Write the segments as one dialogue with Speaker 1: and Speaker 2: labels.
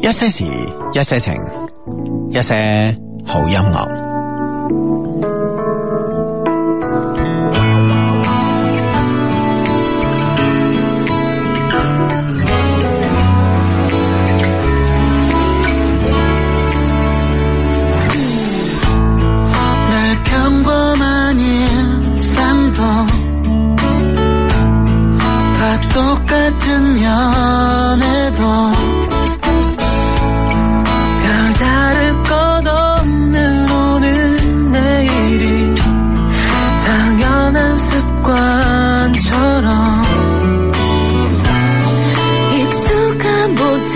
Speaker 1: 一些事，一些情，一些好音樂。
Speaker 2: 날 평범하니 쌍도 다 똑같은 연애도 별다를 것 없는 오늘 내일이 당연한 습관처럼
Speaker 3: 익숙함보다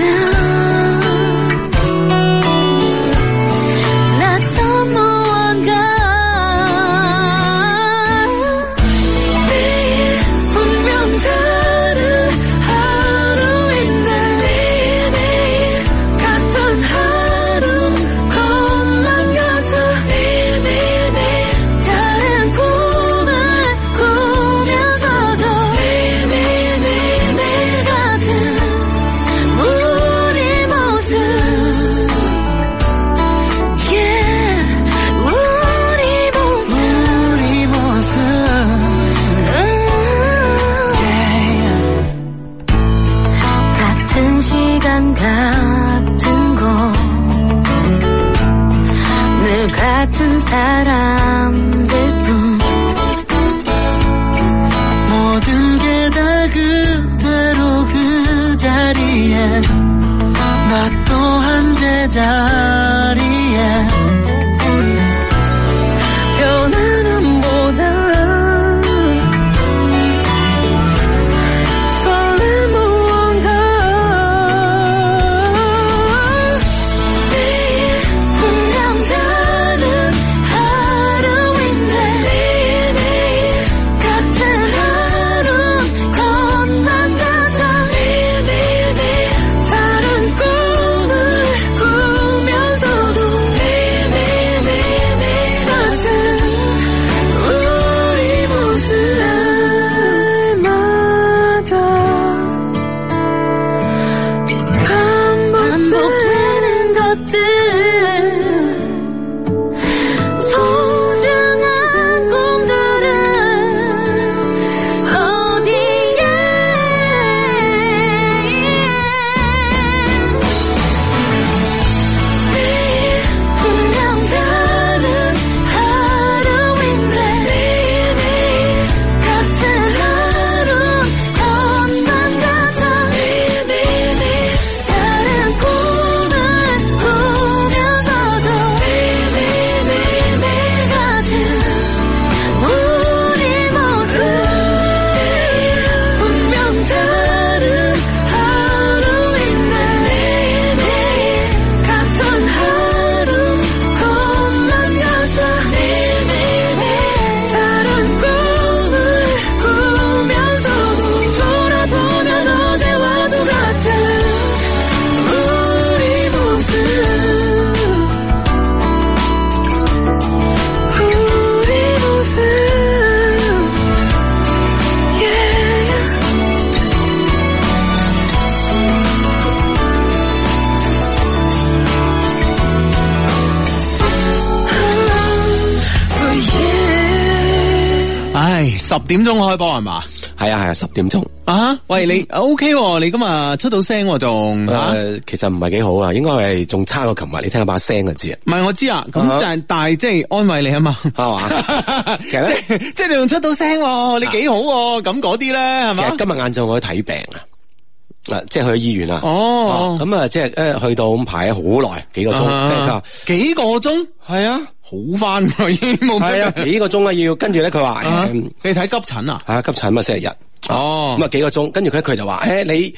Speaker 3: 낯선 무언가
Speaker 2: 내일 분명 다른 하루인데 매일매일 같은 하루 것만 같아 매일매일
Speaker 3: 다른 꿈을 꾸면서도 매일매일매일 같은 우리 모습 Yeah 우리 모습
Speaker 2: 우리 모습
Speaker 3: 같은 시간 같은 곳늘 같은 사람들 뿐
Speaker 2: 모든 게 다 그대로 그 자리에 나 또한 제자리에 변함보다 설렘 무언가
Speaker 3: 매일 분명 다른 하루인데 매일매일 같은 하루 것만 같아 매일매일
Speaker 2: 다른 꿈을 꾸면서도 매일매일매일 같은 우리 모습 날마다
Speaker 3: 반복되는 것들 소중한 꿈들은 어디에 매일 분명 다른 하루인데 매일매일 같은 하루 것만 같아 매일매일 다른 꿈을 꾸면서도 매일매일매일 같은 우리 모습 분명 다른 하루인데 매일매일 같은 하루 것만 같아 매일매일 다른 꿈을 꾸면서도 돌아보면 어제와도 같은 우리 모습 우리 모습 yeah. yeah.
Speaker 4: 唉，十點鐘開波係嘛？
Speaker 1: 係啊係啊，十點鐘。
Speaker 4: 啊，喂你 OK 喎，你今日出到聲喎仲
Speaker 1: 誒、
Speaker 4: 吓？
Speaker 1: 呃其實唔係幾好啊，應該係仲差過琴日。你聽下把聲就知啊，
Speaker 4: 唔係我知啊，咁
Speaker 1: 啊
Speaker 4: 但係但係即係安慰你啊 嘛。
Speaker 1: 係嘛？
Speaker 4: 哦 即
Speaker 1: 實呢
Speaker 4: 係即係你仲出到聲喎，你幾好喎，咁嗰啲咧係
Speaker 1: 其實
Speaker 4: 嘛？
Speaker 1: 今日晏晝我去睇病啊，啊，即係去醫院啊。
Speaker 4: 哦
Speaker 1: 啊咁啊，即係誒去到咁排咗好耐，幾個鐘，
Speaker 4: 啊
Speaker 1: 跟住佢話
Speaker 4: 幾個鐘
Speaker 1: 係啊，
Speaker 4: 好翻喎，已經冇
Speaker 1: 係
Speaker 4: 咩
Speaker 1: 啊，幾個鐘啊要，跟住咧佢話
Speaker 4: 啊
Speaker 1: 誒
Speaker 4: 你睇急診啊？
Speaker 1: 啊急診啊星期日。
Speaker 4: 哦
Speaker 1: 咁，啊幾個鐘，跟住佢佢就話：，誒、你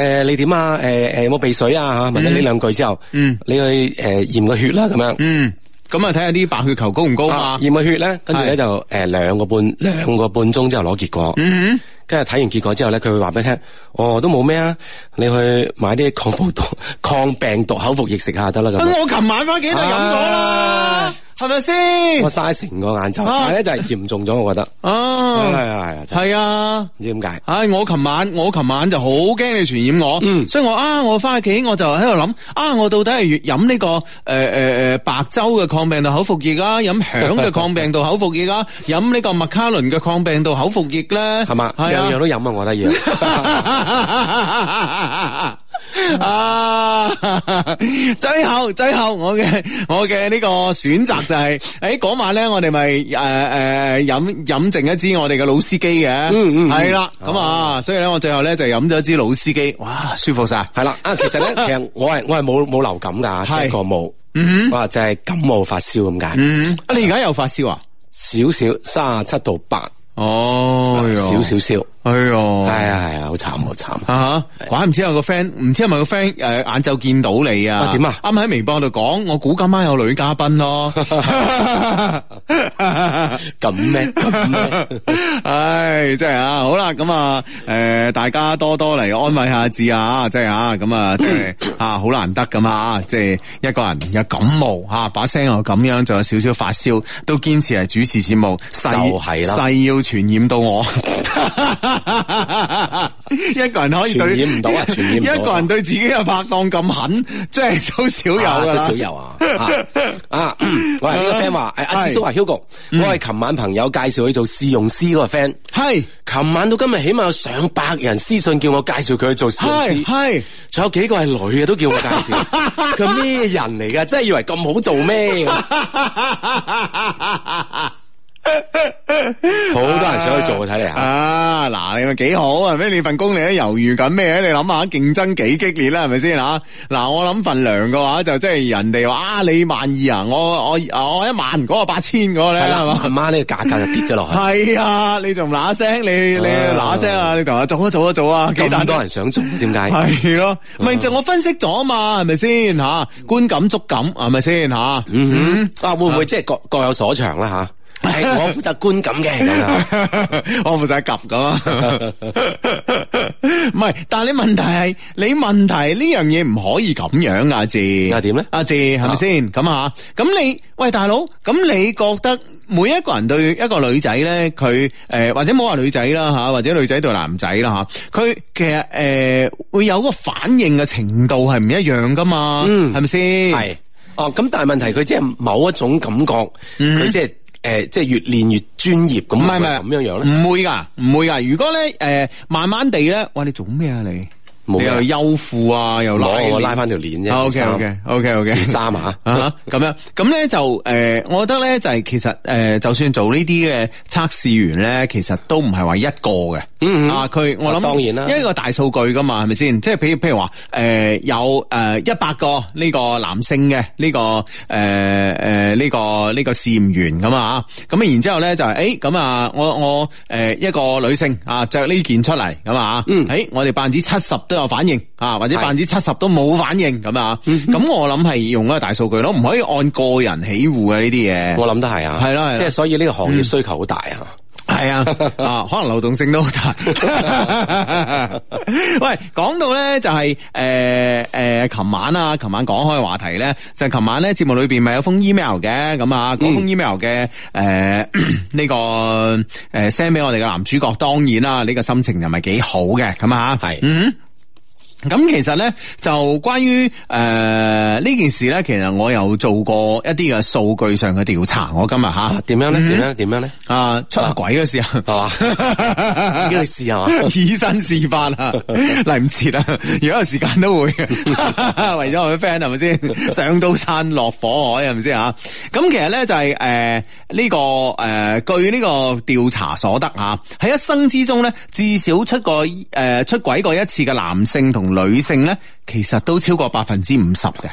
Speaker 1: 誒、你點啊？誒、誒有冇鼻水啊？嚇，問咗呢兩句之後，
Speaker 4: 嗯
Speaker 1: 你去誒、驗個血啦，咁樣。
Speaker 4: 嗯，咁啊睇下啲白血球高唔高
Speaker 1: 啊
Speaker 4: 啊？
Speaker 1: 驗個血咧，跟住
Speaker 4: 係
Speaker 1: 咧就誒、兩個半兩個半鐘之後攞結果，
Speaker 4: 嗯
Speaker 1: 跟住睇完結果之後咧，佢會話俾你聽，哦都冇咩啊，你去買啲 抗病毒抗病毒口服液食下得啦咁
Speaker 4: 哼，
Speaker 1: 樣。
Speaker 4: 我琴晚翻幾度飲咗啦
Speaker 1: 唉，
Speaker 4: 係咪先
Speaker 1: 我？嘥成個晏晝，
Speaker 4: 啊
Speaker 1: 但係咧就係嚴重咗，我覺得係
Speaker 4: 啊，
Speaker 1: 啊係啊，真係
Speaker 4: 係啊。
Speaker 1: 唔知點解。
Speaker 4: 唉，我琴晚我琴晚就好驚你傳染我，
Speaker 1: 嗯
Speaker 4: 所以我啊，我翻屋企我就喺度諗啊，我到底係飲呢個诶诶诶白州嘅抗病毒口服液啊，飲 響嘅抗病毒口服液啊，飲呢個麥卡倫嘅抗病毒口服液咧，係
Speaker 1: 係嘛，
Speaker 4: 係
Speaker 1: 樣樣
Speaker 4: 啊。
Speaker 1: 都飲啊，我覺得 要。
Speaker 4: 啊！最後最後我嘅我嘅呢個選擇就係、诶嗰晚咧，我哋咪诶诶飲飲剩一支我哋嘅老司機嘅，
Speaker 1: 嗯嗯
Speaker 4: 係啦，咁啊，所以咧我最後咧就飲咗支老司機，哇，舒服晒，
Speaker 1: 係啦，啊，其實咧，其實我係我係冇冇流感
Speaker 4: 係
Speaker 1: 㗎，只係個冇，
Speaker 4: 嗯
Speaker 1: 我話就係感冒發燒咁解，
Speaker 4: 嗯，啊你而家又發燒啊？
Speaker 1: 少少三十七度八，
Speaker 4: 哦，
Speaker 1: 少少，燒，
Speaker 4: 哎呦，
Speaker 1: 係啊係啊，好慘好慘。
Speaker 4: 啊哈！怪唔知有個 friend，唔知係咪個 friend 诶晏晝見到你啊？
Speaker 1: 啊點啊
Speaker 4: 啱喺微博度講，我估今晚有女嘉賓咯。
Speaker 1: 咁 咩？咁咩？
Speaker 4: 唉，真係啊！好啦，咁啊，诶、大家多多嚟安慰下志啊，即係啊，咁啊，即係啊，好難得咁啊，即係一個人有感冒吓、啊把聲又咁樣，仲有少少發燒，都堅持係主持節目，就
Speaker 1: 就係啦
Speaker 4: 誓要傳染到我， 一個人可以對
Speaker 1: 傳染唔到啊傳染唔到啊
Speaker 4: 一個人對自己嘅拍檔咁狠，即係都少有
Speaker 1: 啊
Speaker 4: 噶
Speaker 1: 都
Speaker 4: 啦，
Speaker 1: 少有啊！啊， 啊喂，呢個 friend 話，誒阿
Speaker 4: 係嗯
Speaker 1: 志叔啊，Hugo，我係琴晚朋友介紹佢做試用師嗰個 friend，
Speaker 4: 係
Speaker 1: 琴晚到今日起碼有上百人私信叫我介紹佢去做試用
Speaker 4: 係
Speaker 1: 師，
Speaker 4: 係。
Speaker 1: 仲有幾個係女嘅都叫我介紹， 佢話咩人嚟㗎？真係以為咁好做咩？好多人想去做，睇嚟嚇。
Speaker 4: 啊，嗱，你咪幾好啊？咩？你份工你都猶豫緊咩？你諗下競爭幾激烈啦，係咪先啊？嗱，我諗份糧嘅話就即係人哋話啊，你萬二啊，我我啊我一萬，嗰個八千嗰個咧，
Speaker 1: 係
Speaker 4: 係
Speaker 1: 啦，琴
Speaker 4: 嘛？
Speaker 1: 晚呢個價格就跌咗落去，
Speaker 4: 係啊，你仲嗱聲，你你嗱聲啊，你同我做啊做啊做啊，幾大
Speaker 1: 咁多人嗯想做，點解？
Speaker 4: 系咯，咪就我分析咗嘛，係咪先吓？觀感觸感係咪先吓？
Speaker 1: 嗯哼，啊，會唔會即係各各有所長啦吓？係我負責觀感嘅咁啊樣。
Speaker 4: 我負責及咁啊， 唔係，但係你問題係你問題呢樣嘢唔可以咁樣啊，阿志，
Speaker 1: 啊點咧
Speaker 4: 阿志係咪先咁啊？咁你喂大佬，咁你覺得每一個人對一個女仔咧，佢诶、呃或者冇話女仔啦吓，或者女仔對男仔啦吓，佢其實诶、呃、會有個反應嘅程度係唔一樣噶嘛，
Speaker 1: 嗯
Speaker 4: 係咪先？
Speaker 1: 系哦，咁但系问题佢即系某一種感覺，佢、即係诶、即係越練越專業咁，
Speaker 4: 嗯唔
Speaker 1: 唔
Speaker 4: 係
Speaker 1: 係
Speaker 4: 唔係
Speaker 1: 咁樣樣咧，
Speaker 4: 唔會㗎，唔會㗎。如果咧诶、呃慢慢地咧，喂，你做咩啊你？
Speaker 1: 冇
Speaker 4: 你
Speaker 1: 咩
Speaker 4: 又優褲啊，又拉
Speaker 1: 攞我拉翻條鏈啫。
Speaker 4: O K O K O K O K
Speaker 1: 件衫 啊，
Speaker 4: 啊咁樣咁咧就诶、呃我覺得咧就係其實诶、呃就算做呢啲嘅測試員咧，其實都唔係話一個嘅。
Speaker 1: 嗯嗯
Speaker 4: 啊，佢我諗
Speaker 1: 啊當然啦
Speaker 4: 因為一個大數據噶嘛，係咪先？即係譬如譬如話诶、呃有诶一百個呢個男性嘅呢、個诶诶呢個呢、個試驗員咁啊，咁然之後咧就係诶咁啊，我我诶、呃一個女性啊着呢件出嚟咁啊，
Speaker 1: 嗯
Speaker 4: 誒我哋百分之七十都有反應啊，或者
Speaker 1: 係嗯
Speaker 4: 百分之七十都冇反應咁啊，咁我諗係用一個大數據咯，唔可以按個人起户嘅呢啲嘢
Speaker 1: 我。諗都係啊，
Speaker 4: 係啦係啦嗯
Speaker 1: 即係所以呢個行業需求好大啊。
Speaker 4: 系啊，啊，可能流動性都好大。 喂，講到咧就係诶诶，琴、晚啊，琴晚講開話題咧，就係琴、晚咧節目裏边咪有封 email 嘅，咁啊，嗰封 email 嘅诶呢個诶 send 俾我哋嘅男主角，當然啦，呢、個心情又唔係幾好嘅，咁啊，
Speaker 1: 係
Speaker 4: 嗯。咁其實咧就關於诶呢件事咧，其實我有做過一啲嘅數據上嘅調查，我今日吓
Speaker 1: 啊，點樣
Speaker 4: 嗯
Speaker 1: 咧？點樣呢？點樣咧？
Speaker 4: 啊出下軌嗰時候。
Speaker 1: 係 嘛？自己去試下嘛。
Speaker 4: 以身試法啊，嚟唔切啦！如果有時間 都會嘅，為咗我啲 friend 係咪先？上刀山落火海係咪先啊？咁其實咧就係誒呢個誒、呃、據呢個調查所得啊，喺一生之中咧，至少出過誒、呃出軌過一次嘅男性同女性咧，其實都超過百分之五十嘅，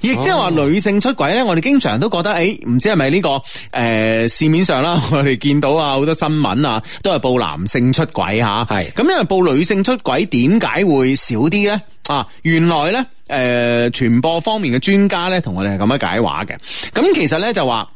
Speaker 4: 亦即係話女性出軌咧，我哋經常都覺得誒，唔知係咪呢個誒、呃市面上啦，我哋見到啊好多新聞啊，都係報男性出啊軌嚇、
Speaker 1: 係
Speaker 4: 咁因為報女性出軌點解會少啲咧？啊，原來咧，呃诶、傳播方面嘅專家咧，同我哋係咁樣解話嘅。咁其實咧就話。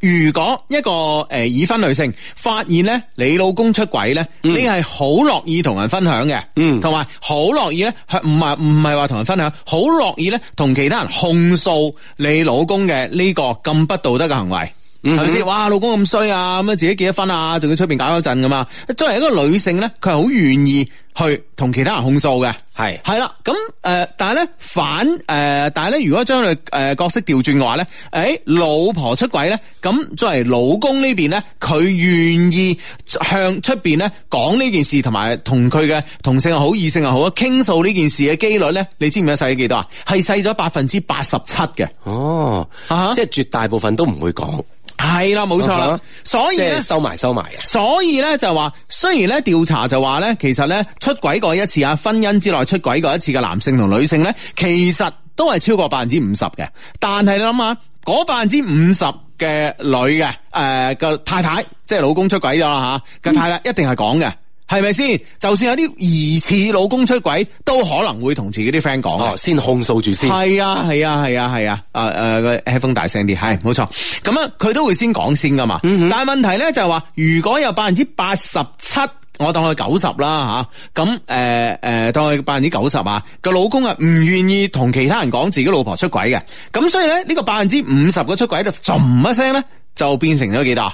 Speaker 4: 如果一個诶、呃已婚女性發現咧你老公出軌咧，你係好樂意同人分享嘅，
Speaker 1: 嗯
Speaker 4: 同埋好樂意咧，係唔係唔系话同人分享，好樂意咧同其他人控訴你老公嘅呢個咁不道德嘅行為。係咪先？哇，老公咁衰啊，咁啊自己結咗婚啊，仲要出边搞嗰陣噶嘛？作為一個女性咧，佢係好願意去同其他人控訴嘅。
Speaker 1: 係
Speaker 4: 系啦，咁诶、呃但系咧反诶、呃但系咧，如果將佢诶角色調轉嘅話咧，诶、老婆出軌咧，咁作為老公呢邊咧，佢願意呃向出邊咧講呢件事，同埋同佢嘅同性又好、異性又啊好傾訴呢件事嘅機率咧，你知唔知細咗幾多啊？係細咗百分之八十七嘅，
Speaker 1: 哦
Speaker 4: 啊，
Speaker 1: 即係絕大部分都唔會講，
Speaker 4: 係啦，冇錯
Speaker 1: 啊
Speaker 4: 啦
Speaker 1: 哈，
Speaker 4: 所以
Speaker 1: 即
Speaker 4: 咧
Speaker 1: 係。收埋收埋啊嘅。
Speaker 4: 所以咧就話，雖然咧調查就話咧，其實咧出軌過一次啊，婚姻之內出軌過一次嘅男性同女性咧，其實都係超過百分之五十嘅。但係你諗下，嗰百分之五十嘅女嘅誒個太太，即係老公出軌咗啦嚇，個太太一定係講嘅。係咪先？就算有啲疑似老公出軌，都可能會同自己啲 friend 講嘅
Speaker 1: 哦，。先控訴住先。
Speaker 4: 哎系啊，系啊，系啊，系啊，啊诶个 headphone 大聲啲，係冇錯。咁啊，佢都會先講先噶嘛。
Speaker 1: 嗯
Speaker 4: 但係問題咧就係話，如果有百分之八十七。我當佢九十啦吓，咁誒誒當佢百分之九十啊，個老公啊唔願意同其他人講自己老婆出軌嘅，咁所以咧呢個百分之五十嘅出軌就嘭一聲咧就變成咗幾多啊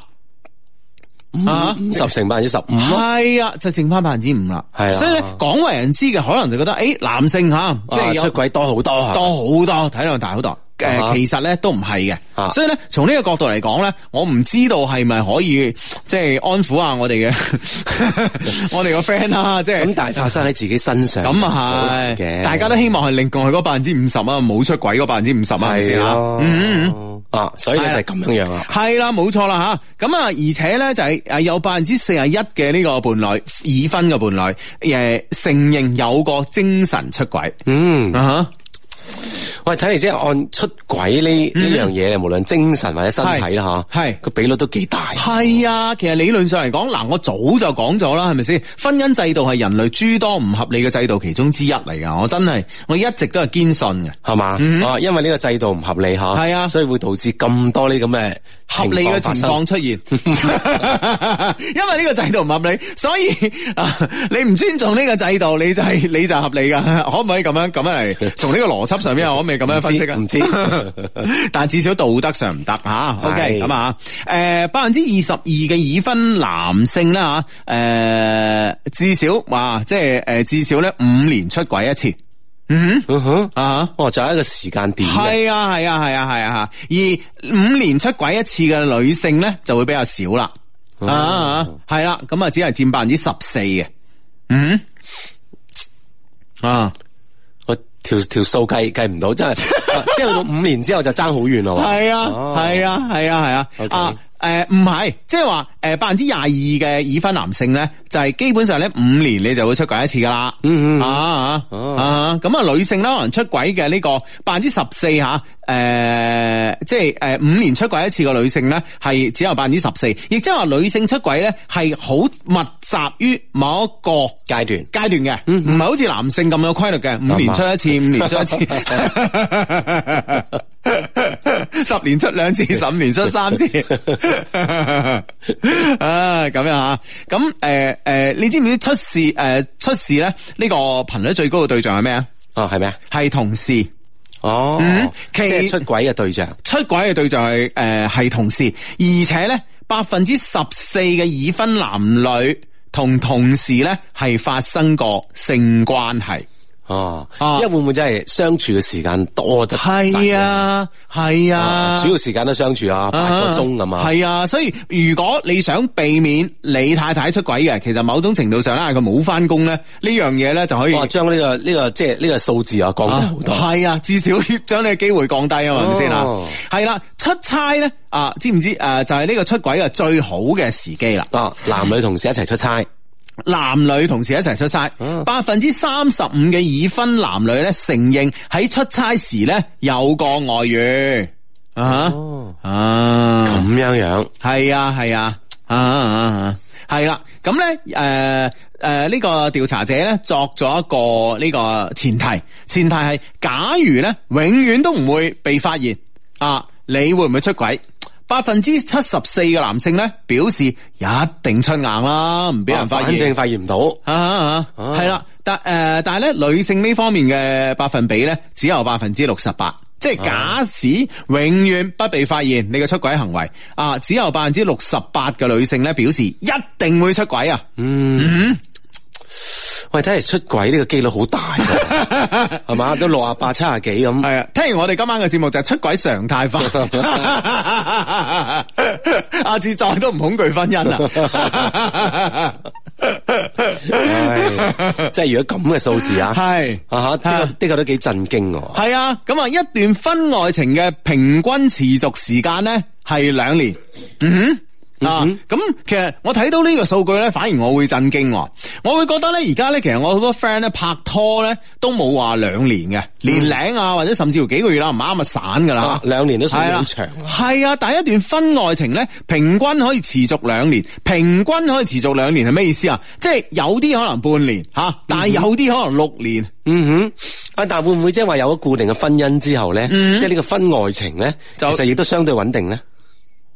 Speaker 4: 啊？
Speaker 1: 十成百分之十五咯，
Speaker 4: 系啊，就剩翻百分之五啦。
Speaker 1: 係啊
Speaker 4: 所以咧廣為人知嘅可能就覺得，誒男性吓，啊即係
Speaker 1: 即
Speaker 4: 有
Speaker 1: 系出軌多好多啊
Speaker 4: 多好多，體量大好多。
Speaker 1: 啊
Speaker 4: 誒，
Speaker 1: 哈
Speaker 4: 其實咧都唔係
Speaker 1: 啊
Speaker 4: 嘅，所以咧從呢個角度嚟講咧，我唔知道係咪可以即係安撫下我哋嘅 我哋個 friend 啦，即係
Speaker 1: 咁但係發生喺自己身上
Speaker 4: 咁
Speaker 1: 好
Speaker 4: 啊
Speaker 1: 難
Speaker 4: 係，
Speaker 1: 嘅，
Speaker 4: 大家都希望係令過去嗰百分之五十啊，冇出軌嗰百分之五十啊，係咪
Speaker 1: 系
Speaker 4: 先啊
Speaker 1: 咯，
Speaker 4: 嗯。嗯啊
Speaker 1: 啊，所以咧就係咁樣樣啊啦。
Speaker 4: 系啦，冇錯啦吓，咁啊，而且咧就係诶有百分之四十一嘅呢個伴侶已婚嘅伴侶，诶、承認有個精神出軌
Speaker 1: 嗯，
Speaker 4: 啊
Speaker 1: 喂，睇嚟即係按出軌呢呢樣嘢，無論精神或者身體啦吓，
Speaker 4: 嗯係
Speaker 1: 個比率都幾大。
Speaker 4: 哈係啊，其實理論上嚟講，嗱，我早就講咗啦，係咪先？婚姻制度係人類諸多唔合理嘅制度其中之一嚟噶，我真係我一直都係堅信嘅。
Speaker 1: 係嘛？啊，因為呢個制度唔合理吓，
Speaker 4: 嗯係啊
Speaker 1: 所以會導致咁多呢咁嘅
Speaker 4: 合理嘅情
Speaker 1: 發生
Speaker 4: 況出現， 因為呢個制度唔合理，所以啊，你唔尊重呢個制度，你就係你就係合理噶， 可唔可以咁樣咁樣嚟？ 從呢個邏輯上面，可唔可以咁樣分析啊？
Speaker 1: 唔知唔
Speaker 4: 但至少道德上唔得吓。OK，
Speaker 1: 係
Speaker 4: 咁啊，誒百分之二十二嘅已婚男性啦吓，誒、至少哇，即係誒至少咧五年出軌一次，嗯
Speaker 1: 嗯哼，
Speaker 4: 哼啊哈。
Speaker 1: 哦，仲有一個時間點嘅，
Speaker 4: 系啊系啊系啊系啊吓，而五年出軌一次嘅女性咧就會比較少啦，啊啊係啦，咁啊只係佔百分之十四嘅，嗯。啊，
Speaker 1: 我條條數計計唔 到，真係，啊即係去到五年之後就爭好遠咯。
Speaker 4: 係
Speaker 1: 哦
Speaker 4: 啊，係啊，係啊，係
Speaker 1: OK
Speaker 4: 啊，啊，诶，唔係，即係話，诶，百分之廿二嘅已婚男性咧，就係基本上咧五年你就會出軌一次噶啦，
Speaker 1: 嗯嗯嗯
Speaker 4: 啊啊
Speaker 1: 哦
Speaker 4: 啊！咁啊，女性咧可能出軌嘅呢個百分之十四吓，诶，即係诶五年出軌一次嘅女性咧，係只有百分之十四，亦即係話女性出軌咧係好密集於某一個
Speaker 1: 階
Speaker 4: 階
Speaker 1: 段。
Speaker 4: 段嘅，唔係好似男性咁有規律嘅，五年出一次，五年出一次，十年出兩次，十五年出三次， 啊咁樣吓，咁诶诶，你知唔知出事诶、呃出事咧？呢、個頻率最高嘅對象係咩啊？
Speaker 1: 哦，係咩啊？
Speaker 4: 係同事。
Speaker 1: 哦，
Speaker 4: 嗯
Speaker 1: 即
Speaker 4: 其
Speaker 1: 係出軌嘅對象。
Speaker 4: 出軌嘅對象係诶系同事，而且咧百分之十四嘅已婚男女同同事咧係發生過性關係。
Speaker 1: 哦，
Speaker 4: 啊
Speaker 1: 因為會唔會真係相處嘅時間多得滯
Speaker 4: 係，啊，係啊，
Speaker 1: 哦主要時間都相處啊，八個鐘咁啊，
Speaker 4: 系啊，所以如果你想避免你太太出軌嘅，其實某種程度上咧，佢冇翻工咧，呢樣嘢咧就可以
Speaker 1: 哇，將呢個呢個即係呢個數字啊降低好多，
Speaker 4: 系啊，至少要將你嘅機會降低啊嘛，係咪先啊
Speaker 1: 哦？
Speaker 4: 係啦，出差咧啊，知唔知诶、啊就係呢個出軌嘅最好嘅時機啦。
Speaker 1: 啊，男女同事一齊出差，
Speaker 4: 男女同時一齊出差，
Speaker 1: 啊
Speaker 4: 百分之三十五嘅已婚男女咧承認喺出差時咧有個外遇啊
Speaker 1: 哦
Speaker 4: 啊
Speaker 1: 咁樣樣，
Speaker 4: 係啊係啊啊啊啊係啦，咁咧誒誒呢個調查者咧作咗一個呢個前提，前提係假如咧永遠都唔會被發現啊，你會唔會出軌？百分之七十四嘅男性咧表示一定出硬啦，唔俾人發
Speaker 1: 啊反
Speaker 4: 現。
Speaker 1: 正發現唔到。
Speaker 4: 啊啊啊！
Speaker 1: 啊
Speaker 4: 系啦，但诶、呃但系咧，女性呢方面嘅百分比咧，只有百分之六十八。即係假使永遠不被發現你嘅出軌行為啊，只有百分之六十八嘅女性咧表示一定會出軌啊！
Speaker 1: 喂，睇嚟出軌呢個機率好大喎， 係嘛？都六啊八、七啊幾咁。
Speaker 4: 係啊，聽完我哋今晚嘅節目就係出軌常態化，阿志再都唔恐懼婚姻啦。
Speaker 1: 唉，即係如果咁嘅數字啊，
Speaker 4: 係
Speaker 1: 啊哈，的確的確都幾震驚喎。
Speaker 4: 系啊，咁啊，一段婚外情嘅平均持續時間咧係兩年。嗯哼啊，咁其實我睇到呢個數據咧，反而我會震驚喎。我會覺得咧，而家咧，其實我好多 friend 咧拍拖咧都冇話兩年嘅，年零啊，或者甚至乎幾個月啦，唔啱咪散噶啦
Speaker 1: 嗯啊。兩年都算
Speaker 4: 係啊
Speaker 1: 好長啊
Speaker 4: 係啊，但係一段婚外情咧，平均可以持續兩年，平均可以持續兩年係咩意思啊？即係有啲可能半年吓，但係有啲可能六年。
Speaker 1: 嗯哼，啊，但會唔會即係話有咗固定嘅婚姻之後咧，即係呢個婚外情咧，其
Speaker 4: 嗯就
Speaker 1: 實亦都相對穩定咧？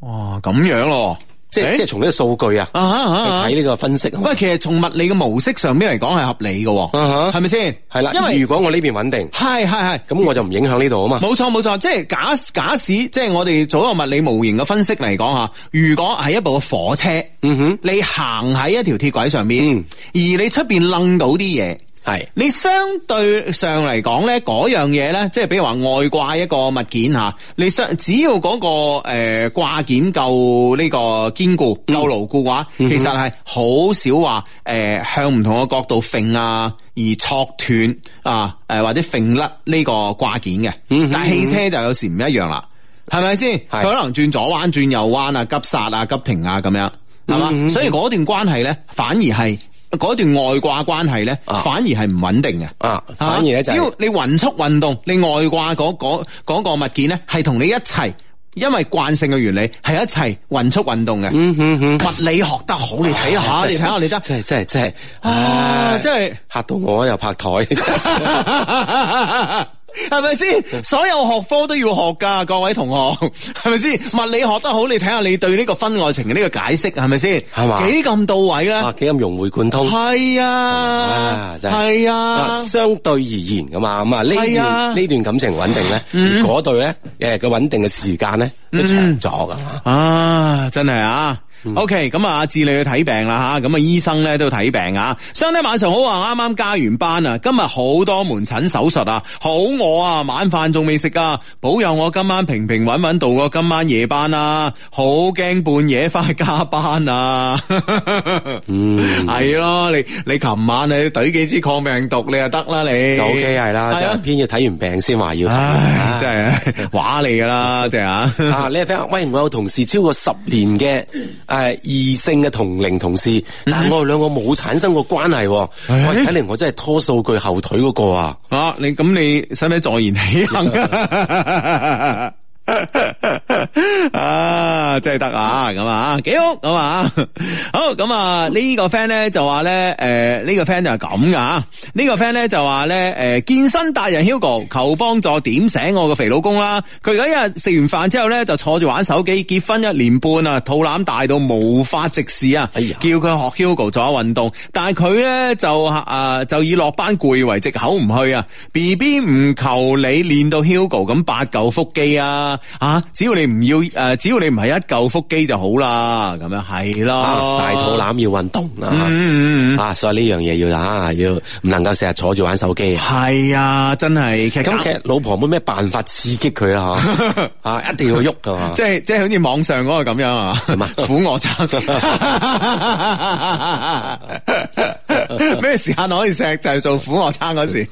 Speaker 4: 哇，咁樣咯，
Speaker 1: 哦即
Speaker 4: 誒
Speaker 1: 係即係從呢個數據啊，
Speaker 4: 啊啊啊啊
Speaker 1: 去睇呢個分析啊嘛。
Speaker 4: 喂，其實從物理嘅模式上邊嚟講係合理嘅
Speaker 1: 啊
Speaker 4: 喎，
Speaker 1: 哈
Speaker 4: 係咪先？
Speaker 1: 係啦，
Speaker 4: 因為
Speaker 1: 如果我呢邊穩定，
Speaker 4: 係係係。
Speaker 1: 咁我就唔影響呢度啊嘛。
Speaker 4: 冇錯冇錯，即係假假使即係我哋做一個物理模型嘅分析嚟講吓，如果係一部火車，
Speaker 1: 嗯哼，
Speaker 4: 你行喺一條鐵軌上面，
Speaker 1: 嗯
Speaker 4: 而你出邊楞到啲嘢，
Speaker 1: 係
Speaker 4: 你相對上嚟講咧，嗰樣嘢咧，即係比如話外掛一個物件吓，你相只要嗰、個诶掛、件夠呢個堅固、
Speaker 1: 嗯
Speaker 4: 夠牢固嘅話，其實係好少話诶、呃向唔同嘅角度揈啊，而挫斷啊诶、呃或者揈甩呢個掛件嘅。
Speaker 1: 嗯哼
Speaker 4: 但係汽車就有時唔一樣啦，係咪先？佢
Speaker 1: 係
Speaker 4: 可能轉左彎、轉右彎啊，急剎啊、急停啊咁樣，係嘛？
Speaker 1: 嗯
Speaker 4: 所以嗰段關係咧，反而係嗰段外掛關係咧，
Speaker 1: 啊
Speaker 4: 反而係唔穩定嘅。
Speaker 1: 啊，反而咧就
Speaker 4: 只要
Speaker 1: 係
Speaker 4: 你匀速運動，你外掛嗰嗰嗰個物件咧，係同你一齊，因為慣性嘅原理係一齊匀速運動嘅。
Speaker 1: 嗯哼哼，
Speaker 4: 物理學得好，你睇下，你睇下，你得
Speaker 1: 真係真係真係
Speaker 4: 啊，真係。
Speaker 1: 嚇到我又拍台，
Speaker 4: 系咪
Speaker 1: 嗯
Speaker 4: 先？所有學科都要學噶，各位同學，係咪先？物理學得好，你睇下你對呢個婚外情嘅呢個解釋係咪先？
Speaker 1: 係嘛
Speaker 4: 幾咁到位咧？
Speaker 1: 啊，幾咁融會貫通。
Speaker 4: 係啊，
Speaker 1: 啊，真係
Speaker 4: 係啊，
Speaker 1: 相對而言噶嘛，咁啊呢
Speaker 4: 係啊嗯
Speaker 1: 段呢段感情穩定咧，而嗰對咧，誒嘅穩定嘅時間咧都長咗噶嘛，
Speaker 4: 啊，真係啊。OK，咁啊，
Speaker 1: 嗯
Speaker 4: 阿志你去睇病啦吓，咁啊醫生咧都睇病啊。相弟晚上好啊，啱啱加完班啊，今日好多門診手術啊，好餓啊，晚飯仲未食啊，保佑我今晚平平穩穩度過今晚夜班啊，好驚半夜翻去加班啊。
Speaker 1: 嗯，
Speaker 4: 係咯，你你琴晚你懟幾支抗病毒你就得啦你，
Speaker 1: 就 OK 係啦，
Speaker 4: 係啊
Speaker 1: 就偏要睇完病先話要睇，
Speaker 4: 唉，
Speaker 1: 啊
Speaker 4: 真係啊話你噶啦，真係 啊。
Speaker 1: 啊！呢個 friend，喂，我有同事超過十年嘅誒異性嘅同齡同事，
Speaker 4: 嗯
Speaker 1: 但係我哋兩個冇產生過關係喎。
Speaker 4: 哎
Speaker 1: 喂，睇嚟我真係拖數據後腿嗰個啊！
Speaker 4: 啊，你咁你使唔使坐言起行啊？ 啊，真系得啊，咁啊，几好咁啊，好咁啊，呢、個个 friend 咧就话咧，诶、呢、個个 friend 就係咁噶啊，呢、個个 friend 咧就話咧，诶、健身達人 Hugo 求幫助點醒我個肥老公啦，佢而家一日食完飯之後咧就坐住玩手機，結婚一年半啊，肚腩大到無法直視啊，
Speaker 1: 哎呀
Speaker 4: 叫佢學 Hugo 做下運動，但係佢咧就啊、就以落班攰為藉口唔去啊，B B 唔求你練到 Hugo 咁八嚿腹肌啊，啊，只要你唔要诶、啊只要你唔係一嚿腹肌就好啦，咁樣係咯、
Speaker 1: 啊，大肚腩要運動啊！
Speaker 4: 哦嗯，嗯嗯嗯，
Speaker 1: 啊，所以呢樣嘢要啊，要唔能夠成日坐住玩手機啊！
Speaker 4: 係啊，真係其實搞
Speaker 1: 咁其實老婆冇咩辦法刺激佢啦，嗬 啊，一定要喐噶嘛
Speaker 4: 即。係即係好似網上嗰個咁樣啊，苦我撐，咩時間可以錫就係做苦我撐嗰時，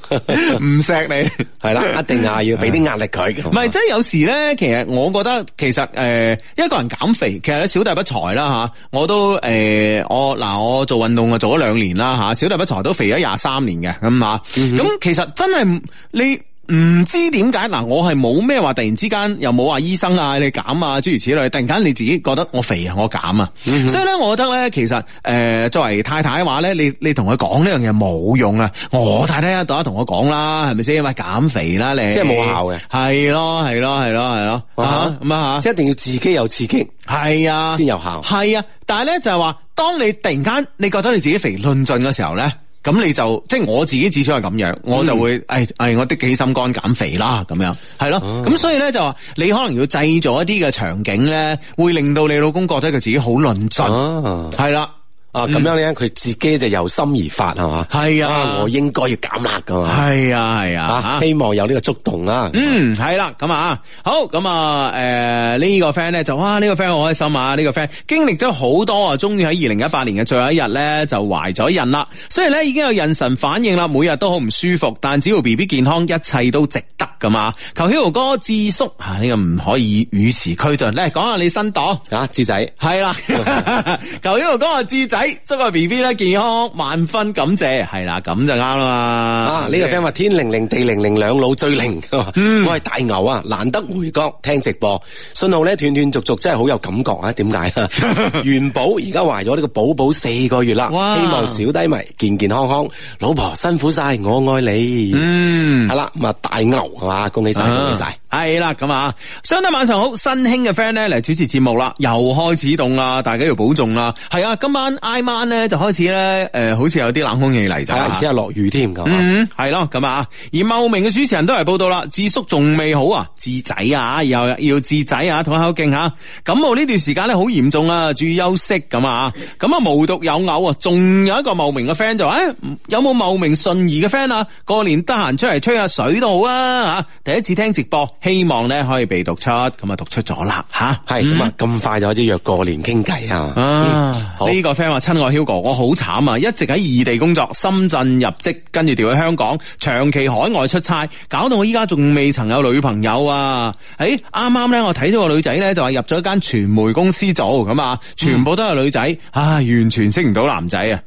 Speaker 4: 唔錫你。
Speaker 1: 係啦，一定啊，要俾啲壓力佢。
Speaker 4: 唔係，即係有時咧，其實我覺得其實誒、呃一個人減肥，其實咧小弟不才啦吓，我都誒、呃我嗱我做運動啊啊
Speaker 1: 嗯
Speaker 4: 做咗兩年啦吓，小弟不才都肥咗廿三年嘅咁吓，咁、其實真係唔你。唔知點解嗱，我係冇咩話突然之間又冇話醫生啊，你減啊，諸如此類。突然間你自己覺得我肥啊，我減啊，
Speaker 1: 嗯
Speaker 4: 所以咧，我覺得咧，其實誒、呃作為太太嘅話咧，你你同佢講呢樣嘢冇用啊。我太太一到一同我講啦，係咪先？喂，減肥啦你，
Speaker 1: 即係冇效嘅
Speaker 4: 係咯，係咯，係咯，係咯，啊咁啊
Speaker 1: 即係一定要自己有刺激。
Speaker 4: 係啊，
Speaker 1: 先有效
Speaker 4: 係啊，但係咧就係話，當你突然間你覺得你自己肥論盡嘅時候咧。咁你就即係我自己至少係咁樣，我
Speaker 1: 嗯
Speaker 4: 就會誒誒、哎我的起心肝減肥啦，咁樣係咯。
Speaker 1: 哦
Speaker 4: 咁、所以咧就話，你可能要製造一啲嘅場景咧，會令到你老公覺得佢自己好論盡，
Speaker 1: 啊
Speaker 4: 係啦、
Speaker 1: 啊，咁樣咧，佢自己就由心而發係嘛？
Speaker 4: 嗯係啊
Speaker 1: 我應該要減辣噶嘛？
Speaker 4: 係啊，係啊，嚇
Speaker 1: 啊，希望有呢個觸動啊啦。
Speaker 4: 嗯，系啦，咁啊，好，咁啊，诶、呢、個个 friend 咧就哇，呢、個个 friend 好開心啊，呢、個个 friend 經歷咗好多啊，終於喺二零一八年嘅最後一日咧就懷咗孕啦。雖然咧已經有妊娠反應啦，每日都好唔舒服，但只要 B B 健康，一切都值得噶嘛。求 Hugo 哥智叔啊，呢、個唔可以與時俱進。嚟講下你新檔。
Speaker 1: 啊，志仔，
Speaker 4: 系啦， 求 Hugo 哥啊，智仔祝個 B B 咧健康，萬分感謝。係啦，咁就啱啦嘛。
Speaker 1: 啊，呢個 friend 話天靈靈地靈靈兩老最靈，
Speaker 4: 嗯
Speaker 1: 我係大牛啊，難得回國聽直播，信號咧斷斷續續，真係好有感覺啊！點解啊？ 元寶而家懷咗呢個寶寶四個月啦，
Speaker 4: 哇
Speaker 1: 希望小低迷健健康康，老婆辛苦晒，我愛你。
Speaker 4: 嗯
Speaker 1: 係啦，咁啊大牛係嘛，恭喜晒，恭喜晒。
Speaker 4: 啊，系啦咁啊，相得晚上好，新興嘅 friend 咧嚟主持節目啦，又開始凍啦，大家要保重啦。係啊，今晚挨晚咧就開始咧，诶、好似有啲冷空氣嚟
Speaker 1: 係啊啦，而且
Speaker 4: 咋。
Speaker 1: 係落雨添咁啊。
Speaker 4: 嗯，係咯，咁啊，而茂名嘅主持人都嚟報道啦，智叔仲未好啊，智仔啊，又要智仔啊，同口徑吓，感冒呢段時間咧好嚴重啊，注意休息咁啊，咁啊無獨有偶啊，仲有一個茂名嘅 friend 就話，诶、有冇茂名順義嘅 friend 啊？過年得閒出嚟吹下水都好啊，吓，第一次聽直播，希望咧可以被讀出，咁啊讀出咗啦，吓、
Speaker 1: 係咁啊，咁快就開始約過年傾偈啊。
Speaker 4: 嗯啊！
Speaker 1: 好
Speaker 4: 呢個 friend 話：親愛 Hugo，我好慘啊！一直喺異地工作，深圳入職，跟住調去香港，長期海外出差，搞到我依家仲未曾有女朋友啊！诶、啱啱咧，我睇到個女仔咧就話入咗一間傳媒公司做咁啊，全部都係女仔，唉、完全識唔到男仔啊！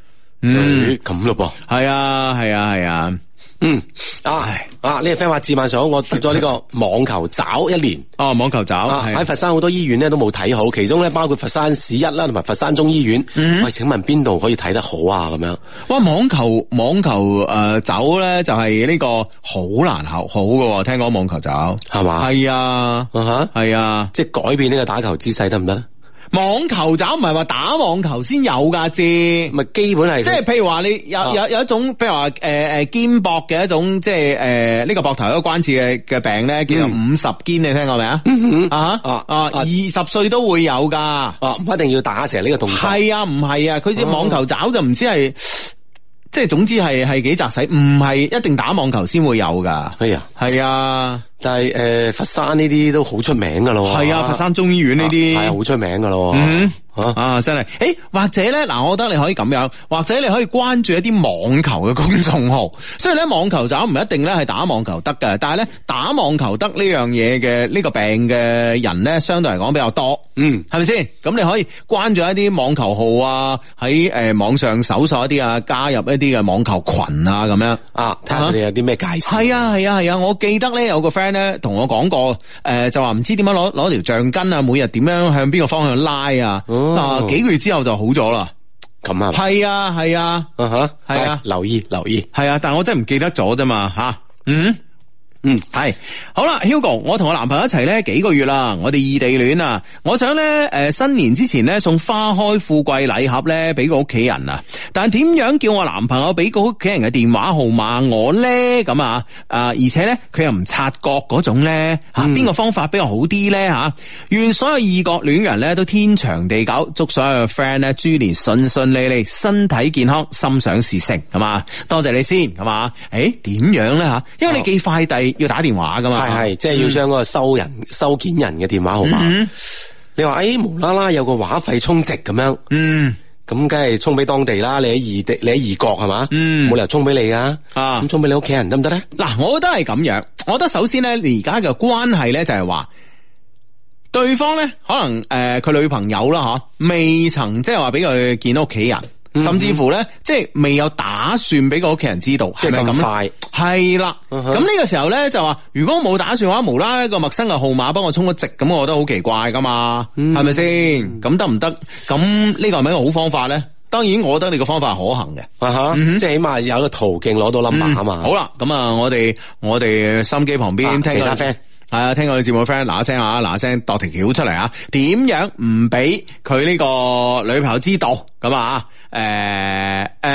Speaker 4: 嗯，
Speaker 1: 咦咁咯噃。
Speaker 4: 係啊，係啊，係啊，
Speaker 1: 嗯，啊
Speaker 4: 唉
Speaker 1: 啊，呢個 friend 話自晚上好，我接咗呢個網球爪一年。
Speaker 4: 哦，網球爪
Speaker 1: 啊！
Speaker 4: 係
Speaker 1: 喺佛山好多醫院咧都冇睇好，其中咧包括佛山市一啦，同埋佛山中醫院。
Speaker 4: 嗯
Speaker 1: 喂，請問邊度可以睇得好啊？咁樣
Speaker 4: 哇！網球網球誒爪咧就係呢個好難考好嘅喎，聽講網球爪
Speaker 1: 係嘛
Speaker 4: 係啊。
Speaker 1: 啊吓，
Speaker 4: 系啊，
Speaker 1: 即係改變呢個打球姿勢得唔得咧？
Speaker 4: 網球爪唔係話打網球先有噶啫，即
Speaker 1: 咪基本係
Speaker 4: 係譬如話你有
Speaker 1: 啊
Speaker 4: 有有一種，譬如話诶诶肩膊嘅一種，即係诶呢個膊頭有一個關節嘅嘅病咧，叫做五十肩，你聽過未啊？啊
Speaker 1: 嗯啊
Speaker 4: 啊
Speaker 1: 啊
Speaker 4: 二十歲都會有噶，
Speaker 1: 哦，唔一定要打成呢個動作。
Speaker 4: 係啊，唔係啊，佢
Speaker 1: 哦
Speaker 4: 只網球爪就唔知係，即係總之係係幾扎使，唔係一定打網球先會有噶，
Speaker 1: 哎呀，
Speaker 4: 係啊，
Speaker 1: 但係诶，佛山呢啲都好出名噶咯喎。
Speaker 4: 係啊，佛山中醫院呢啲
Speaker 1: 係啊好出名噶咯喎。
Speaker 4: 嗯
Speaker 1: 啊
Speaker 4: 啊，真係，诶，或者咧，嗱，我覺得你可以咁樣，或者你可以關注一啲網球嘅公眾號。 雖然咧網球爪唔一定咧係打網球得嘅，但係咧打網球得呢樣嘢嘅呢個病嘅人咧，相對嚟講比較多。
Speaker 1: 嗯，
Speaker 4: 係咪先？咁你可以關注一啲網球號啊，喺诶、呃、網上搜索一啲啊，加入一啲嘅網球群啊，咁樣。
Speaker 1: 啊，睇下佢哋有啲咩介紹。
Speaker 4: 係啊係啊係啊！我記得咧有個 friend 咧同我講過，诶、就話唔知點樣攞攞條橡筋啊，每日點樣向邊個方向拉啊，
Speaker 1: 哦
Speaker 4: 啊幾個月之後就好咗啦。
Speaker 1: 咁啊，
Speaker 4: 係啊係啊
Speaker 1: 啊哈，
Speaker 4: 係啊
Speaker 1: 係留意留意。
Speaker 4: 係啊，但我真係唔記得咗啫嘛吓，嗯。嗯，系好啦，Hugo，我同我男朋友一齊咧幾個月啦，我哋異地戀啊，我想咧诶、呃新年之前咧送花開富貴禮盒咧俾個屋企人啊，但點樣叫我男朋友俾個屋企人嘅電話號碼我咧咁啊啊，而且咧佢又唔察覺嗰種咧吓，边、個方法比較好啲咧吓？願所有異國戀人咧都天長地久，祝所有嘅 friend 咧豬年順順利利，身體健康，心想事成，咁啊，多謝你先，咁啊，诶點樣咧吓？因為你
Speaker 1: 好
Speaker 4: 寄快遞要打電話噶嘛，
Speaker 1: 係係，即係
Speaker 4: 嗯
Speaker 1: 要將嗰個收人、收件人嘅電話號碼。你話誒無啦啦有個話費充值咁樣，
Speaker 4: 嗯
Speaker 1: 咁梗係充俾當地啦。你喺異地，你喺異國係嘛？
Speaker 4: 嗯
Speaker 1: 冇理由充俾你噶。
Speaker 4: 啊
Speaker 1: 咁充俾你屋企人得唔得咧？
Speaker 4: 嗱，我覺得係咁樣，我覺得首先咧，你而家嘅關係咧就係話，呃對方咧可能诶佢、女朋友啦吓，未曾即係話俾佢見到屋企人，
Speaker 1: 嗯
Speaker 4: 甚至乎咧，即係未有打算俾個屋企人知道，
Speaker 1: 即
Speaker 4: 係
Speaker 1: 係
Speaker 4: 咪
Speaker 1: 咁
Speaker 4: 咧
Speaker 1: 快。
Speaker 4: 係啦，
Speaker 1: 嗯
Speaker 4: 咁
Speaker 1: 哼
Speaker 4: 呢個時候咧就話，如果冇打算嘅話，無啦啦一個陌生嘅號碼幫我充個值，咁我覺得好奇怪噶嘛，
Speaker 1: 嗯
Speaker 4: 係咪先？咁得唔得？咁呢個係咪一個好方法咧？當然，我覺得你個方法係可行嘅。
Speaker 1: 啊哈，即係起碼有一個途徑攞到 number 啊嘛。
Speaker 4: 嗯好啦，咁啊，我哋我哋心機旁
Speaker 1: 啊
Speaker 4: 邊聽
Speaker 1: 其他
Speaker 4: 我哋
Speaker 1: friend
Speaker 4: 係啊，聽我哋節目嘅 friend 嗱嗱聲啊，嗱嗱聲度條橋出嚟啊，點樣唔俾佢呢個女朋友知道咁啊？誒誒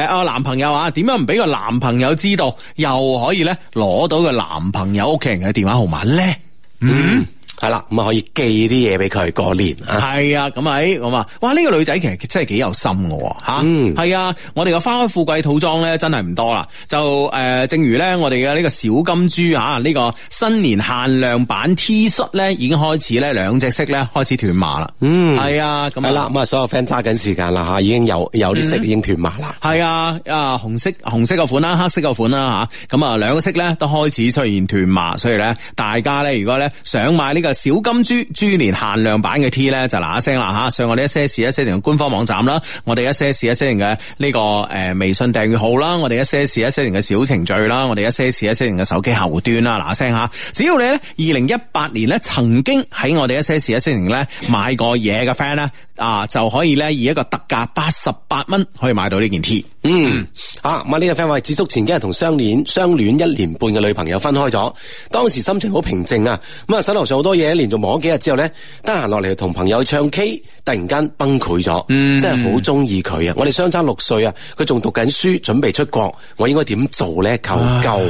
Speaker 4: 啊男朋友啊，點樣唔俾個男朋友知道，又可以咧攞到個男朋友屋企人嘅電話號碼咧？
Speaker 1: 嗯，係啦，咁啊可以寄啲嘢俾佢過年啊。
Speaker 4: 係啊，咁喺咁啊，哇！呢、個女仔其實真係幾有心嘅喎吓，
Speaker 1: 嗯
Speaker 4: 係啊，我哋嘅花開富貴套裝咧真係唔多啦，就誒、呃正如咧我哋嘅呢個小金豬啊，呢、個新年限量版 T 恤咧已經開始咧兩隻色咧開始斷碼啦，
Speaker 1: 嗯
Speaker 4: 係啊，咁啊
Speaker 1: 係啦，。咁啊所有 friend 揸緊時間啦吓，已經有有啲
Speaker 4: 嗯
Speaker 1: 色已經斷埋啦。
Speaker 4: 系啊，啊紅色紅色個款啦，黑色個款啦吓，咁啊兩個色咧都開始出現斷碼，所以咧大家咧如果咧想買呢個小金豬豬年限量版嘅 T 咧，就嗱嗱聲啦吓，上我哋一些事一些情嘅官方網站啦，我哋一些事一些情嘅呢個誒呃微信訂閱號啦，我哋一些事一些情嘅小程序啦，我哋一些事一些情嘅手機客戶端啦，嗱嗱聲吓，只要你咧二零一八年咧曾經喺我哋一些事一些情咧買過嘢嘅 friend 咧啊，就可以咧以一個特價八十八蚊可以買到呢件 T。
Speaker 1: 嗯，啊，咁啊呢個 friend 話，子叔前幾日同相戀相戀一年半嘅女朋友分開咗，當時心情好平靜啊，咁啊手頭上好多嘢，連續忙咗幾日之後咧，得閒落嚟同朋友唱 K，突然間崩潰咗，真係好中意佢啊！我哋相差六歲啊，佢仲讀緊書，準備出國，我應該點做咧？求救！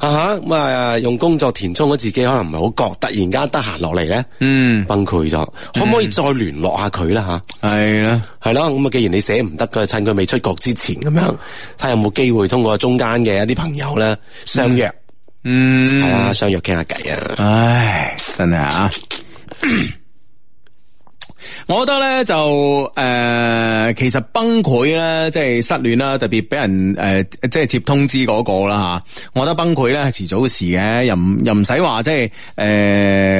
Speaker 1: 啊哈，咁啊用工作填充咗自己，可能唔係好覺，突然間得閒落嚟咧，
Speaker 4: 嗯，
Speaker 1: 崩潰咗，可唔可以再聯絡下佢啦吓？
Speaker 4: 系啦，
Speaker 1: 系咯，咁啊，既然你寫唔得嘅，趁佢未出國之前咁樣，睇下有冇機會通過中間嘅一啲朋友咧相約，
Speaker 4: 嗯，
Speaker 1: 係啊，相約傾下偈啊。
Speaker 4: 唉，真係啊！ 我覺得咧就誒、呃其實崩潰咧，即係失戀啦，特別俾人誒、呃即係接通知嗰、個啦嚇。我覺得崩潰咧係遲早嘅事嘅，又唔又唔使話即係誒、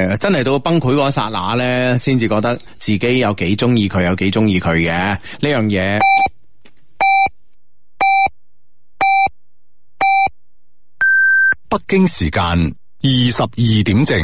Speaker 4: 呃真係到崩潰嗰一剎那咧，先至覺得自己有幾中意佢，有幾中意佢嘅呢樣嘢。
Speaker 5: 北京時間二十二點正。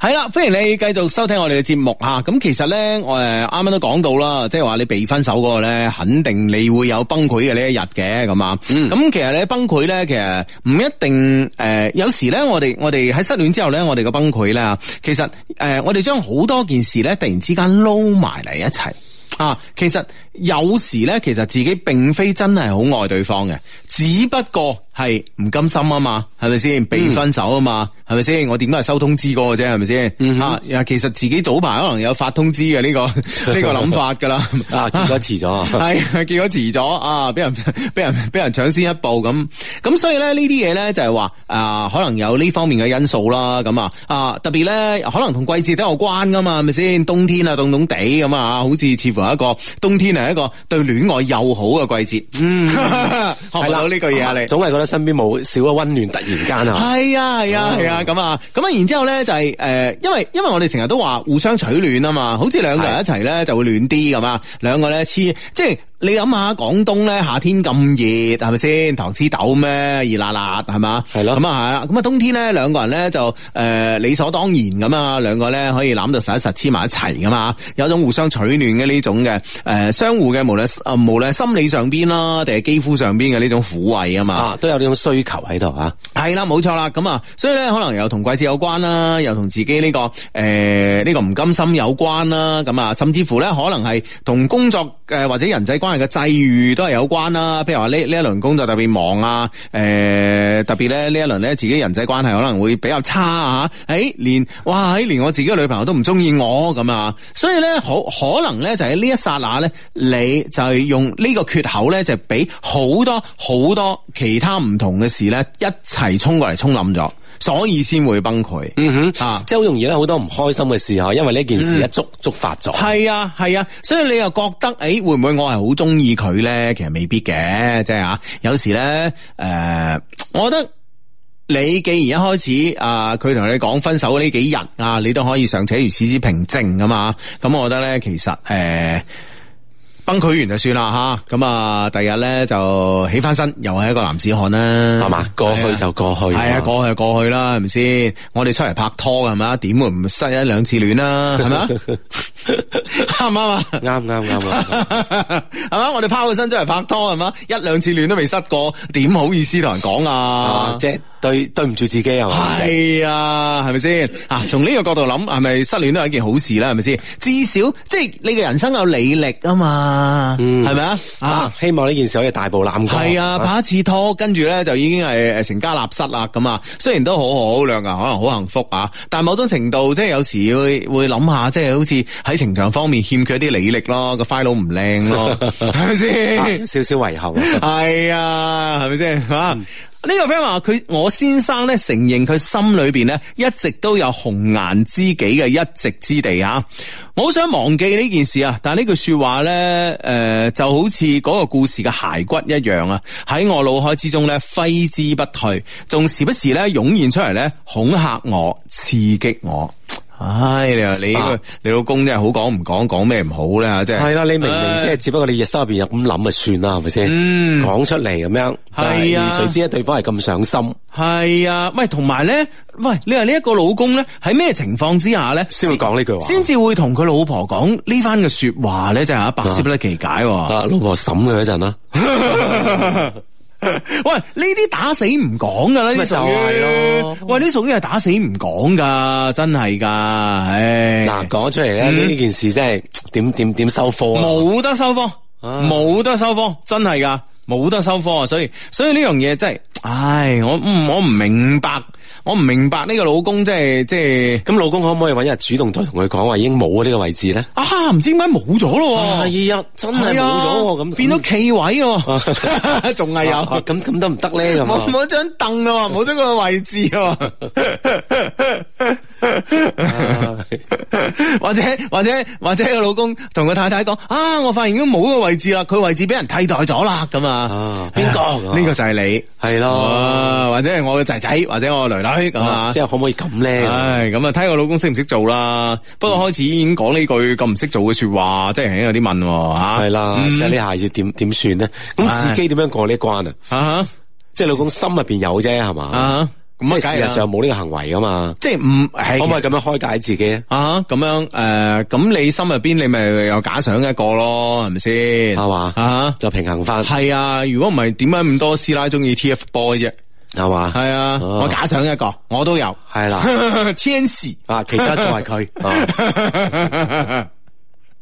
Speaker 4: 系啦，歡迎你繼續收聽我哋嘅節目吓。咁其實咧，我诶啱啱都講到啦，即係話你被分手嗰個咧，肯定你會有崩潰嘅呢一日嘅咁啊。咁、其實咧崩潰咧，其實唔一定诶、呃有時咧，我哋我哋喺失戀之後咧，我哋嘅崩潰咧，其實诶、呃我哋將好多件事咧，突然之間撈埋嚟一齊。啊，其實有時咧，其實自己並非真係好愛對方嘅，只不過係唔甘心啊嘛，係咪先？被分手啊嘛，係咪先？我點都係收通知嗰個啫，係咪先？啊，其實自己早排可能有發通知嘅呢、個呢個諗法㗎啦。
Speaker 1: 啊，結果遲 咗啊，
Speaker 4: 系，結果遲咗啊，俾人 俾人俾人搶先一步咁，咁所以咧呢啲嘢咧就係話啊，可能有呢方面嘅因素啦，咁啊啊特別咧可能同季節都有關噶嘛，係咪先？冬天啊，凍凍地咁啊，好似似乎係一個冬天係一個對戀愛友好嘅季節。嗯，學唔到呢句嘢啊你。
Speaker 1: 總係覺得身邊冇少咗温暖，突然間啊，哦
Speaker 4: 系啊系啊系啊咁啊咁啊，然之后咧就係呃因為因為我哋成日都話互相取暖啊嘛，好似兩個人一齊咧就會暖啲咁啊，兩個咧黐即係你諗下廣東咧夏天咁熱係咪先糖黐豆咩熱辣辣係嘛？
Speaker 1: 係咯
Speaker 4: 咁啊係啦，咁啊冬天咧兩個人咧就誒、呃理所當然咁啊，兩個咧可以攬到實一實黐埋一齊噶嘛，有一種互相取暖嘅呢種嘅誒、呃相互嘅無論啊無論係心理上邊啦，定係肌膚上邊嘅呢種撫慰啊嘛。
Speaker 1: 啊，都有呢種需求喺度啊。
Speaker 4: 系啦，冇錯啦，咁啊，所以咧可能又同季節有關啦，又同自己呢、個个诶呢、個唔甘心有關啦，咁啊，甚至乎咧可能係同工作诶、呃或者人際關係嘅際遇都係有關啦，譬如話呢呢一輪工作特別忙啊，诶、特別咧呢一輪咧自己人際關係可能會比較差啊，诶、連哇诶连我自己嘅女朋友都唔中意我咁啊，所以咧好可能咧就喺呢一剎那咧，你就係用呢個缺口咧就俾好多好多其他唔同嘅事咧一齊衝過嚟衝冧咗，所以先會崩潰。
Speaker 1: 嗯哼，
Speaker 4: 啊
Speaker 1: 即係好容易咧，好多唔開心嘅事啊，因為呢件事
Speaker 4: 嗯
Speaker 1: 一觸觸發咗。
Speaker 4: 系啊，系啊，所以你又覺得，诶、會唔會我係好中意佢咧？其實未必嘅，即係啊，有時咧，诶、我覺得。你既然一開始啊，佢同你講分手呢幾日啊，你都可以尚且如此之平靜噶嘛，咁我覺得咧，其實誒、呃崩潰完就算啦吓，咁啊，第日咧就起翻身，又係一個男子漢啦，
Speaker 1: 係嘛過去就過去
Speaker 4: 嗯係啊，過去就過去啦，係咪先？我哋出嚟拍拖㗎係嘛，點會唔失一兩次戀啦，係咪啊？啱唔啱啊？
Speaker 1: 啱啱 啱啊！
Speaker 4: 係嘛？我哋拋個身出嚟拍拖係嘛？一兩次戀都未失過，點好意思同人講啊
Speaker 1: 啊，？即係對對唔住自己係嘛？
Speaker 4: 係啊，係咪先？啊，從呢個角度諗，係咪失戀都係一件好事啦？係咪先？至少即係你嘅人生有履歷啊嘛，
Speaker 1: 嗯
Speaker 4: 係咪啊？
Speaker 1: 啊
Speaker 4: 啊！，
Speaker 1: 希望呢件事可以大步攬過。
Speaker 4: 係啊，拍一次拖，跟住咧就已經係誒成家立室啦咁啊。雖然都好好，兩個人可能好幸福啊，但某種程度即係有時會會諗下，即係好似喺情場方面欠缺一啲履歷咯，個 file 唔靚咯，係咪
Speaker 1: 啊
Speaker 4: 先
Speaker 1: 有？少少遺憾 啊。
Speaker 4: 係啊，係咪先吓？呢個 friend 話佢我先生咧承認佢心裏邊咧一直都有紅顏知己嘅一席之地啊！我好想忘記呢件事啊，但係呢句說話咧，誒、就好似嗰個故事嘅骸骨一樣啊，喺我腦海之中咧揮之不去，仲時不時咧湧現出嚟咧恐嚇我、刺激我。唉，你話你呢個
Speaker 1: 啊
Speaker 4: 你老公真係好講唔講，講咩唔好咧，真係
Speaker 1: 係啦，你明明
Speaker 4: 唉
Speaker 1: 即係只不過你日心入邊有咁諗就算啦，係咪先？
Speaker 4: 嗯
Speaker 1: 講出嚟咁樣，但
Speaker 4: 係啊
Speaker 1: 係誰知咧對方係咁上心，
Speaker 4: 系啊，喂，同埋咧，喂，你話呢一個老公咧，喺咩情況之下咧，
Speaker 1: 先會講呢句話
Speaker 4: 先至會同佢老婆講呢番嘅说話咧，真係啊百思不得其解喎。
Speaker 1: 啊，老婆審佢嗰陣啦，
Speaker 4: 喂，呢啲打死唔講噶啦，呢
Speaker 1: 咪
Speaker 4: 啲
Speaker 1: 就
Speaker 4: 屬於
Speaker 1: 係咯
Speaker 4: 喂，呢啲屬於係打死唔講噶，真係噶，唉，
Speaker 1: 嗱講出嚟咧呢件事真係點點點收科啊！
Speaker 4: 嗯冇得收科，
Speaker 1: 啊
Speaker 4: 冇得收科，真係噶。冇得收科啊！所以所以呢樣嘢真係，唉，我唔我唔明白，我唔明白呢個老公即係即係
Speaker 1: 咁老公可唔可以搵日主動再同佢講話已經冇啊呢個位置咧？
Speaker 4: 啊，唔知點解冇咗咯喎，
Speaker 1: 係啊，真係冇
Speaker 4: 哦係啊
Speaker 1: 咗喎咁
Speaker 4: 變咗企位咯喎， 仲係
Speaker 1: 啊啊
Speaker 4: 有。
Speaker 1: 咁咁得唔得咧？咁
Speaker 4: 冇
Speaker 1: 啊
Speaker 4: 冇張凳啊， 冇咗個位置啊， 或者或者或者個老公同個太太講啊，我發現已經冇個位置啦，佢位置俾人替代咗啦，咁啊
Speaker 1: 啊，邊個
Speaker 4: 呢個就係你，
Speaker 1: 係咯，
Speaker 4: 啊或者係我嘅仔仔，或者我嘅女女咁啊
Speaker 1: 啊，即係可唔可以咁咧？
Speaker 4: 唉，咁啊，睇我老公識唔識做啦。不過開始已經講呢句咁唔識做嘅说話，真係有啲問喎吓。
Speaker 1: 係啦，
Speaker 4: 嗯
Speaker 1: 即係呢下要點點算咧？咁自己點樣過呢一關啊？
Speaker 4: 啊
Speaker 1: 即係老公心入邊有啫，係
Speaker 4: 哈
Speaker 1: 嘛？
Speaker 4: 啊哈，咁啊，梗
Speaker 1: 即係事實
Speaker 4: 係啦
Speaker 1: 上冇呢個行為噶嘛？
Speaker 4: 即係唔係
Speaker 1: 可唔可以咁樣開解自己咧？
Speaker 4: 啊，咁樣诶，呃咁、你心入邊你咪有假想一個咯，係咪先？
Speaker 1: 係嘛
Speaker 4: 啊，
Speaker 1: 就平衡翻，
Speaker 4: 係啊，如果唔係點解咁多師奶中意 TF boy 啫？
Speaker 1: 係嘛？
Speaker 4: 係啊，
Speaker 1: 哦
Speaker 4: 我假想一個，我都有，
Speaker 1: 係啦，
Speaker 4: 天使。
Speaker 1: 啊，其他就係佢，啊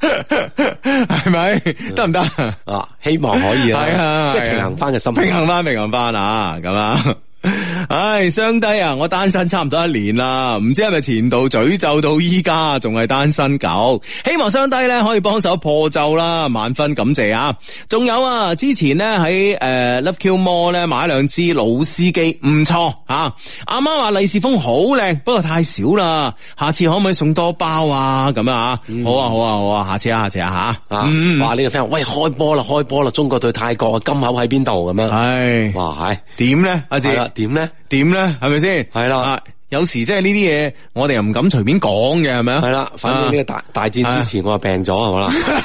Speaker 4: 係咪得唔得？
Speaker 1: 啊，希望可以啦
Speaker 4: 係啊，
Speaker 1: 即係
Speaker 4: 係啊
Speaker 1: 平衡翻嘅心態，
Speaker 4: 平衡翻，平衡翻啊，咁啊。 唉，相低啊！我單身差唔多一年啦，唔知係咪前度詛咒到依家，仲係單身狗。希望相低咧可以幫手破咒啦，萬分感謝啊！仲有啊，之前咧喺诶 Love Q Mall 咧買兩支老司機，唔錯啊！阿媽話利是封好靚，不過太少啦，下次可唔可以送多包啊？咁啊，好啊，好啊，好啊，下次啊，下次啊吓。
Speaker 1: 嗯啊，
Speaker 4: 嗯
Speaker 1: 哇，呢個 friend 喂開波啦，開波啦，中國對泰國啊，金口喺邊度咁
Speaker 4: 啊
Speaker 1: 樣？
Speaker 4: 唉，
Speaker 1: 哇，係
Speaker 4: 點咧，阿
Speaker 1: 係
Speaker 4: 姐
Speaker 1: 啦？，點咧？
Speaker 4: 點咧？係咪先？
Speaker 1: 係啦
Speaker 4: 啊，有時即係呢啲嘢，我哋又唔敢隨便講嘅，係咪啊？
Speaker 1: 係啦，反正 呢個大大戰之前我話病咗係咪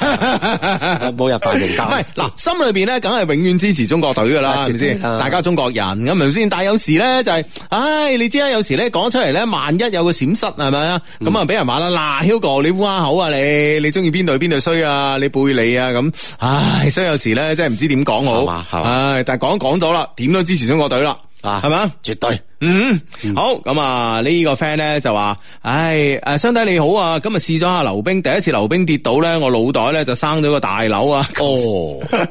Speaker 1: 啦，
Speaker 4: 啊。
Speaker 1: 冇入大名
Speaker 4: 唔係
Speaker 1: 單，
Speaker 4: 嗱，心裏邊咧，梗係永遠支持中國隊噶啦，係
Speaker 1: 啊
Speaker 4: 咪先？
Speaker 1: 絕對啦
Speaker 4: 大家中國人咁，係咪先？但係有時咧就係、唉，你知啊啦，有時咧講出嚟咧，萬一有個閃失係咪啊？
Speaker 1: 嗯
Speaker 4: 咁啊俾人話啦，嗱，Hugo 你烏鴉口啊你，你中意邊隊邊隊衰啊，你背你啊咁，唉，所以有時咧真係唔知點講
Speaker 1: 係
Speaker 4: 好
Speaker 1: 嘛，係嘛
Speaker 4: 唉，但係講講咗啦，點都支持中國隊啦，
Speaker 1: 啊
Speaker 4: 係咪啊？
Speaker 1: 絕對
Speaker 4: 嗯，好咁啊！呢個 friend 咧就話：，唉，誒，相弟你好啊！今日試咗下溜冰，第一次溜冰跌倒咧，我腦袋咧就生咗個大瘤啊！
Speaker 1: 哦，啊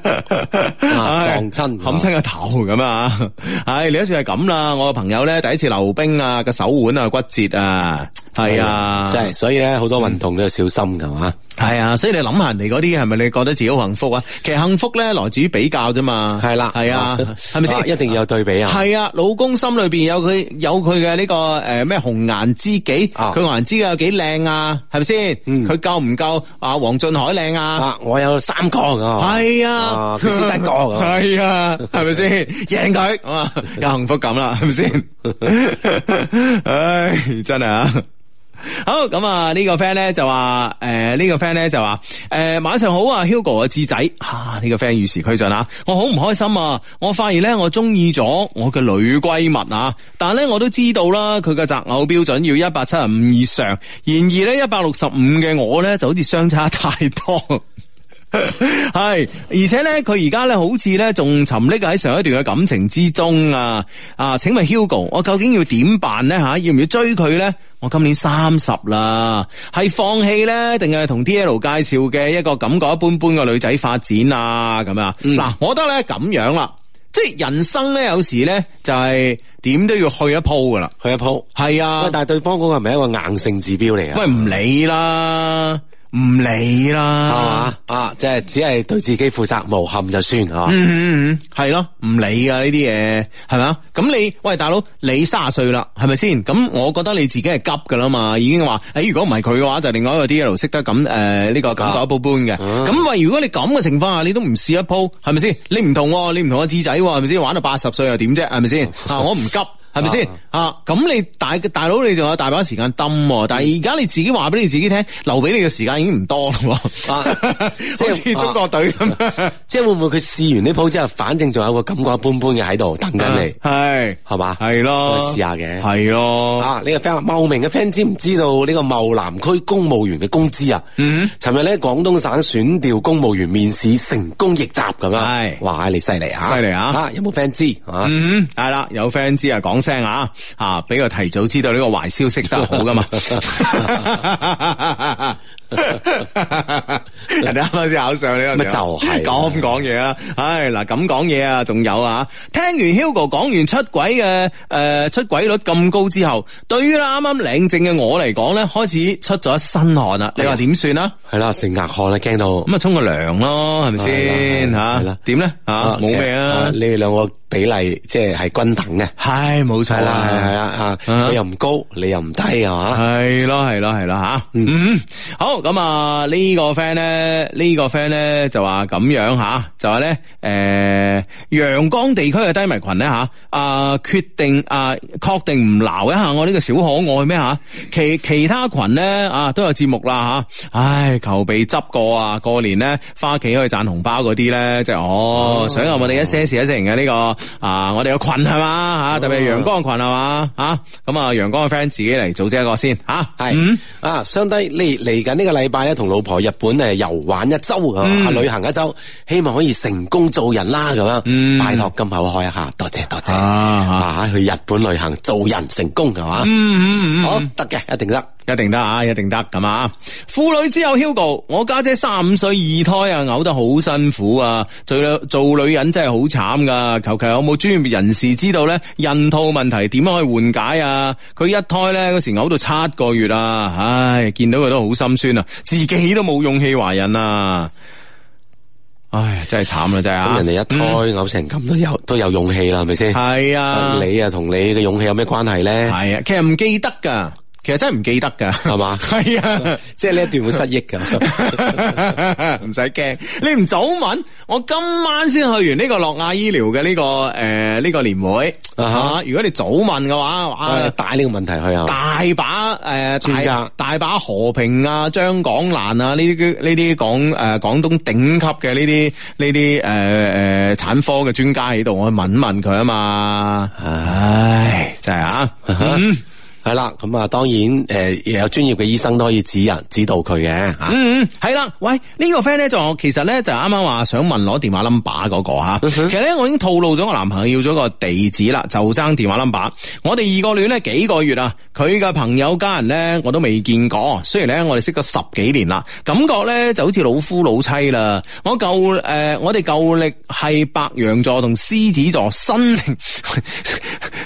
Speaker 4: 唉
Speaker 1: 撞親
Speaker 4: 冚親個頭咁啊！唉，你一算係咁啦，我個朋友咧第一次溜冰啊，個手腕啊骨折啊，係啊，
Speaker 1: 即係所以咧好多運動都要小心㗎嘛，
Speaker 4: 係啊，所以你諗下人哋嗰啲係咪你覺得自己好幸福啊？其實幸福咧來自於比較啫嘛，
Speaker 1: 係啦，
Speaker 4: 係啊，係咪
Speaker 1: 啊
Speaker 4: 先？
Speaker 1: 一定要有對比啊，
Speaker 4: 系啊，老公心裏边有佢有佢嘅呢個诶咩紅顏知己，
Speaker 1: 啊
Speaker 4: 佢紅顏知己有幾靚啊，係咪先？
Speaker 1: 嗯
Speaker 4: 佢夠唔夠啊？黃俊海靚啊？
Speaker 1: 啊，我有三哦個㗎，
Speaker 4: 係啊，
Speaker 1: 佢先得一個哦㗎
Speaker 4: 系啊，係咪先？贏佢 咁啊，有幸福感啦，係咪先？唉，真係啊！好咁啊，呢個 friend 咧就話，诶呢個 friend 咧就話，诶晚上好啊，Hugo 啊，智仔，啊呢個 friend 與時俱進啊，我好唔開心啊，我發現咧我中意咗我嘅女閨蜜啊，但係咧我都知道啦，佢嘅擇偶標準要一百七十五以上，然而咧一百六十五嘅我咧就好似相差太多。 系，而且咧，佢而家咧好似咧仲沉溺喺上一段嘅感情之中啊！啊，请问 Hugo，我究竟要點辦咧吓？要唔要追佢咧？我今年三十啦，係放棄咧，定係同 D L 介紹嘅一個感覺一般般嘅女仔發展啊？咁啊，
Speaker 1: 嗯
Speaker 4: 嗱、我覺得咧咁樣啦，即係人生咧有時咧就係點都要去一鋪噶啦，
Speaker 1: 去一鋪。
Speaker 4: 係啊
Speaker 1: 喂，，但係對方嗰個係咪一個硬性指標嚟啊？
Speaker 4: 喂唔理啦，唔理啦，
Speaker 1: 係嘛啊，即係只係對自己負責，無憾就算啊。
Speaker 4: 嗯嗯嗯，系咯，唔理噶呢啲嘢，系咪啊？咁你喂大佬，你卅歲啦，係咪先？咁我覺得你自己係急噶啦嘛，已經話，诶、如果唔係佢嘅話，就另外一個 D L 識得咁诶呢個感覺一般般嘅。
Speaker 1: 啊
Speaker 4: 咁喂、如果你咁嘅情況下，你都唔試一鋪，係咪先？你唔同、喎，你唔同我智仔、喎，係咪先？玩到八十歲又點啫？係咪 先？啊，我唔急。係咪先啊？咁你大大佬你仲有大把時間抌喎，但係而家你自己話俾你自己聽，留俾你嘅時間已經唔多咯，
Speaker 1: 啊
Speaker 4: 即啊
Speaker 1: 即 係
Speaker 4: 好似中國隊咁。
Speaker 1: 即係會唔會佢試完呢鋪之後，反正仲有個感覺一般般嘅喺度等緊你，
Speaker 4: 系
Speaker 1: 係嘛？
Speaker 4: 系啊咯，
Speaker 1: 都係試下嘅
Speaker 4: 系咯，
Speaker 1: 啊！呢、個 friend 話茂名嘅 friend 知唔知道呢個茂南區公務員嘅工資啊？
Speaker 4: 嗯，
Speaker 1: 尋日咧廣東省選調公務員面試成功逆襲咁啊！
Speaker 4: 係
Speaker 1: 哇！你犀利啊！
Speaker 4: 犀利啊
Speaker 1: 啊！有冇 friend 知啊？
Speaker 4: 嗯，系啦，有 friend 知啊，講聲啊，啊，俾佢提早知道呢個壞消息得好噶嘛， 人哋啱啱先考上呢個時候，
Speaker 1: 咪就係
Speaker 4: 咁講嘢啦，唉嗱咁講嘢啊，仲有啊，聽完 Hugo 講完出軌嘅诶出軌率咁高之後，對於啱啱領證嘅我嚟講咧，開始出咗一身汗啦，你話點算啊？
Speaker 1: 係啦，成額汗啦，驚到
Speaker 4: 咁啊，沖個涼咯，係咪先
Speaker 1: 係啦
Speaker 4: 吓？
Speaker 1: 係啦係
Speaker 4: 嚇
Speaker 1: 啦
Speaker 4: 點咧吓？
Speaker 1: Ờ,
Speaker 4: 冇咩啊
Speaker 1: 即係？你哋兩個比例即係係均等嘅，
Speaker 4: 係冇錯
Speaker 1: 係啦係係啦
Speaker 4: 啦，
Speaker 1: 啊！
Speaker 4: 啊
Speaker 1: 佢又唔高，你又唔低係嘛？
Speaker 4: 係咯係咯係咯吓。嗯，好咁啊，呢個 friend 咧，呢個 friend 咧就話咁樣吓，就話咧诶，陽光地區嘅低迷群咧吓，啊決定啊確定唔鬧一下我呢個小可愛咩吓？其其他群咧啊都有節目啦吓，唉求被執過啊！過年咧翻屋企可以賺紅包嗰啲咧，即係哦，想有我哋一些事一些情嘅呢個啊，我哋個群係嘛吓，啊特別係陽光群係嘛吓，咁啊陽光嘅 friend 自己嚟組織一個先吓，
Speaker 1: 係
Speaker 4: 嗯
Speaker 1: 啊，相低嚟嚟緊呢個禮拜咧，同老婆日本誒遊玩一周啊，旅行一周，希望可以成功做人啦咁樣。
Speaker 4: 嗯
Speaker 1: 拜託金口開一下，多謝多謝
Speaker 4: Ờ. 啊
Speaker 1: 啊！去日本旅行做人成功係嘛？
Speaker 4: 嗯嗯嗯
Speaker 1: 好得嘅，一定得。
Speaker 4: 一定得啊，一定得咁啊！婦女之友 Hugo，我家姐三五歲二胎啊，嘔得好辛苦啊！做女做女人真係好慘噶，求其有冇專業人士知道咧孕吐問題點樣可以緩解啊？佢一胎咧嗰時嘔到七個月啊，唉，見到佢都好心酸啊，自己都冇勇氣懷孕啊！唉，真係慘啦，真係啊！
Speaker 1: 咁人哋一胎嘔成咁都有都有勇氣啦，係咪先？
Speaker 4: 係啊，
Speaker 1: 你啊同你嘅勇氣有咩關係咧？
Speaker 4: 係啊，其實唔記得噶，其實真係唔記得噶，係
Speaker 1: 嘛
Speaker 4: 係啊。
Speaker 1: 即係呢一段會失憶 㗎。
Speaker 4: 唔使驚，你唔早問，我今晚先去完呢個諾亞醫療嘅呢個诶呢個年會
Speaker 1: 啊哈
Speaker 4: 啊！如果你早問嘅話，
Speaker 1: 啊
Speaker 4: 哇！
Speaker 1: 帶呢個問題去 啊！
Speaker 4: 大把诶，
Speaker 1: 專
Speaker 4: 大
Speaker 1: 家
Speaker 4: 大把和平啊、張港蘭啊呢啲呢啲講诶廣東頂級嘅呢啲呢啲诶诶產科嘅專家喺度，我去問一問佢啊嘛。唉，真係啊！嗯
Speaker 1: 係啦，咁啊，當然誒，有專業嘅醫生都可以指人指導佢嘅啊嚇。
Speaker 4: 嗯嗯，系啦，喂，呢、個个 friend 咧就我其實咧就啱啱話想問攞電話 number 嗰、個个吓，其實咧我已經透露咗我男朋友要咗個地址啦，就爭電話 number。我哋二個戀咧幾個月啊，佢嘅朋友家人咧我都未見過，雖然咧我哋識咗十幾年啦，感覺咧就好似老夫老妻啦。我舊诶、我哋舊歷係白羊座同獅子座新曆，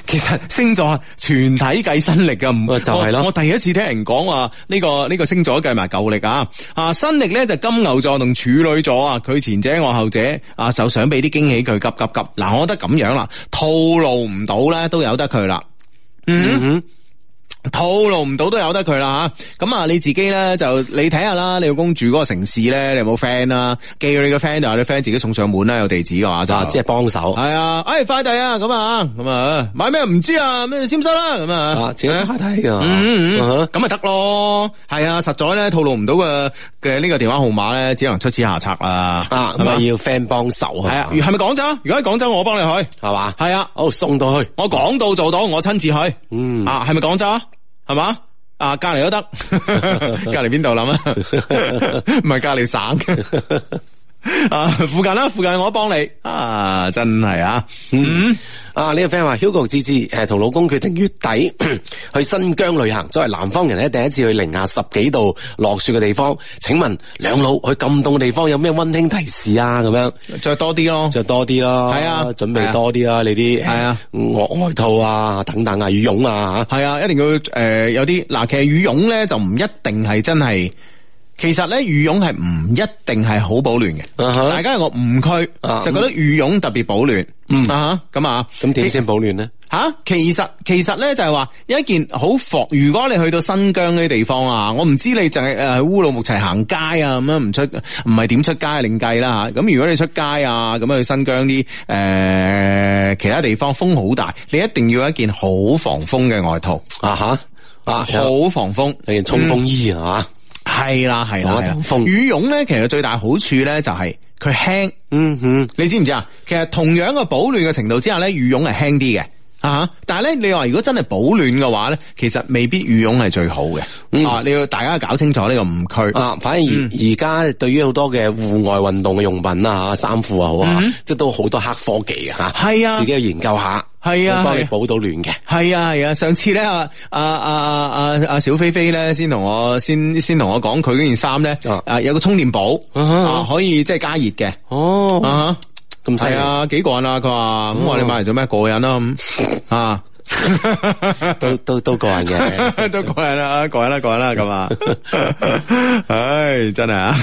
Speaker 4: 其實星座全體計新曆噶，唔
Speaker 1: 喂呃就係咯
Speaker 4: 我我第一次聽人講話呢個呢個星座計埋舊歷啊，啊新歷咧就金牛座同處女座啊，佢前者我後者啊，就想俾啲驚喜佢，急急急！嗱、我覺得咁樣啦，套路唔到咧都由得佢啦。嗯。套路唔到都由得佢啦吓，咁啊你自己咧就你睇下啦，你老公住嗰個城市咧，你有冇 friend 啦？寄你個 friend 就話你 friend 自己送上門啦，有地址嘅話就
Speaker 1: 啊，即係幫手
Speaker 4: 系啊，哎快遞啊，咁啊咁啊買咩唔知啊，咩簽收啦咁
Speaker 1: 啊
Speaker 4: 啊，，
Speaker 1: 自己睇睇噶，
Speaker 4: 嗯嗯
Speaker 1: 啊
Speaker 4: 嗯
Speaker 1: 哈
Speaker 4: 咁咪得咯，係啊，實在咧透露唔到嘅嘅呢個電話號碼咧，只能出此下策啦，
Speaker 1: 啊，
Speaker 4: 係
Speaker 1: 咁咪
Speaker 4: 嘛
Speaker 1: 要 friend 幫手
Speaker 4: 係啊，
Speaker 1: 係嘛
Speaker 4: 係咪廣州？如果喺廣州，我幫你去，
Speaker 1: 係嘛？
Speaker 4: 係啊。
Speaker 1: 好送到去，
Speaker 4: 我講到做到，我親自去。
Speaker 1: 嗯
Speaker 4: 啊，係咪廣州啊？係嘛？啊，隔離都 得，隔離邊度諗啊？ 唔係隔離省 嘅。啊，附近啦，附近我幫你啊，真係啊，嗯，
Speaker 1: 啊！呢、個 friend 話 Hugo 芝芝誒同老公決定月底 去新疆旅行。作為南方人咧，第一次去零下十幾度落雪嘅地方。請問兩老去咁凍嘅地方有咩温馨提示啊？咁樣
Speaker 4: 着嗯多啲咯，
Speaker 1: 着多啲啦，
Speaker 4: 係啊
Speaker 1: 準備多啲啦，你啲
Speaker 4: 係啊
Speaker 1: 外外套啊，等等啊，羽絨啊
Speaker 4: 係啊，一定要誒、呃有啲嗱，其實羽絨咧就唔一定係真係，其實咧羽絨係唔一定係好保暖嘅。
Speaker 1: 啊哈
Speaker 4: 大家有個誤區，
Speaker 1: 啊
Speaker 4: 就覺得羽絨特別保暖。嗯啊哈，咁啊，
Speaker 1: 咁點先保暖呢？
Speaker 4: 吓、其實其實咧就係話有一件好防。如果你去到新疆呢啲地方啊，我唔知你淨係誒烏魯木齊行街啊咁樣唔出，唔係點出街另計啦吓。咁如果你出街啊，咁去新疆啲誒、呃其他地方風好大，你一定要有一件好防風嘅外套，
Speaker 1: 啊吓啊有
Speaker 4: 好防風。
Speaker 1: 有件衝鋒衣啊係嘛？
Speaker 4: 係啦係啦
Speaker 1: 攞一
Speaker 4: 係啦
Speaker 1: 頭風
Speaker 4: 羽絨咧其實最大好處咧就係佢輕。
Speaker 1: 嗯哼，
Speaker 4: 你知唔知啊？其實同樣嘅保暖嘅程度之下咧，羽絨係輕啲嘅。啊！但係咧，你話如果真係保暖嘅話咧，其實未必羽絨係最好嘅。啊，你要大家搞清楚呢個誤區。
Speaker 1: 嗯啊，反而
Speaker 4: 嗯
Speaker 1: 而而家對於好多嘅戶外運動嘅用品啊，衫褲啊好啊，即係都好多黑科技嘅吓，
Speaker 4: 嗯係啊
Speaker 1: 自己去研究下，
Speaker 4: 係啊
Speaker 1: 會幫你
Speaker 4: 係啊
Speaker 1: 保到暖嘅。
Speaker 4: 係啊係啊，上次咧啊啊啊啊啊小飛飛咧先同我先先同我講佢嗰件衫咧
Speaker 1: 啊
Speaker 4: 啊有個充電寶
Speaker 1: 啊哈
Speaker 4: 啊可以即係加熱嘅
Speaker 1: 哦，
Speaker 4: 啊哈。
Speaker 1: 咁犀
Speaker 4: 係
Speaker 1: 利，
Speaker 4: 啊，幾個人啊？佢話咁我哋買嚟做咩？個人啦咁 啊，
Speaker 1: 都都都過癮嘅。
Speaker 4: 都個人啦，個人啦，個人啦咁啊！ 唉，真係啊！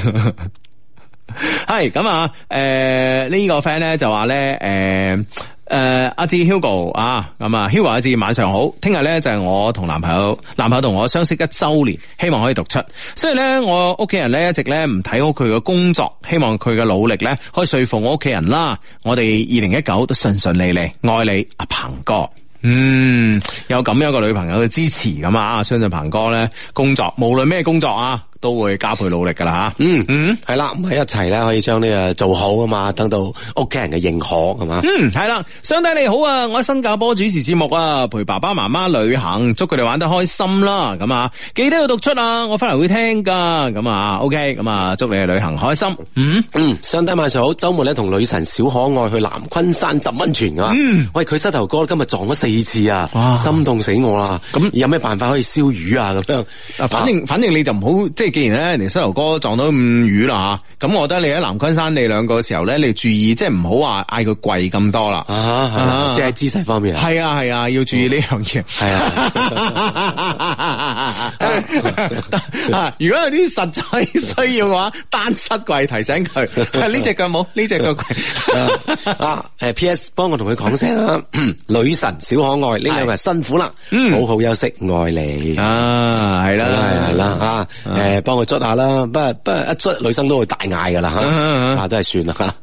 Speaker 4: 係咁啊！誒、呢、個 friend 咧就話咧誒。誒，阿志 Hugo 啊，咁啊，Hugo 阿志晚上好，聽日咧就係我同男朋友，男朋友同我相識一周年，希望可以讀出。所以咧，我屋企人咧一直咧唔睇好佢嘅工作，希望佢嘅努力咧可以說服我屋企人啦。我哋二零一九都順順利利，愛你阿鵬哥。嗯，有咁樣一個女朋友嘅支持咁啊，相信鵬哥咧工作無論咩工作啊，都會加倍努力噶啦吓。
Speaker 1: 嗯
Speaker 4: 嗯。
Speaker 1: 係啦，咁喺一齊咧可以將呢個做好啊嘛，等到屋企人嘅認可係嘛。
Speaker 4: 嗯，系啦，相弟你好啊，我喺新加坡主持節目啊，陪爸爸媽媽旅行，祝佢哋玩得開心啦，咁啊，記得要讀出啊，我翻嚟會聽噶，咁啊，OK，咁啊，祝你哋旅行開心，嗯，
Speaker 1: 嗯，相低晚上好，周末咧同女神小可愛去南昆山浸温泉噶嘛。喂，佢膝頭哥今日撞咗四次啊，
Speaker 4: 哇
Speaker 1: 心痛死我啦。
Speaker 4: 咁
Speaker 1: 咁有咩辦法可以燒魚啊？咁樣
Speaker 4: 啊，反正反正你就唔好，即係既然咧人哋膝頭哥撞到咁魚啦吓，咁我覺得你喺南昆山你兩個嘅時候咧，你注意即係唔好話嗌佢跪咁多啦，
Speaker 1: 啊啊，即係喺姿勢方面啊，
Speaker 4: 係啊係啊，要注意呢樣嘢。哎
Speaker 1: 係嗯 啊。
Speaker 4: 啊如果有啲實際需要嘅話，單膝跪提醒 佢，啊呢隻腳冇，呢隻腳跪。
Speaker 1: 啊！誒，P.S. 幫我同佢講聲啊，女神小可愛呢兩個人辛苦啦，好好休息，愛你。
Speaker 4: 啊，係
Speaker 1: 係啦係啦係啦啊！誒，幫佢捽下啦，不過不過一捽女生都會大嗌噶啦
Speaker 4: 啊
Speaker 1: 嚇，
Speaker 4: 啊
Speaker 1: 啊都係算啦嚇，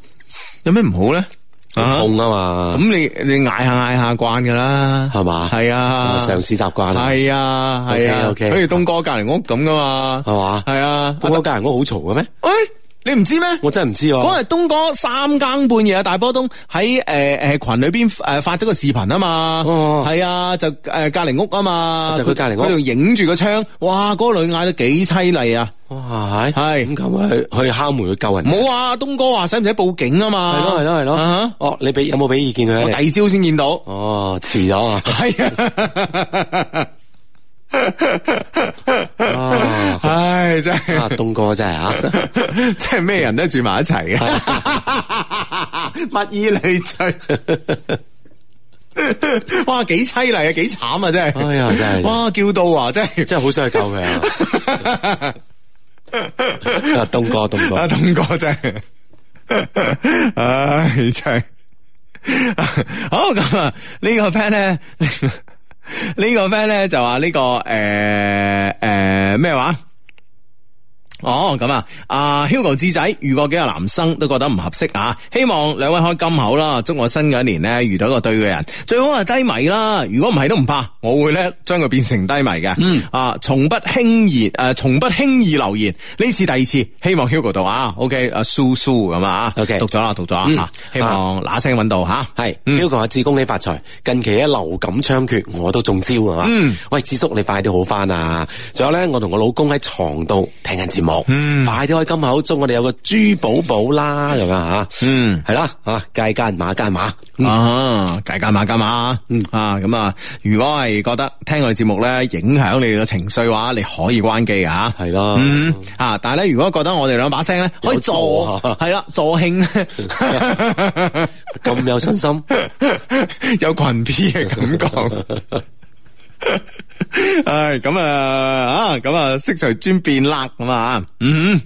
Speaker 4: 有咩唔好咧？
Speaker 1: 痛啊
Speaker 4: 啊
Speaker 1: 嘛，
Speaker 4: 咁你你嗌下嗌下慣噶啦，
Speaker 1: 係嘛
Speaker 4: 係啊，
Speaker 1: 上司習慣啦，
Speaker 4: 係啊係啊
Speaker 1: OK，OK
Speaker 4: 好似東哥隔離屋咁噶嘛，
Speaker 1: 係嘛
Speaker 4: 係啊，
Speaker 1: 東哥隔人屋好嘈嘅咩？
Speaker 4: 喂，你唔知咩？
Speaker 1: 我真係唔知啊
Speaker 4: 嗰
Speaker 1: 喎。
Speaker 4: 日東哥三更半夜啊，大波東喺誒誒群裏邊誒發咗個視頻啊嘛，
Speaker 1: 哦
Speaker 4: 係啊，就誒隔離屋啊嘛，
Speaker 1: 就佢隔離屋
Speaker 4: 佢仲影住個窗，哇！嗰個女嗌得幾凄厲啊！
Speaker 1: 哇，係
Speaker 4: 係
Speaker 1: 咁咁啊去去敲門去救人，
Speaker 4: 冇啊，東哥話使唔使報警啊嘛？
Speaker 1: 係咯係咯係
Speaker 4: 啊
Speaker 1: 咯。哦，你俾有冇俾意見
Speaker 4: 我
Speaker 1: 佢
Speaker 4: 第
Speaker 1: 啊？
Speaker 4: 二朝先見到，
Speaker 1: 哦，遲 咗啊！
Speaker 4: 係啊。唉，
Speaker 1: 啊
Speaker 4: 真 係，
Speaker 1: 啊，東哥真係啊！
Speaker 4: 即係咩人都住埋一齊啊 嘅，物以類 聚。哇，幾凄厲啊，幾慘啊，真係！
Speaker 1: 哎呀真係
Speaker 4: 哇，叫到啊，真係！
Speaker 1: 真係好想去救 佢啊！啊，東哥，東
Speaker 4: 阿
Speaker 1: 哥，
Speaker 4: 東哥真 係，唉，真係。好咁啊，呢個 friend 咧。 呢個 friend 咧就話呢、個诶诶咩話？哦，咁啊，阿 Hugo 智仔遇過幾個男生都覺得唔合適啊，希望兩位開金口啦，祝我新嘅一年咧遇到一個對嘅人，最好係低迷啦，如果唔係都唔怕，我會咧將佢變成低迷嘅，嗯啊，從不輕易誒、呃從不輕易留言，呢次第二次，希望 Hugo 度啊，OK，阿蘇蘇咁啊
Speaker 1: OK
Speaker 4: 讀咗啦，讀咗啊
Speaker 1: 嗯
Speaker 4: 嚇希望嗱聲揾到吓，
Speaker 1: 系
Speaker 4: 嗯
Speaker 1: Hugo 阿志恭喜發財，近期咧流感猖獗，我都中招係嘛？
Speaker 4: 嗯，
Speaker 1: 喂，志叔你快啲好翻啊！仲有咧，我同我老公喺床度聽緊節目，
Speaker 4: 嗯
Speaker 1: 快啲開金口，祝我哋有個珠寶寶啦咁啊吓，
Speaker 4: 嗯
Speaker 1: 係啦吓，街間馬間馬，
Speaker 4: 啊，計價碼價碼，嗯啊，咁啊，如果係覺得聽我哋節目咧影響你嘅情緒嘅話，你可以關機啊。
Speaker 1: 係啦
Speaker 4: 嗯啊，但係咧，如果覺得我哋兩把聲咧可以助
Speaker 1: 有助啊
Speaker 4: 係啦助興，
Speaker 1: 咁有信心，
Speaker 4: 有群 P 嘅感 覺。唉，咁啊，啊，咁啊，色隨尊變啦，咁啊，嗯，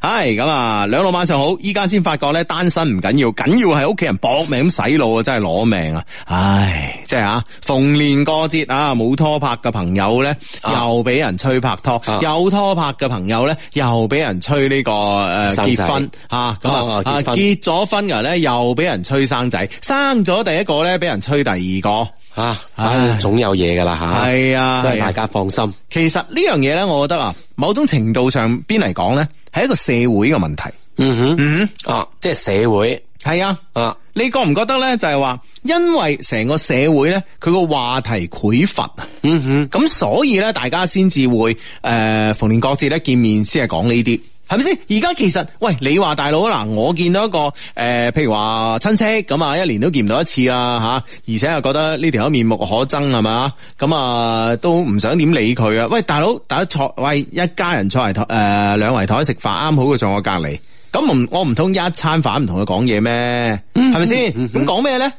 Speaker 4: 係咁啊，兩老晚上好，依家先發覺咧，單身唔緊要，緊要係屋企人搏命咁洗腦啊，真係攞命啊！唉，即係啊，逢年過節啊，冇拖拍嘅朋友咧，又俾人催拍拖，
Speaker 1: 啊
Speaker 4: 有拖拍嘅朋友咧，又俾人催呢、個誒、呃、
Speaker 1: 生
Speaker 4: 結
Speaker 1: 仔
Speaker 4: 婚啊，咁啊
Speaker 1: 啊
Speaker 4: 啊
Speaker 1: 結婚
Speaker 4: 結咗婚嘅咧，又俾人催生仔，生咗第一個咧，俾人催第二個。
Speaker 1: 吓，
Speaker 4: 唉
Speaker 1: 啊唉，總有嘢噶啦吓，
Speaker 4: 係啊
Speaker 1: 所以
Speaker 4: 係啊
Speaker 1: 大家放心，
Speaker 4: 其實呢樣嘢咧，我覺得啊，某種程度上邊嚟講咧，係一個社會嘅問題。
Speaker 1: 嗯哼，
Speaker 4: 嗯，
Speaker 1: 啊，即係社會
Speaker 4: 係啊，
Speaker 1: 啊，
Speaker 4: 你覺唔覺得咧？就係話，因為成個社會咧，佢個話題匱乏啊，
Speaker 1: 嗯哼，
Speaker 4: 咁所以咧，大家先至會诶、呃逢年過節咧見面先係講呢啲。係咪先？而家其實，喂，你話大佬啊嗱，我見到一個誒、呃譬如話親戚咁啊，一年都見唔到一次啊嚇，而且又覺得呢條友面目可憎係嘛，咁啊都唔想點理佢啊。喂，大佬，大家坐，喂，一家人坐圍台誒、呃、兩圍台食飯，啱好佢坐我隔離，咁唔我唔通一餐飯唔同佢講嘢咩？係咪先？咁講咩咧？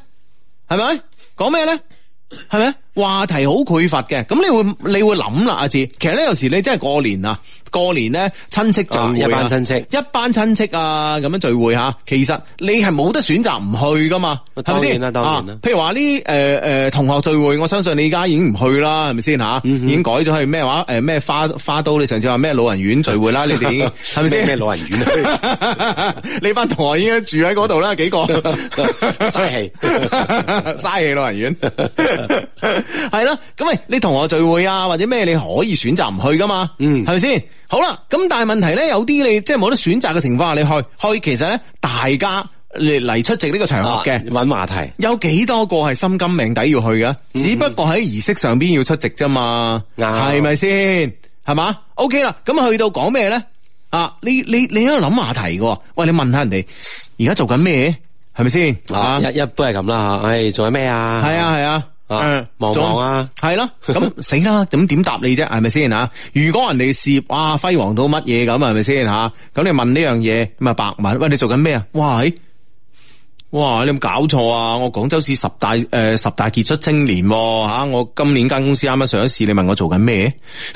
Speaker 4: 係咪？講咩咧？系咪？話題好匱乏嘅，咁你會你會諗啦，阿志。其實咧，有時你真係過年啊，過年咧親戚聚會、
Speaker 1: 啊一班親戚
Speaker 4: 一班親戚啊，咁樣聚會吓，其實你係冇得選擇唔去噶嘛，係咪先？
Speaker 1: 當然啦當然啦
Speaker 4: 啊譬如話呢诶诶同學聚會，我相信你而家已經唔去啦，係咪先吓？
Speaker 1: 嗯
Speaker 4: 已經改咗去咩話诶咩花花都，你上次話咩老人院聚會啦，你哋已 經係咪
Speaker 1: 咩
Speaker 4: 先？
Speaker 1: 老人院 啊
Speaker 4: 你班同學已經住喺嗰度啦， 幾個
Speaker 1: 嘥 氣
Speaker 4: 嘥氣老人院， 係啦。咁喂，你同學聚會啊，或者咩，你可以選擇唔去噶嘛？
Speaker 1: 嗯
Speaker 4: 係咪先？好啦，咁但係問題咧，有啲你即係冇得選擇嘅情況下，你去去，其實咧，大家嚟嚟出席呢個場
Speaker 1: 啊
Speaker 4: 合嘅。
Speaker 1: 揾話題。
Speaker 4: 有幾多個係心甘命抵要去嘅？
Speaker 1: 嗯
Speaker 4: 只不過喺儀式上邊要出席啫嘛，
Speaker 1: 啱
Speaker 4: 係咪先？係嘛？OK 啦，咁去到講咩咧？啊，你你你喺度諗話題嘅喎，喂，你問下人哋而家做緊咩？係咪先？
Speaker 1: 啊，一一般係咁啦吓，唉，仲有咩啊？
Speaker 4: 系啊系啊，
Speaker 1: 啊
Speaker 4: 嗯
Speaker 1: 望望啊，
Speaker 4: 系啦， 咁死啦，咁點答你啫？係咪先吓？如果人哋事業哇輝煌到乜嘢咁，係咪先吓？咁你問呢樣嘢，咁啊白問，喂，你做緊咩啊？哇！咦哇！你有冇搞錯啊！我廣州市十大诶、呃十大傑出青年喎吓、我今年間公司啱啱上咗市，你問我做緊咩？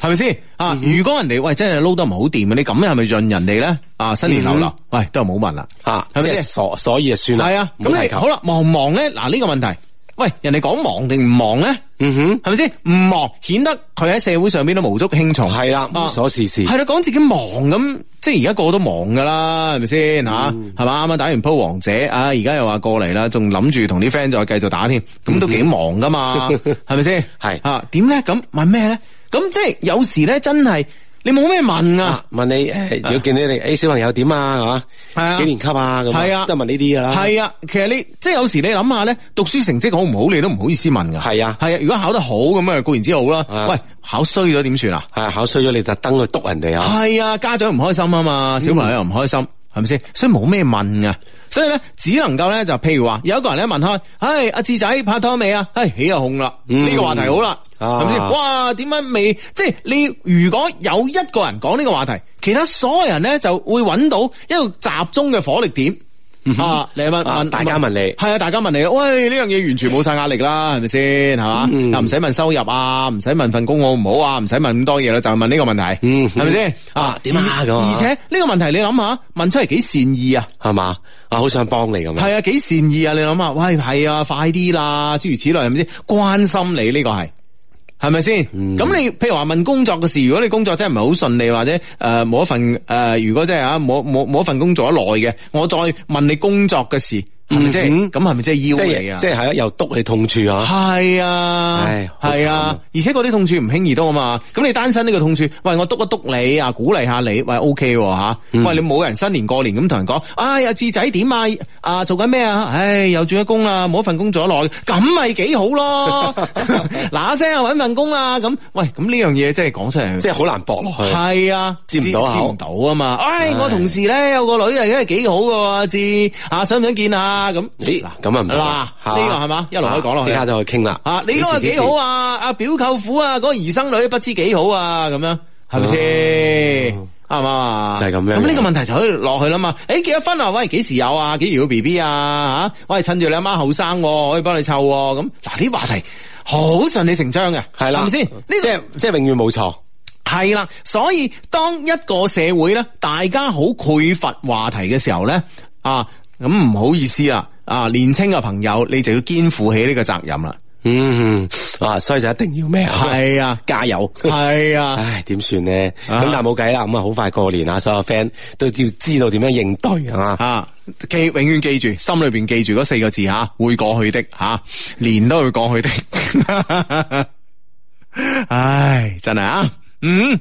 Speaker 4: 係咪先啊？如果人哋喂真係撈得唔好掂啊，你咁樣係咪潤人哋咧？啊，新年流流，喂都係冇問啦，
Speaker 1: 啊，
Speaker 4: 係
Speaker 1: 即
Speaker 4: 咪
Speaker 1: 係
Speaker 4: 先？
Speaker 1: 所所以就算啦，
Speaker 4: 系啊，
Speaker 1: 唔好
Speaker 4: 咁
Speaker 1: 提
Speaker 4: 你
Speaker 1: 及
Speaker 4: 好，啦，忙唔忙咧？嗱，呢個問題，喂，人哋講忙定唔忙咧？
Speaker 1: 嗯哼，
Speaker 4: 係咪先？唔忙，顯得佢喺社會上邊都無足輕重。
Speaker 1: 係啦，無所事事
Speaker 4: 係，啦，講自己忙咁，即係而家個個都忙噶啦，係咪先吓？
Speaker 1: 嗯
Speaker 4: 係嘛，啱啱打完鋪王者啊，而家又話過嚟啦，仲諗住同啲 friend 再繼續打添，
Speaker 1: 嗯
Speaker 4: 咁都幾忙噶 嘛，係咪先？
Speaker 1: 係
Speaker 4: 啊，點咧？咁問咩咧？咁即係有時咧，真係你冇咩問啊
Speaker 1: 啊，問你诶，如果見你哋诶小朋友點啊，係嘛，
Speaker 4: 係啊
Speaker 1: 幾年級啊，咁
Speaker 4: 係啊
Speaker 1: 都係問呢啲噶啦，
Speaker 4: 系啊，其實你即係有時你諗下咧，讀書成績好唔好，你都唔好意思問噶。
Speaker 1: 係啊
Speaker 4: 係啊，如果考得好咁啊，固然之好啦。
Speaker 1: 啊
Speaker 4: 喂，考衰咗點算啊？
Speaker 1: 係考衰咗你特登去督人哋啊，
Speaker 4: 係啊，家長唔開心啊嘛，
Speaker 1: 嗯
Speaker 4: 小朋友又唔開心，係咪先？所以冇咩問噶。所以咧，只能夠咧就譬如話，有一個人咧問開，唉，阿志仔拍拖未啊？唉，起又控啦，
Speaker 1: 嗯
Speaker 4: 呢個話題好啦，
Speaker 1: 啊
Speaker 4: 係咪先？哇，點解未？即係你如果有一個人講呢個話題，其他所有人咧就會揾到一個集中嘅火力點。啊，你問
Speaker 1: 啊
Speaker 4: 問
Speaker 1: 大家問你
Speaker 4: 係啊，大家問你，喂，呢樣嘢完全冇晒壓力啦，係咪先？係嘛，
Speaker 1: 嗯
Speaker 4: 又唔使問收入啊，唔使問份工好唔好啊，唔使問咁多嘢啦，就係問呢個問題，
Speaker 1: 嗯
Speaker 4: 係咪先？
Speaker 1: 啊點啊
Speaker 4: 而
Speaker 1: 咁啊
Speaker 4: 而且呢個問題你諗下，問出嚟幾善意啊！
Speaker 1: 係嘛？啊，好想幫你咁樣。
Speaker 4: 係啊，幾善意啊！你諗下，喂，係啊，快啲啦，諸如此類，係咪先？關心你呢個係。係咪先？咁、
Speaker 1: 嗯
Speaker 4: 你譬如話問工作嘅事，如果你工作真係唔係好順利，或者誒冇、一份誒、呃如果真係啊冇冇冇一份工做得耐嘅，我再問你工作嘅事，係咪即係
Speaker 1: 嗯哼
Speaker 4: 咁係咪即係
Speaker 1: 即
Speaker 4: 要你
Speaker 1: 係
Speaker 4: 啊？
Speaker 1: 即係係啊，又督你痛處啊！
Speaker 4: 係啊，
Speaker 1: 唉好
Speaker 4: 係啊，而且嗰啲痛處唔輕易到啊嘛。咁你單身呢個痛處，喂，我督一督你啊，鼓勵下你，喂，OK 喎吓。
Speaker 1: 嗯
Speaker 4: 喂，你冇人新年過年咁同人講，唉，阿志仔點啊？啊，做緊咩啊？唉，又轉咗工啦，冇一份工做得耐，咁咪幾好 咯。嗱聲啊，搵份工啦。咁，喂，咁呢樣嘢真係講出嚟，
Speaker 1: 即係好難駁落去。
Speaker 4: 係啊，
Speaker 1: 接唔到
Speaker 4: 接
Speaker 1: 口
Speaker 4: 唔到啊嘛。唉，我同事咧有個女啊，因為幾好噶，阿志啊，想唔想見啊？咁，
Speaker 1: 咦，咁啊唔得啦啊
Speaker 4: 嗱呢個係嘛一路可以講落去
Speaker 1: 即刻就去傾啦。
Speaker 4: 啊，你嗰個幾好啊？阿表舅父啊，嗰個兒生女不知幾好啊，咁樣係咪先？啱唔啱啊？
Speaker 1: 哦就係咁樣
Speaker 4: 咁呢個問題就可以落去啦嘛。誒，結咗婚啊？喂，幾時有啊？幾時要 B B 啊？嚇，我係趁住你阿媽後生喎，可以幫你湊喎。咁嗱，呢啲話題好順理成章嘅，
Speaker 1: 係啦，
Speaker 4: 係咪先？呢
Speaker 1: 即係即係永遠冇錯。
Speaker 4: 係啦，所以當一個社會咧，大家好匱乏話題嘅時候咧，啊，咁唔好意思啦，啊，年青嘅朋友，你就要肩負起呢個責任啦。
Speaker 1: 嗯啊，所以就一定要咩啊？
Speaker 4: 係啊，
Speaker 1: 加油！
Speaker 4: 係啊。
Speaker 1: 唉，點算呢？咁
Speaker 4: 啊
Speaker 1: 但係冇計啦，咁啊好快過年啦，所有 friend 都要知道點樣應對啊！
Speaker 4: 啊，記永遠記住，心裏邊記住嗰四個字吓、會過去的吓、年都會過去的。 唉，真係啊，嗯。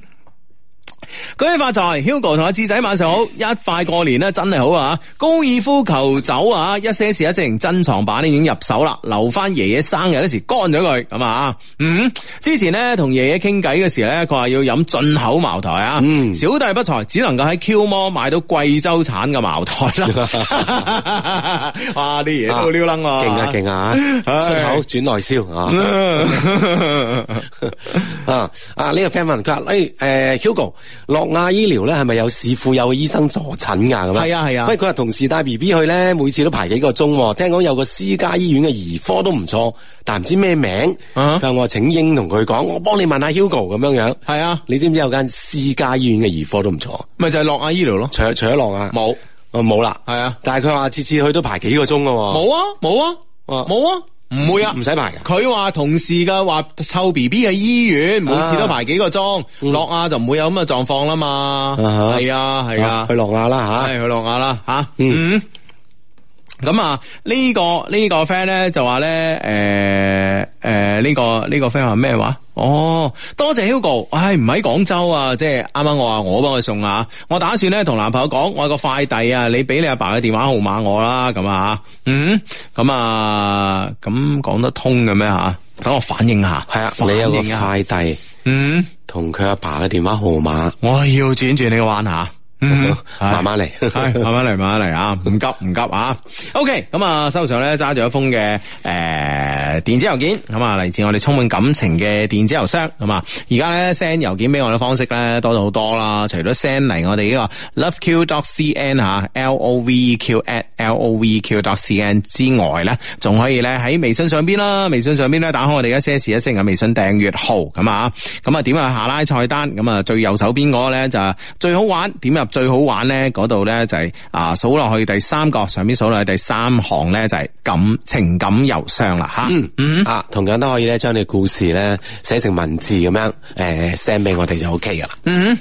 Speaker 4: 恭喜發財，Hugo 同阿志仔晚上好，一塊過年咧真係好啊！高爾夫球酒啊，一些事一些情珍藏版咧已經入手啦，留翻爺爺生日嗰時乾咗佢咁啊！嗯，之前咧同爺爺傾偈嘅時咧，佢話要飲進口茅台啊，
Speaker 1: 嗯
Speaker 4: 小弟不才，只能夠喺 Q 摩買到貴州產嘅茅台啦。 哇，啲嘢都好撩楞喎，
Speaker 1: 勁啊勁啊！出
Speaker 4: 唉
Speaker 1: 口轉內銷啊！ 啊啊！呢、個 friend 問佢話：，誒、誒，Hugo，諾亞醫療咧係咪有市婦有嘅醫生助診噶？咁樣
Speaker 4: 係啊係啊
Speaker 1: 喂，佢話同事帶 B B 去咧，每次都排幾個鐘喎。聽講有個私家醫院嘅兒科都唔錯，但唔知咩名。
Speaker 4: 啊
Speaker 1: 佢話我請英同佢講，我幫你問下 Hugo 咁樣樣。
Speaker 4: 係啊，
Speaker 1: 你知唔知有間私家醫院嘅兒科都唔錯？
Speaker 4: 咪就係諾亞醫療咯，
Speaker 1: 除除咗諾亞，
Speaker 4: 冇
Speaker 1: 哦冇啦。
Speaker 4: 係啊
Speaker 1: 但係佢話次次去都排幾個鐘噶喎。
Speaker 4: 冇啊冇啊
Speaker 1: 哦
Speaker 4: 冇啊，唔會啊，
Speaker 1: 唔使排㗎。
Speaker 4: 佢話同事嘅話湊 B B 嘅醫院，每
Speaker 1: 啊
Speaker 4: 次都排幾個鐘，落亞就唔會有咁嘅狀況啦嘛。
Speaker 1: 嗯啊哈
Speaker 4: 係啊係啊
Speaker 1: 去，諾亞啦吓。
Speaker 4: 係去落亞啦吓。嗯，
Speaker 1: 嗯
Speaker 4: 咁啊呢個呢個 friend 咧就話咧誒誒呢個呢個 friend 話咩話？哦，多謝 Hugo，唉唔喺廣州啊，即係啱啱我話我幫佢送啊，我打算咧同男朋友講，我有個快遞啊，你俾你阿爸嘅電話號碼我啦，咁啊，嗯，咁啊咁講得通嘅咩吓？等我反應下，
Speaker 1: 係啊，
Speaker 4: 反
Speaker 1: 你有個
Speaker 4: 應下，
Speaker 1: 快遞
Speaker 4: 嗯，
Speaker 1: 同佢阿爸嘅電話號碼，
Speaker 4: 我係要轉轉你個彎下。 嗯
Speaker 1: 慢慢嚟。
Speaker 4: 係 慢慢嚟，慢慢嚟啊！唔急唔急啊！OK，咁啊，手上咧揸住一封嘅誒、呃、電子郵件，咁啊嚟自我哋充滿感情嘅電子郵箱，咁啊而家咧 send 郵件俾我嘅方式咧多咗好多啦，除咗 send 嚟我哋呢個 loveq.cn 吓 l o v e q at l o v e q .cn 之外咧，仲可以咧喺微信上邊啦，微信上邊咧打開我哋一些事一些情嘅微信訂閱號咁啊，咁啊點啊下拉菜單，咁啊最右手邊嗰個咧就係最好玩，點入最好玩咧嗰度咧就係啊數落去第三個上邊數落去第三行咧就係感情感郵箱啦吓，嗯
Speaker 1: 啊，同樣都可以咧，將你故事咧寫成文字咁樣，誒 send 俾我哋就 OK 噶啦。
Speaker 4: 嗯，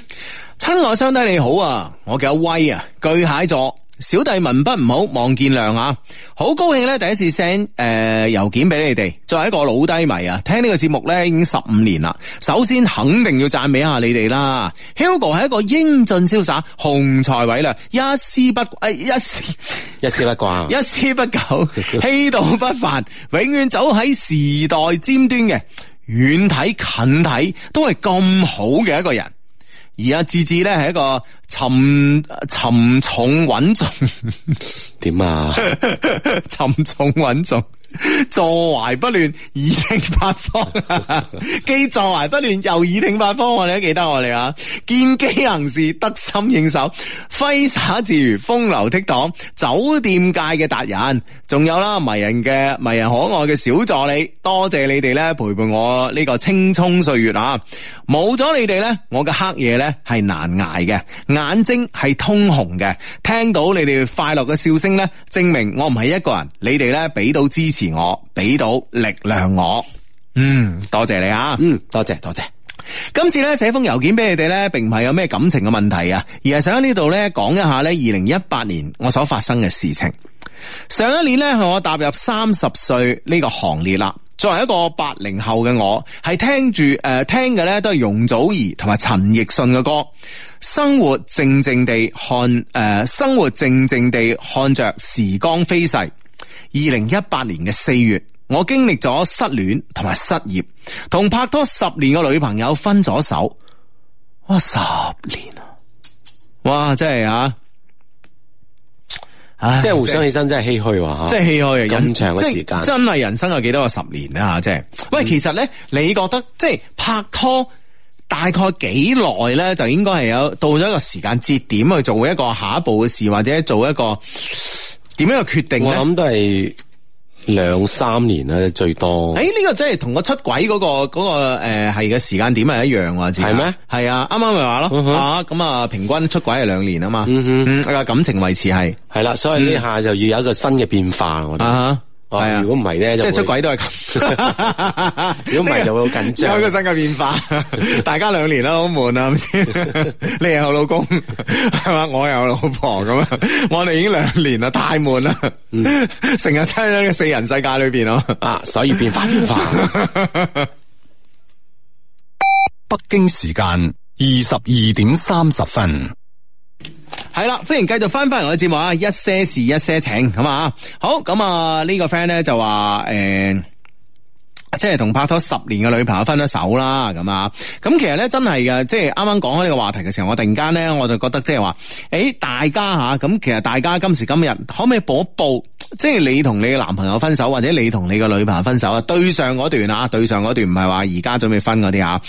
Speaker 4: 親愛相低你好啊，我叫阿威啊，巨蟹座。小弟文筆唔好，望見諒啊！好高興咧，第一次 send 誒郵件俾你哋。作為一個老低迷啊，聽呢個節目咧已經十五年啦。首先肯定要讚美下你哋啦。Hugo 係一個英俊瀟灑、雄才偉略、一絲不哎誒一絲。
Speaker 1: 一絲不掛
Speaker 4: 一，絲不苟， 氣度不凡，永遠走喺時代尖端嘅，遠睇近睇都係咁好嘅一個人。而阿志志咧係一個沉沉重穩重、
Speaker 1: 點啊？
Speaker 4: 沉重穩重、 坐懷不亂，以聽八方。 既坐懷不亂，又以聽八方。我哋都記得我哋啊，見機行事，得心應手，揮灑自如，風流倜儻，酒店界嘅達人。仲有啦，迷人嘅迷人可愛嘅小助理，多謝你哋咧陪伴我呢個青葱歲月啊！冇咗你哋咧，我嘅黑夜咧係難捱嘅，眼睛係通紅嘅。聽到你哋快樂嘅笑聲咧，證明我唔係一個人，你哋咧俾到支持我，俾到力量我。嗯，多謝你啊！
Speaker 1: 嗯，多謝多謝。
Speaker 4: 今次咧寫封郵件俾你哋咧，並唔係有咩感情嘅問題啊，而係想喺呢度咧講一下咧二零一八年我所發生嘅事情。上一年咧係我踏入三十歲呢個行列啦。作為一個八零後嘅我，係聽住誒、呃、聽嘅咧都係容祖兒同埋陳奕迅嘅歌，生活靜靜地看誒、呃生活靜靜地看着時光飛逝。二零一八年嘅四月，我經歷咗失戀同埋失業，同拍拖十年嘅女朋友分咗手。哇，十年啊！哇，真係啊！唉
Speaker 1: 即係互相起身真係唏噓喎，
Speaker 4: 即係唏噓啊！人
Speaker 1: 咁長嘅
Speaker 4: 即係
Speaker 1: 時間嗯
Speaker 4: 真係人生有幾多個十年啊！即係，喂，其實咧，你覺得即係拍拖大概幾耐咧，就應該係有到咗一個時間節點去做一個下一步嘅事，或者做一個點樣嘅決定
Speaker 1: 我
Speaker 4: 咧？
Speaker 1: 諗都係兩三年啦，最多。
Speaker 4: 誒，呢個真係同我出軌嗰、個嗰、個誒係嘅時間點係一樣喎，自己
Speaker 1: 係咩？嗯
Speaker 4: 係啊，啱啱咪話咯，啊咁啊，平均出軌係兩年啊嘛，嗯哼，感情維持係
Speaker 1: 係啦，所以呢下就要有一個新嘅變化啦，我哋。
Speaker 4: 嗯啊哈，係
Speaker 1: 啊
Speaker 4: 啊，
Speaker 1: 如果唔係咧，
Speaker 4: 即
Speaker 1: 就
Speaker 4: 係出
Speaker 1: 會
Speaker 4: 軌都係咁，
Speaker 1: 如果唔係就會好緊 張
Speaker 4: 有一個新嘅變 化，大家兩年啦，好悶啊，係咪 先？你又有老公係嘛，我又有老婆咁啊，我哋已經兩年啦，太悶啦，成日喺呢個四人世界裏邊咯。
Speaker 1: 啊，所以變化變化。
Speaker 5: 北京時間二十二點三十分。
Speaker 4: 係啦，歡迎繼續翻翻嚟我嘅節目啊！一些事，一些情，咁啊，好咁啊，呢個 friend 咧就呃話誒。即係同拍拖十年嘅女朋友分咗手啦，咁啊，咁其實咧真係嘅，即係啱啱講開呢個話題嘅時候，我突然間咧我就覺得即係話，誒、大家吓咁，其實大家今時今日可唔可以補一補，即係你同你嘅男朋友分手，或者你同你嘅女朋友分手啊？對上嗰段啊，對上嗰段唔係話而家準備分嗰啲啊，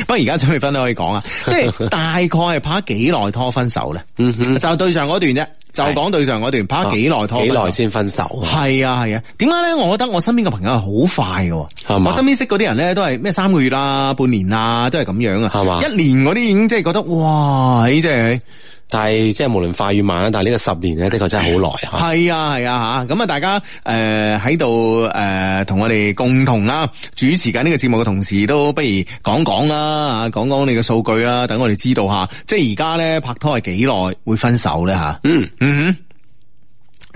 Speaker 4: 不過而家準備分都可以講啊，即係大概係拍咗幾耐拖分手咧？
Speaker 1: 嗯
Speaker 4: 就對上嗰段啫，就講對上嗰段拍咗幾耐拖分
Speaker 1: 啊幾
Speaker 4: 手
Speaker 1: 耐先分手？
Speaker 4: 係啊係啊，點解咧？我覺得我身邊嘅朋友係好快嘅
Speaker 1: 係
Speaker 4: 喎，
Speaker 1: 嘛
Speaker 4: 我身邊識嗰啲人咧都係咩三個月啊、半年啊，都係咁樣啊，
Speaker 1: 係嘛啊
Speaker 4: 一年嗰啲已經即係覺得哇，咦即係
Speaker 1: 但係即係無論快與慢啦，但係呢個十年咧，的確真係 好耐吓。
Speaker 4: 係啊係啊吓，咁啊大家誒喺度誒同我哋共同啦主持緊呢個節目嘅同時，都不如講講啦啊，講講你嘅數據啦，等我哋知道下，即係而家咧拍拖係幾耐會分手咧吓？嗯嗯哼。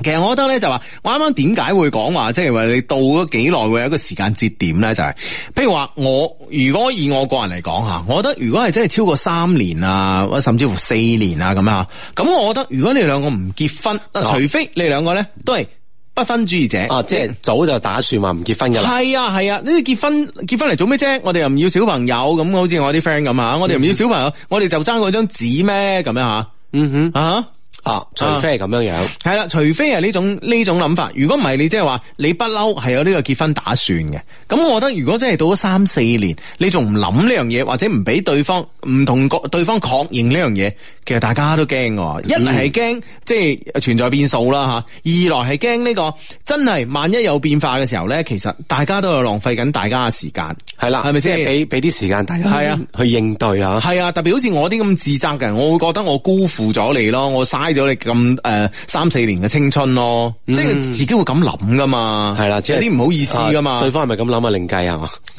Speaker 4: 其實我覺得咧就話，我啱啱點解會講話，即係話你到咗幾耐會有一個時間節點咧？就係、譬如話我如果以我個人嚟講吓，我覺得如果係真係超過三年啊，或者甚至乎四年啊咁啊，咁我覺得如果你兩個唔結婚，啊除非你兩個咧都係不婚主義者
Speaker 1: 哦啊，即係早就打算話唔結婚 噶啦。
Speaker 4: 係啊係啊，呢啲結婚結婚嚟做咩啫？我哋又唔要小朋友咁，好似我啲 friend 咁啊，我哋唔要小朋友，我哋就爭嗰張紙咩咁樣吓
Speaker 1: 嗯
Speaker 4: 啊？
Speaker 1: 哼，啊，除非係咁樣樣。
Speaker 4: 係啦，除非係呢種呢種諗法，如果唔係你即係話你不嬲係有呢個結婚打算嘅，咁我覺得如果真係到咗三四年，你仲唔諗呢樣嘢，或者唔俾對方唔同個對方確認呢樣嘢，其實大家都驚嘅，
Speaker 1: 嗯
Speaker 4: 一嚟係驚即係存在變數啦吓，二來係驚呢個真係萬一有變化嘅時候咧，其實大家都有浪費緊大家嘅時間，
Speaker 1: 係啦，
Speaker 4: 係咪先
Speaker 1: 即係俾俾啲時間大家
Speaker 4: 係啊
Speaker 1: 去應對啊。
Speaker 4: 係啊，特別好似我啲咁自責嘅人，我會覺得我辜負咗你咯，我嘥咗你咁誒三四年嘅青春咯，即係自己會咁諗噶嘛，
Speaker 1: 嗯係啦，即
Speaker 4: 有
Speaker 1: 係
Speaker 4: 啲唔好意思噶
Speaker 1: 啊
Speaker 4: 嘛
Speaker 1: 對，方係咪咁諗啊？另計係嘛？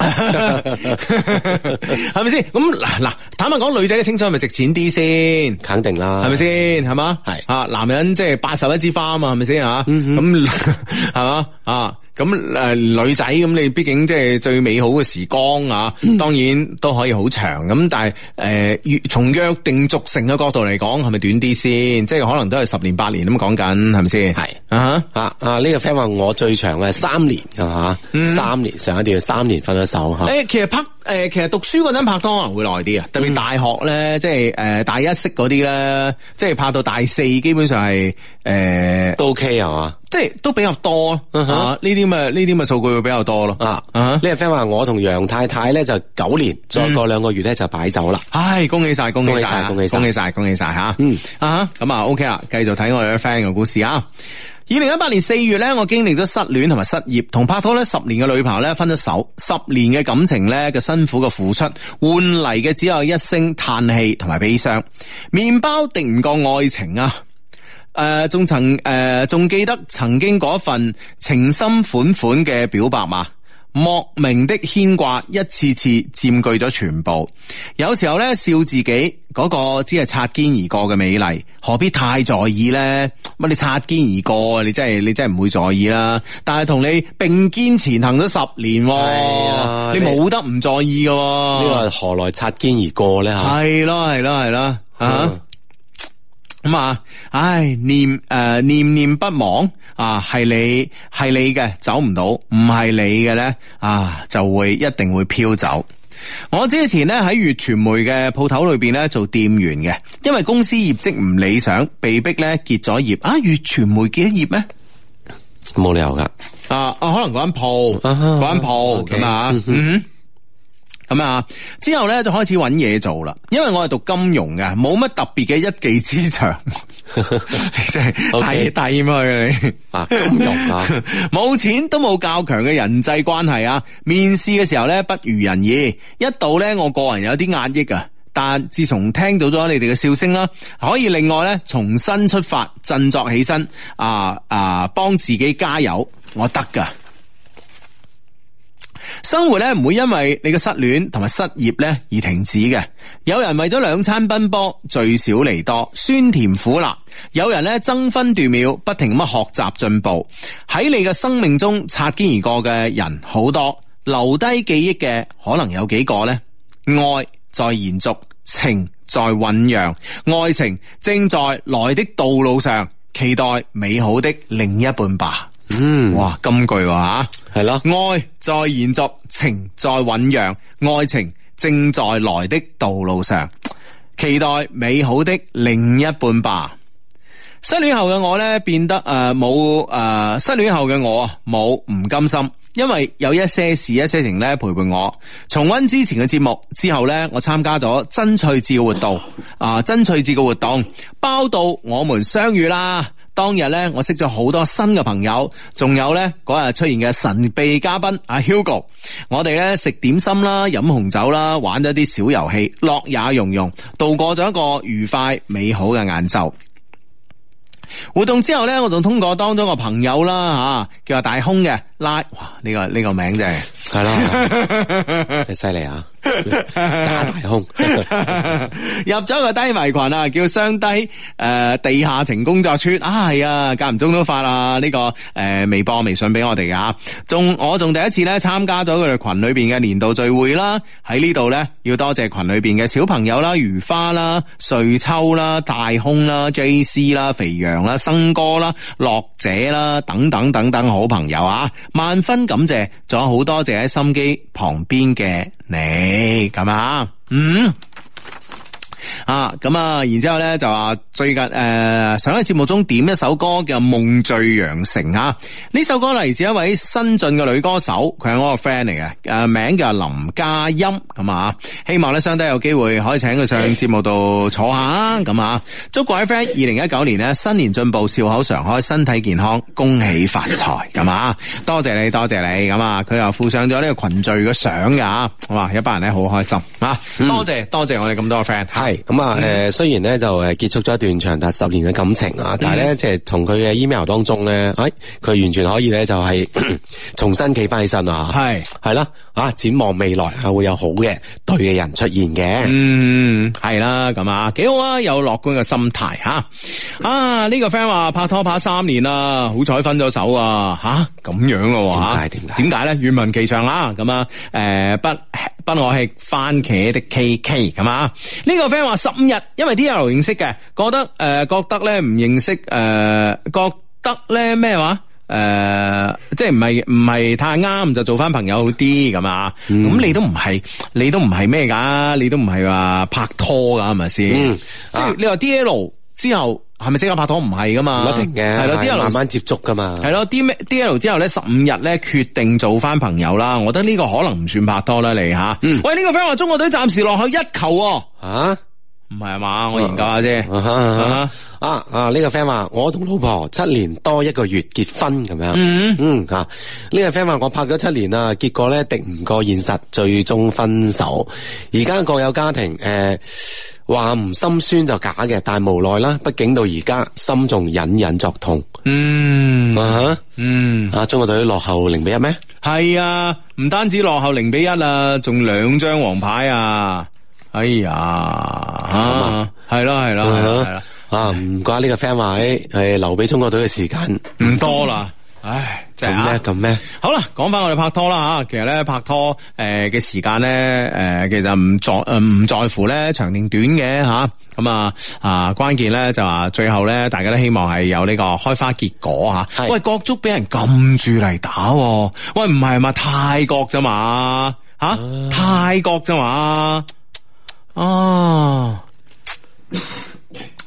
Speaker 4: 係咪先？咁嗱嗱，坦白講，女仔嘅青春係咪值錢啲先？
Speaker 1: 肯定啦，
Speaker 4: 係咪？先？係嘛？
Speaker 1: 係
Speaker 4: 啊，男人即係八十一枝花啊嘛，係咪先吓？咁 係嘛啊？咁誒、呃女仔咁你畢竟即係最美好嘅時光啊，當然都可以好長咁，但係誒、呃，越從約定俗成嘅角度嚟講，係咪短啲先？即係可能都係十年八年咁講緊，係咪先？
Speaker 1: 係
Speaker 4: 啊哈。
Speaker 1: 啊啊！呢個 friend 話我最長嘅係三年啊吓，三年上一段三年分咗手吓，
Speaker 4: 哎誒，其實拍誒、诶，其實讀書嗰陣拍拖可能會耐啲啊，特別大學咧，即係诶大一識嗰啲咧，即係拍到大四，基本上呃係诶，
Speaker 1: 都 OK 係嘛？
Speaker 4: 即係都比較多咯。
Speaker 1: 嗯哼
Speaker 4: 啊呢啲咁嘅呢啲咁嘅數據會比較多咯。
Speaker 1: 啊，
Speaker 4: 啊
Speaker 1: 呢個 friend 話我同楊太太咧就九年，再過兩個月咧就擺酒啦。
Speaker 4: 唉，恭喜晒，恭喜晒，啊
Speaker 1: 恭喜晒
Speaker 4: 恭喜晒，恭喜晒吓！
Speaker 1: 嗯
Speaker 4: 啊哈，咁啊 OK 啦，繼續睇我哋嘅 friend 嘅故事啊。二零一八年四月咧，我經歷咗失戀同埋失業，同拍拖咧十年嘅女朋友咧分咗手，十年嘅感情咧嘅辛苦嘅付出，換嚟嘅只有一聲嘆氣同埋悲傷。麵包敵唔過愛情啊！誒、仲曾誒仲、記得曾經嗰份情深款款嘅表白嘛？莫名的牽掛，一次次佔據咗全部。有時候咧，笑自己嗰、個只係擦肩而過嘅美麗，何必太在意呢？乜你擦肩而過，你真係你真係唔會在意啦。但係同你並肩前行咗十年喎，
Speaker 1: 係啊
Speaker 4: 你
Speaker 1: 你
Speaker 4: 冇得唔在意嘅喎。
Speaker 1: 呢個何來擦肩而過咧吓？
Speaker 4: 系咯系咯系咯啊！咁啊，唉，念诶、呃念念不忘啊，系你系你嘅走唔到，唔系你嘅咧啊，就會一定會飄走。我之前咧喺粵傳媒嘅鋪頭裏邊咧做店員嘅，因為公司業績唔理想，被逼咧結咗業啊！粵傳媒結咗業咩？
Speaker 1: 冇理由噶。
Speaker 4: 啊啊，可能嗰間鋪，
Speaker 1: 啊哈
Speaker 4: 嗰間鋪
Speaker 1: OK
Speaker 4: 咁啊，嗯哼咁啊，之後咧就開始揾嘢做啦，因為我係讀金融嘅，冇乜特別嘅一技之 長，即係
Speaker 1: OK
Speaker 4: 大掂佢你。
Speaker 1: 啊，金融啊，
Speaker 4: 冇錢都冇較強嘅人際關係啊！面試嘅時候咧不如人意，一度咧我個人有啲壓抑啊。但自從聽到咗你哋嘅笑聲啦，可以另外咧重新出發，振作起身啊啊，幫自己加油，我得㗎。生活咧唔會因為你嘅失戀同埋失業咧而停止嘅。有人為咗兩餐奔波，聚少離多，酸甜苦辣；有人咧爭分奪秒，不停咁樣學習進步。喺你嘅生命中擦肩而過嘅人好多，留低記憶嘅可能有幾個呢？愛在延續，情在醞釀，愛情正在來的道路上，期待美好的另一半吧。嗯，哇，金句話啊！
Speaker 1: 係咯。
Speaker 4: 爱在延续，情在酝酿，爱情正在来的道路上，期待美好的另一半吧。失恋後嘅我咧，變得诶冇诶失戀後嘅我啊，冇唔甘心，因為有一些事一些情咧陪伴我。重温之前嘅節目之後咧，我參加咗真趣節嘅活動啊，真趣節嘅活動包到我們相遇啦。當日咧，我識咗好多新嘅朋友，仲有咧嗰日出現嘅神秘嘉賓阿 Hugo，我哋咧食點心啦、飲紅酒啦、玩咗啲小遊戲，樂也融融，度過咗一個愉快美好嘅晏晝。活動之後咧，我仲通過當中個朋友啦吓、啊叫阿大空嘅拉，哇呢、個呢、個名真係〜
Speaker 1: 係啦，你犀利啊！假大空，
Speaker 4: 入咗個低迷群啊，叫雙低诶、呃地下情工作村啊，係啊，間唔中都發啊呢、個个呃微博、微信俾我哋噶，仲我仲第一次咧參加咗佢哋群裏边嘅年度聚會啦，喺呢度咧要多謝群裏边嘅小朋友啦、如花啦、瑞秋啦、大空啦、J C 啦、肥羊啦、生哥啦、樂姐啦等等等等好朋友啊，萬分感謝，仲有好多謝喺心機旁邊嘅你咁啊，嗯。啊，咁啊，然之后咧就話最近诶、呃想喺節目中點一首歌叫《夢醉羊城》啊，呢首歌嚟自一位新晉嘅女歌手，佢係我個 friend 嚟嘅，诶、名叫林嘉欣咁啊，希望咧相低有機會可以請佢上節目度坐下啊咁啊，祝各位 friend 二零一九年咧新年進步，笑口常開，身體健康，恭喜發財咁啊，多謝你，多謝你咁啊，佢又附上咗呢個群聚嘅相噶啊，哇，一班人咧好開心啊，多謝多謝我哋咁多 friend。
Speaker 1: 係咁
Speaker 4: 嗯
Speaker 1: 啊！誒，雖然咧就誒結束咗一段長達十年嘅感情啊，
Speaker 4: 嗯
Speaker 1: 但係咧即係從佢嘅 email 當中咧，誒佢完全可以咧就係 重新企翻起身啊！
Speaker 4: 係
Speaker 1: 係啦，啊展望未來啊會有好嘅對嘅人出現嘅。
Speaker 4: 嗯，系啦，咁啊，几好啊，有樂觀嘅心態吓。啊，呢、個 friend 話拍拖拍三年啦，好彩分咗手啊，吓、咁樣咯喎，吓
Speaker 1: 點解點解
Speaker 4: 點啊解咧？願聞其詳啦，咁啊，诶、不不我係番茄的 K K 咁啊。呢、個 friend 話十五日，因為 D L 認識嘅，覺得诶、呃、觉得咧唔認識诶、呃，覺得咧咩話？诶，即係唔係唔係太啱就做翻朋友好啲咁啊？咁、
Speaker 1: 嗯
Speaker 4: 你都唔係，你都唔係咩㗎？你都唔係話拍拖㗎，係咪先？
Speaker 1: 嗯
Speaker 4: 即係你話 D L 之後係咪即刻拍拖？唔係㗎嘛，
Speaker 1: 唔一定嘅，
Speaker 4: 係咯
Speaker 1: 係
Speaker 4: ，D L
Speaker 1: 慢慢接觸噶嘛。
Speaker 4: 系咯，D D L 之後咧，十五日咧決定做翻朋友啦。我覺得呢個可能唔算拍拖啦，你吓。
Speaker 1: 嗯
Speaker 4: 喂，呢、個 friend 話中國隊暫時落後一球、喎，
Speaker 1: 啊
Speaker 4: 唔係啊嘛？我研究下啫。
Speaker 1: 啊哈啊
Speaker 4: 啊
Speaker 1: 哈啊啊！呢個 friend 話我同老婆七年多一個月結婚咁樣。
Speaker 4: 嗯
Speaker 1: 嗯啊，呢個 friend 話我拍咗七年啦，結果咧敵唔過現實，最終分手。而家各有家庭，诶、話唔心酸就假嘅，但無奈啦，畢竟到而家心仲隱隱作痛。
Speaker 4: 嗯
Speaker 1: 啊
Speaker 4: 嗯，
Speaker 1: 哈啊！中國隊落後零比一咩？
Speaker 4: 係啊，唔單止落後零比一啊，仲兩張黃牌啊！哎呀，啊
Speaker 1: 啊
Speaker 4: 係咯係咯係咯係咯，
Speaker 1: 啊，唔怪呢個 friend 話诶诶留俾中國隊嘅時間
Speaker 4: 唔多啦。唉，真係
Speaker 1: 咁
Speaker 4: 啊
Speaker 1: 咩咁咩？
Speaker 4: 好啦，講翻我哋拍拖啦吓，其實咧拍拖诶嘅時間咧诶，其實唔在呃唔在乎咧長定短嘅吓，咁啊啊關鍵咧就話最後咧，大家都希望係有呢個開花結果吓。
Speaker 1: 係
Speaker 4: 喂，國足俾人撳住嚟打喎，喂唔係嘛泰國咋嘛吓，泰國咋嘛
Speaker 1: 哦
Speaker 4: 啊。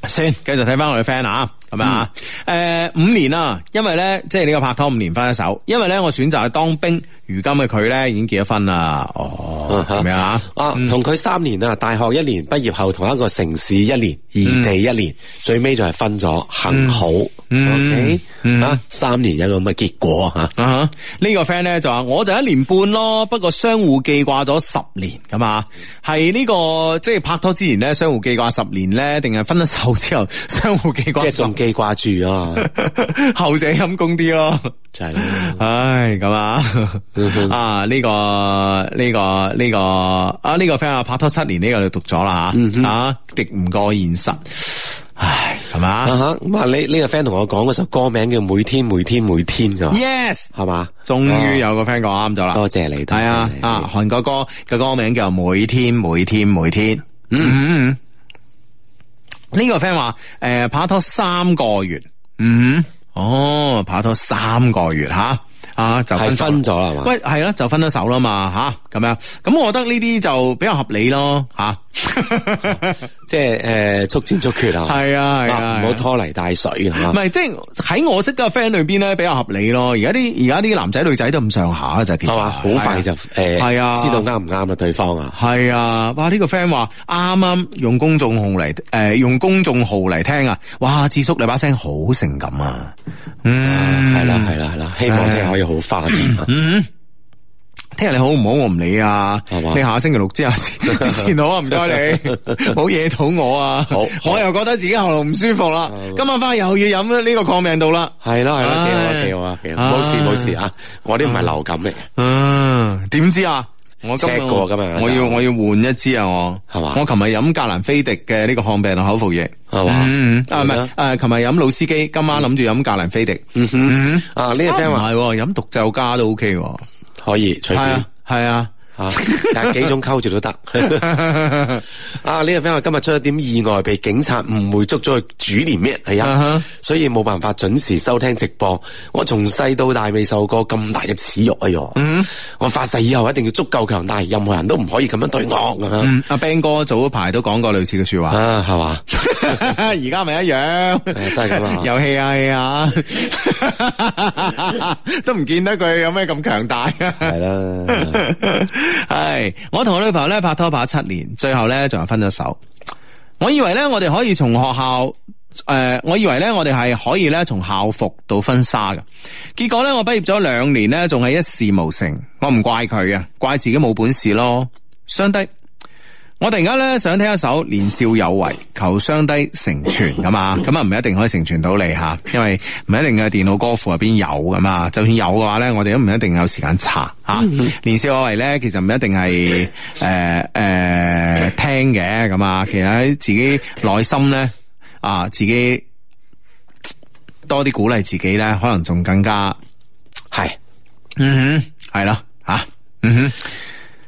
Speaker 4: 先，繼續睇翻我哋 friend 啊，咁啊，诶、
Speaker 1: 嗯
Speaker 4: 五年啦，因為咧，即係呢個拍拖五年分一手，因為咧我選擇去當兵，如今嘅佢咧已經結咗婚啦，哦，咁樣啊，
Speaker 1: 啊，同佢三年啊，大學一年，畢業後同一個城市一年，異地一
Speaker 4: 嗯
Speaker 1: 年，最尾就係分咗，幸好，OK，啊，
Speaker 4: 嗯
Speaker 1: 三年有一個咁嘅結果吓，
Speaker 4: 啊哈呢個 friend 咧就話我就一年半咯，不過相互記掛咗十年噶嘛，係呢、個即係拍拖之前咧相互記掛十年咧，定係分咗手之後相互記
Speaker 1: 即
Speaker 4: 掛
Speaker 1: 係
Speaker 4: 十
Speaker 1: 仲記掛住啊，
Speaker 4: 年， 後者陰公啲咯。
Speaker 1: 就係啦
Speaker 4: 唉，咁啊，
Speaker 1: 嗯
Speaker 4: 啊呢、個呢、個呢、個啊呢、個 friend 啊拍拖七年呢個就讀咗啦
Speaker 1: 嗯
Speaker 4: 吓，啊敵唔過現實，唉，咁
Speaker 1: 啊
Speaker 4: 啊
Speaker 1: 哈，咁啊呢呢個 friend 同我講嗰首歌名叫每天每天每天噶，
Speaker 4: ，yes，
Speaker 1: 係嘛？哦
Speaker 4: 終於有個 friend 講啱咗啦，
Speaker 1: 多謝你，多
Speaker 4: 係
Speaker 1: 謝
Speaker 4: 啊
Speaker 1: 你，
Speaker 4: 啊韓國歌嘅歌名叫每天每天每天，嗯。嗯呢個 friend 話誒拍拖三個月，嗯，哦，拍拖三個月吓，啊就
Speaker 1: 係
Speaker 4: 手
Speaker 1: 分咗啦係嘛
Speaker 4: 喂，係啦，就分咗手啦嘛吓，咁、樣，咁我覺得呢啲就比較合理咯
Speaker 1: 啊
Speaker 4: 吓，
Speaker 1: 即係诶速戰速決啊，
Speaker 4: 係啊係啊
Speaker 1: 唔好拖泥帶水啊
Speaker 4: 唔，係即係喺我識嘅 friend 裏邊咧比較合理咯，而家啲而家啲男仔女仔都咁上下就其實
Speaker 1: 係嘛？好快就诶，
Speaker 4: 係啊
Speaker 1: 知道啱唔啱啊對方啊，
Speaker 4: 系啊，哇！呢、個 friend 話啱啱用公眾號嚟，诶、用公眾號嚟聽啊，哇！智叔你把聲好性感啊，嗯，
Speaker 1: 係啊啦係啦係啦，希望聽日可以好翻啊。
Speaker 4: 嗯。聽日你好唔好？我唔理啊！
Speaker 1: 係嘛
Speaker 4: 你下星期六之 後之前好啊，唔該你，冇惹到我啊！
Speaker 1: 好
Speaker 4: 我又覺得自己喉嚨唔舒服啦，今晚翻去又要飲呢個抗命藥啦。
Speaker 1: 系咯系咯，幾好啊
Speaker 4: 唉
Speaker 1: 幾好啊幾好，
Speaker 4: 唉
Speaker 1: 冇事冇事啊！我啲唔係流感嚟嘅，
Speaker 4: 嗯，點知啊？我今日
Speaker 1: check 過㗎嘛
Speaker 4: 我要我要換一支啊！我
Speaker 1: 係嘛
Speaker 4: 我琴日飲格蘭菲迪嘅呢個抗病毒口服液，
Speaker 1: 係嘛
Speaker 4: 嗯嗯啊唔係
Speaker 1: 係咩
Speaker 4: 誒，琴日飲老司機，今晚諗住飲格蘭菲迪。
Speaker 1: 嗯哼，啊呢個
Speaker 4: 啊
Speaker 1: friend
Speaker 4: 唔
Speaker 1: 話
Speaker 4: 係喎，飲毒酒加都 OK 喎。
Speaker 1: 可以
Speaker 4: 係
Speaker 1: 隨便
Speaker 4: 啊，係啊。
Speaker 1: 啊，但係幾種溝 住都得。啊呢個 friend 話今日出咗點意外，被警察誤會捉咗去煮年咩？係
Speaker 4: 啊
Speaker 1: 啊
Speaker 4: 哈，
Speaker 1: 所以冇辦法準時收聽直播。我從細到大未受過咁大嘅恥辱啊！
Speaker 4: 嗯
Speaker 1: 喲，我發誓以後一定要足夠強大，任何人都唔可以咁樣對我咁樣
Speaker 4: 嗯，阿 Ben 哥早一排都講過類似嘅说話，
Speaker 1: 啊，係嘛？
Speaker 4: 而家咪一樣，
Speaker 1: 誒都係咁啊
Speaker 4: 又氣啊氣 啊，都唔見得佢有咩咁強大。
Speaker 1: 係啦，
Speaker 4: 系，我同我女朋友咧拍拖拍咗七年，最後咧仲係分咗手。我以為咧，我哋可以從學校。诶、我以為咧，我哋係可以咧，從校服到婚紗嘅。結果咧，我畢業咗兩年咧，仲係一事無成。我唔怪佢啊，怪自己冇本事咯。相低，我突然間咧想聽一首《年少有為》，求相低成全咁啊，咁啊唔一定可以成全到你吓，因為唔一定嘅電腦歌庫入邊有噶嘛，就算有嘅話咧，我哋都唔一定有時間查吓。年少有為咧，其實唔一定係诶诶聽嘅咁啊，其實喺自己內心咧啊，自己多啲鼓勵自己咧，可能仲更加。
Speaker 1: 係。
Speaker 4: 嗯哼，系啦，吓、嗯哼，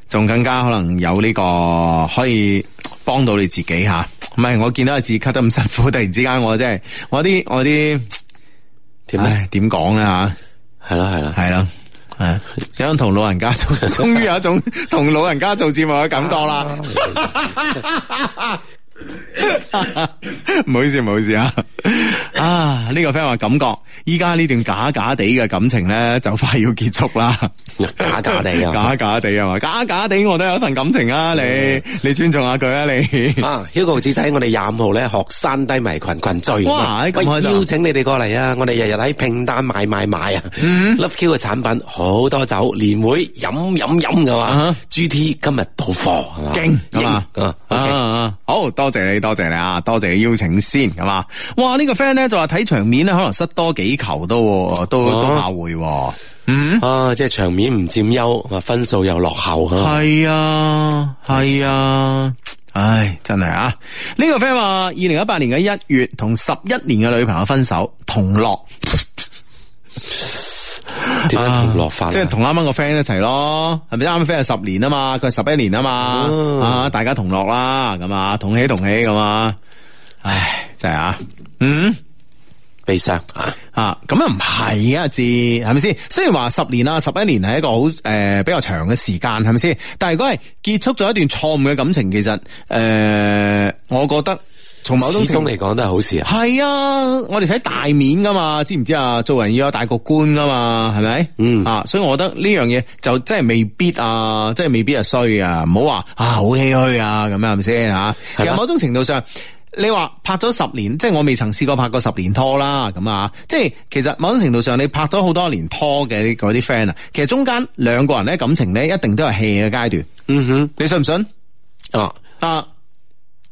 Speaker 4: 仲更加可能有呢、個可以幫到你自己吓。唔、係我見到阿志咳得咁辛苦，突然之間我真係我啲我啲
Speaker 1: 點咧？
Speaker 4: 唉，点讲咧吓？
Speaker 1: 係啦係啦，
Speaker 4: 系啦。
Speaker 1: 啊
Speaker 4: 系，有一種同老人家 做，終於有一種 同老人家做節目嘅感覺啦。 唔好意思，唔好意思啊！啊，呢、個 friend 話感覺，依家呢段假假地嘅感情咧，就快要結束啦。
Speaker 1: 假假地 啊！
Speaker 4: 假假地啊嘛，假假地我都有一份感情啊！你你尊重下佢啊！你
Speaker 1: 啊，Hugo 子仔，我哋廿五號咧學山低迷群群聚咁啊，
Speaker 4: 哇咁
Speaker 1: 喂
Speaker 4: 開心啊
Speaker 1: 邀請你哋過嚟啊！我哋日日喺拼單買買買啊，Love
Speaker 4: 嗯
Speaker 1: Q 嘅產品好多酒，年會飲飲飲噶
Speaker 4: 啊
Speaker 1: 嘛
Speaker 4: 哈
Speaker 1: ，GT 今日補貨係嘛，
Speaker 4: 勁係
Speaker 1: 英
Speaker 4: 嘛
Speaker 1: 啊
Speaker 4: 啊
Speaker 1: ，OK。
Speaker 4: 啊好多謝你，多謝你啊，多謝你邀請先，咁啊，哇！呢、個 friend 咧就話睇場面咧，可能失多幾球都都
Speaker 1: 啊
Speaker 4: 都怕會喎，嗯。
Speaker 1: 啊，即係場面唔佔優，啊分數又落後啊！
Speaker 4: 係啊，係啊。唉，真係啊！呢、個 friend 話，二零一八年嘅一月同十一年嘅女朋友分手，同樂，
Speaker 1: 點樣同落法呢？
Speaker 4: 啊即係同啱啱個 friend 一齊咯，係咪啱啱 friend 係十年啊嘛，佢係十一年啊嘛，
Speaker 1: 嗯
Speaker 4: 啊，大家同樂啦，咁啊，同喜同喜咁啊，唉，真係啊，嗯。
Speaker 1: 悲傷啊！
Speaker 4: 啊，咁又唔係啊，志係咪先？雖然話十年啊啦，十一年係一個好誒、呃比較長嘅時間，係咪先？但係如果係結束咗一段錯誤嘅感情，其實誒、呃我覺得從某種
Speaker 1: 始
Speaker 4: 程
Speaker 1: 終
Speaker 4: 度
Speaker 1: 嚟講都係好事啊！
Speaker 4: 係啊，我哋睇大面噶嘛，知唔知啊？做人要有大局觀噶嘛，係咪？
Speaker 1: 嗯
Speaker 4: 啊，所以我覺得呢樣嘢就真係未必啊，真係未必係衰啊！唔好話啊好唏噓啊咁樣係咪先吓？其
Speaker 1: 係
Speaker 4: 實
Speaker 1: 啦
Speaker 4: 某種程度上。你話拍咗十年，即係我未曾試過拍過十年拖啦，咁啊，即係其實某種程度上，你拍咗好多年拖嘅嗰啲 friend 啊，其實中間兩個人咧感情咧一定都係 hea 嘅階段，
Speaker 1: 嗯
Speaker 4: 你信唔信
Speaker 1: 哼，啊，
Speaker 4: 啊？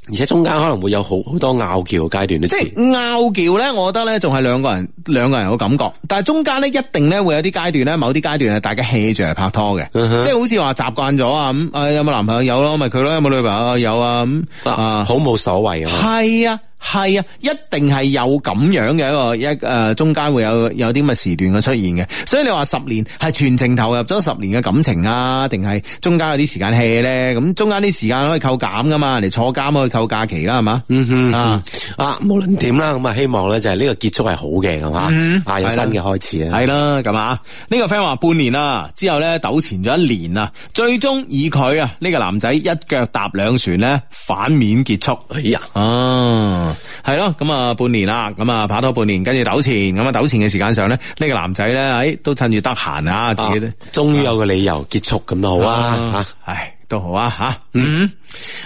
Speaker 1: 而且中間可能會有好好多拗撬嘅階段，你
Speaker 4: 即
Speaker 1: 知
Speaker 4: 係拗撬咧，我覺得咧仲係兩個人兩個人嘅感覺，但係中間咧一定咧會有啲階段咧，某啲階段係大家 hea 住嚟拍拖嘅
Speaker 1: 嗯哼
Speaker 4: 即係好似話習慣咗啊咁，啊有冇男朋友有咯，咪佢咯，有冇女朋友有啊咁
Speaker 1: 啊，
Speaker 4: 啊，
Speaker 1: 好冇所謂啊！
Speaker 4: 係啊係啊，一定係有咁樣嘅一個一誒、呃中間會有有啲咁嘅時段嘅出現嘅，所以你話十年係全程投入咗十年嘅感情啊，定係中間有啲時間 hea 咧？咁中間啲時間可以扣減噶嘛，嚟坐監可以扣假期啦，係嘛？
Speaker 1: 嗯哼
Speaker 4: 啊
Speaker 1: 啊，無論點啦，咁啊，希望咧就係呢個結束係好嘅，咁
Speaker 4: 嗯
Speaker 1: 嘛，啊，有
Speaker 4: 係
Speaker 1: 新
Speaker 4: 啦
Speaker 1: 嘅開始啊！
Speaker 4: 系啦，咁啊，呢、個 friend 話半年啦，之後咧糾纏咗一年啊，最終以佢啊呢個男仔一腳踏兩船咧，反面結束。
Speaker 1: 哎呀，
Speaker 4: 哦，係咯，咁啊半年啦，咁啊拍拖半年，跟住糾纏，咁啊糾纏嘅時間上咧，呢、個男仔咧，诶、都趁住得閒啊，自
Speaker 1: 啊
Speaker 4: 己都。
Speaker 1: 終於有個理由結束咁都好啊！嚇，
Speaker 4: 唉，都好啊，吓、嗯，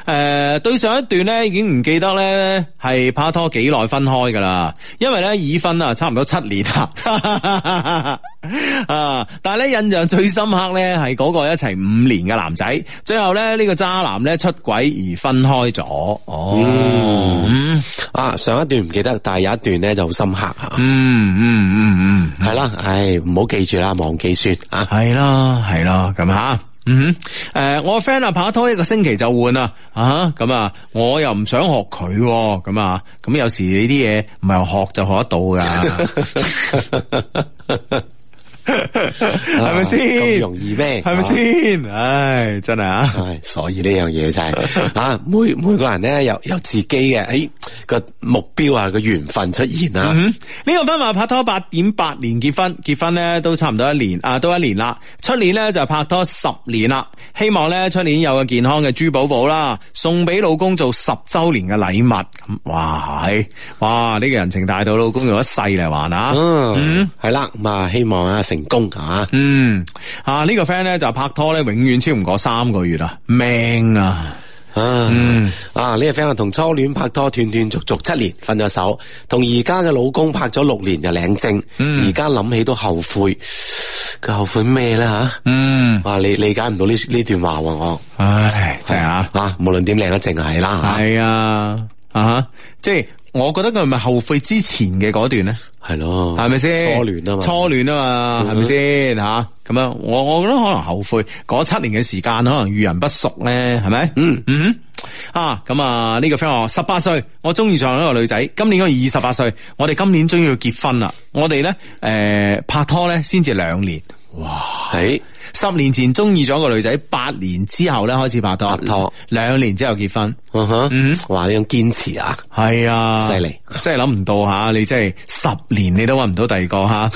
Speaker 4: 诶、對上一段咧已經唔記得咧係拍拖幾耐分開噶啦，因為咧已婚啊，差唔多七年啦， 啊，但係咧印象最深刻咧係嗰個一齊五年嘅男仔，最後咧呢、個渣男咧出軌而分開咗，哦，嗯
Speaker 1: 啊，上一段唔記得，但係有一段咧就好深刻
Speaker 4: 嗯
Speaker 1: 啊！
Speaker 4: 嗯嗯嗯，
Speaker 1: 係啦，唉，唔好記住啦，忘記算啊！
Speaker 4: 係啦係啦，咁吓。嗯哼，诶、我 friend 啊拍拖一個星期就換啦，啊咁啊，我又唔想學佢喎咁啊，咁有時呢啲嘢唔係學就學得到噶， 係咪先？
Speaker 1: 咁容易咩？
Speaker 4: 係咪
Speaker 1: 啊
Speaker 4: 先？唉，真係啊！
Speaker 1: 唉，所以呢樣嘢就 係、啊，每每個人咧有有自己嘅誒個目標啊，個緣分出現啊，
Speaker 4: 嗯，呢、個婚話拍拖八點八年結婚，結婚咧都差唔多一年啊，都一年啦。出年咧就拍拖十年啦，希望咧出年有個健康嘅豬寶寶啦，送俾老公做十週年嘅禮物。咁哇，係哇呢、個人情大到老公用一世嚟還啊！
Speaker 1: 嗯，係啦，咁啊，希望啊成功啊，
Speaker 4: 嗯，啊呢、個 friend 咧就拍拖咧永遠超唔過三個月啊，命啊！
Speaker 1: 啊，
Speaker 4: 嗯
Speaker 1: 啊呢個 friend 話同初戀拍拖斷斷續續七年，分咗手，同而家嘅老公拍咗六年就領證，
Speaker 4: 嗯
Speaker 1: 而家諗起都後悔，佢後悔咩咧吓？
Speaker 4: 嗯，
Speaker 1: 哇，理理解唔到呢呢段話喎，我
Speaker 4: 唉，真係啊！
Speaker 1: 啊，無論點領得證係啦嚇
Speaker 4: 系啊，啊哈，即系我觉得佢系咪后悔之前嘅嗰段咧？系
Speaker 1: 係咯，
Speaker 4: 咪先？
Speaker 1: 哦初戀啊嘛，
Speaker 4: 初恋啊嘛，系咪先吓？咁啊，我我觉得可能后悔嗰七年嘅时間，可能遇人不淑咧，係咪？嗯嗯。啊，咁啊，呢、個 friend 話十八歲，我中意上一個女仔，今年我二十八歲，我哋今年終於要結婚啦，我哋咧诶拍拖咧先至兩年，
Speaker 1: 诶，
Speaker 4: 十年前中意咗個女仔，八年之後咧開始拍拖，
Speaker 1: 拍拖
Speaker 4: 兩年之後結婚，
Speaker 1: 嗯哼，哇，呢種堅持啊，
Speaker 4: 係啊
Speaker 1: 犀利，
Speaker 4: 真係諗唔到吓，你真係十年你都搵唔到第二個 吓，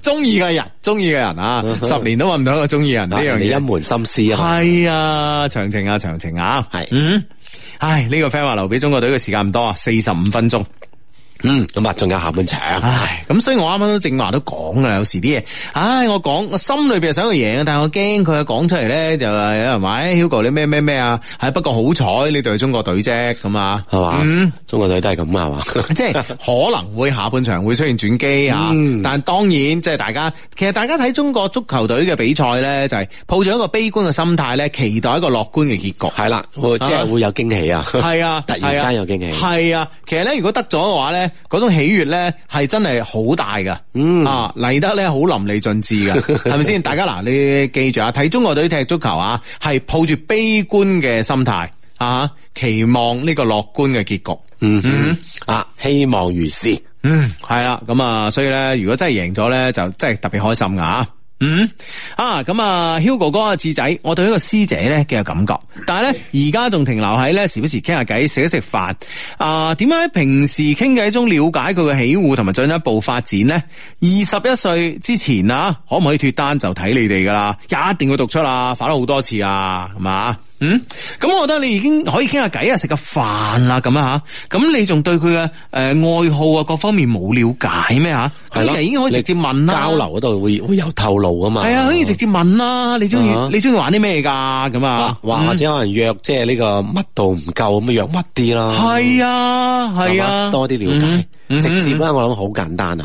Speaker 4: 中意嘅人，中意嘅人啊，十年都搵唔到一個中意人呢樣
Speaker 1: 嗯啊你一
Speaker 4: 嘢。
Speaker 1: 門心思啊，
Speaker 4: 系啊，長情啊，長情啊，
Speaker 1: 係
Speaker 4: 嗯，唉，呢、個 friend 話留俾中國隊嘅時間唔多啊，四十五分鐘。
Speaker 1: 嗯，咁啊，仲有下半場，
Speaker 4: 唉，咁所以我啱啱都正話都講噶啦，有時啲嘢，唉，我講我心裏邊係想佢贏，但係我驚佢啊講出嚟咧，就係有人話唉 Hugo 你咩咩咩啊，係不過好彩你對中國隊啫，咁啊，嗯
Speaker 1: 係嘛，中國隊都係咁啊，係嘛，
Speaker 4: 即係可能會下半場會出現轉機啊，
Speaker 1: 嗯
Speaker 4: 但當然即係大家，其實大家睇中國足球隊嘅比賽咧，就係、抱住一個悲觀嘅心態咧，期待一個樂觀嘅結局。
Speaker 1: 係啦，會即係會有驚喜啊，
Speaker 4: 系啊，
Speaker 1: 突然間有驚喜，
Speaker 4: 系啊，其實咧，如果得咗嘅話咧，嗰種喜悦咧係真係好大噶，
Speaker 1: 嗯
Speaker 4: 啊嚟得咧好淋漓盡 致噶，係咪先？大家嗱，你記住啊，睇中國隊踢足球啊，係抱住悲觀嘅心態啊，期望呢個樂觀嘅結局。
Speaker 1: 嗯哼，啊，希望如是。
Speaker 4: 嗯，系啦，咁啊，所以咧，如果真系赢咗咧，就真系特别开心噶啊！嗯啊，咁啊，Hugo 哥啊，智仔，我對呢個師姐咧幾有感覺，但係咧而家仲停留喺咧時不時傾下偈、食一食飯。啊，點解喺平時傾偈中了解佢嘅喜好同埋進一步發展呢？二十一歲之前啊，可唔可以脱單就睇你哋噶啦，一定要讀出啊，反咗好多次啊，係嘛？嗯，咁我覺得你已經可以傾下偈啊，食個飯啦咁啊吓，咁你仲對佢嘅诶愛好啊各方面冇了解咩啊吓？
Speaker 1: 係
Speaker 4: 咁
Speaker 1: 咯，
Speaker 4: 你已經可以直接問啦，
Speaker 1: 交流嗰度會會有透露啊嘛。
Speaker 4: 系啊，可以直接問啦，你中意、
Speaker 1: 啊
Speaker 4: 你中意玩啲咩㗎咁啊
Speaker 1: 啊，？哇，或者可能約即係呢個密度唔夠咁，約密啲啦。
Speaker 4: 係啊，係
Speaker 1: 係
Speaker 4: 啊，
Speaker 1: 嘛多啲了解，
Speaker 4: 嗯
Speaker 1: 直接。啦，我諗好簡單啊。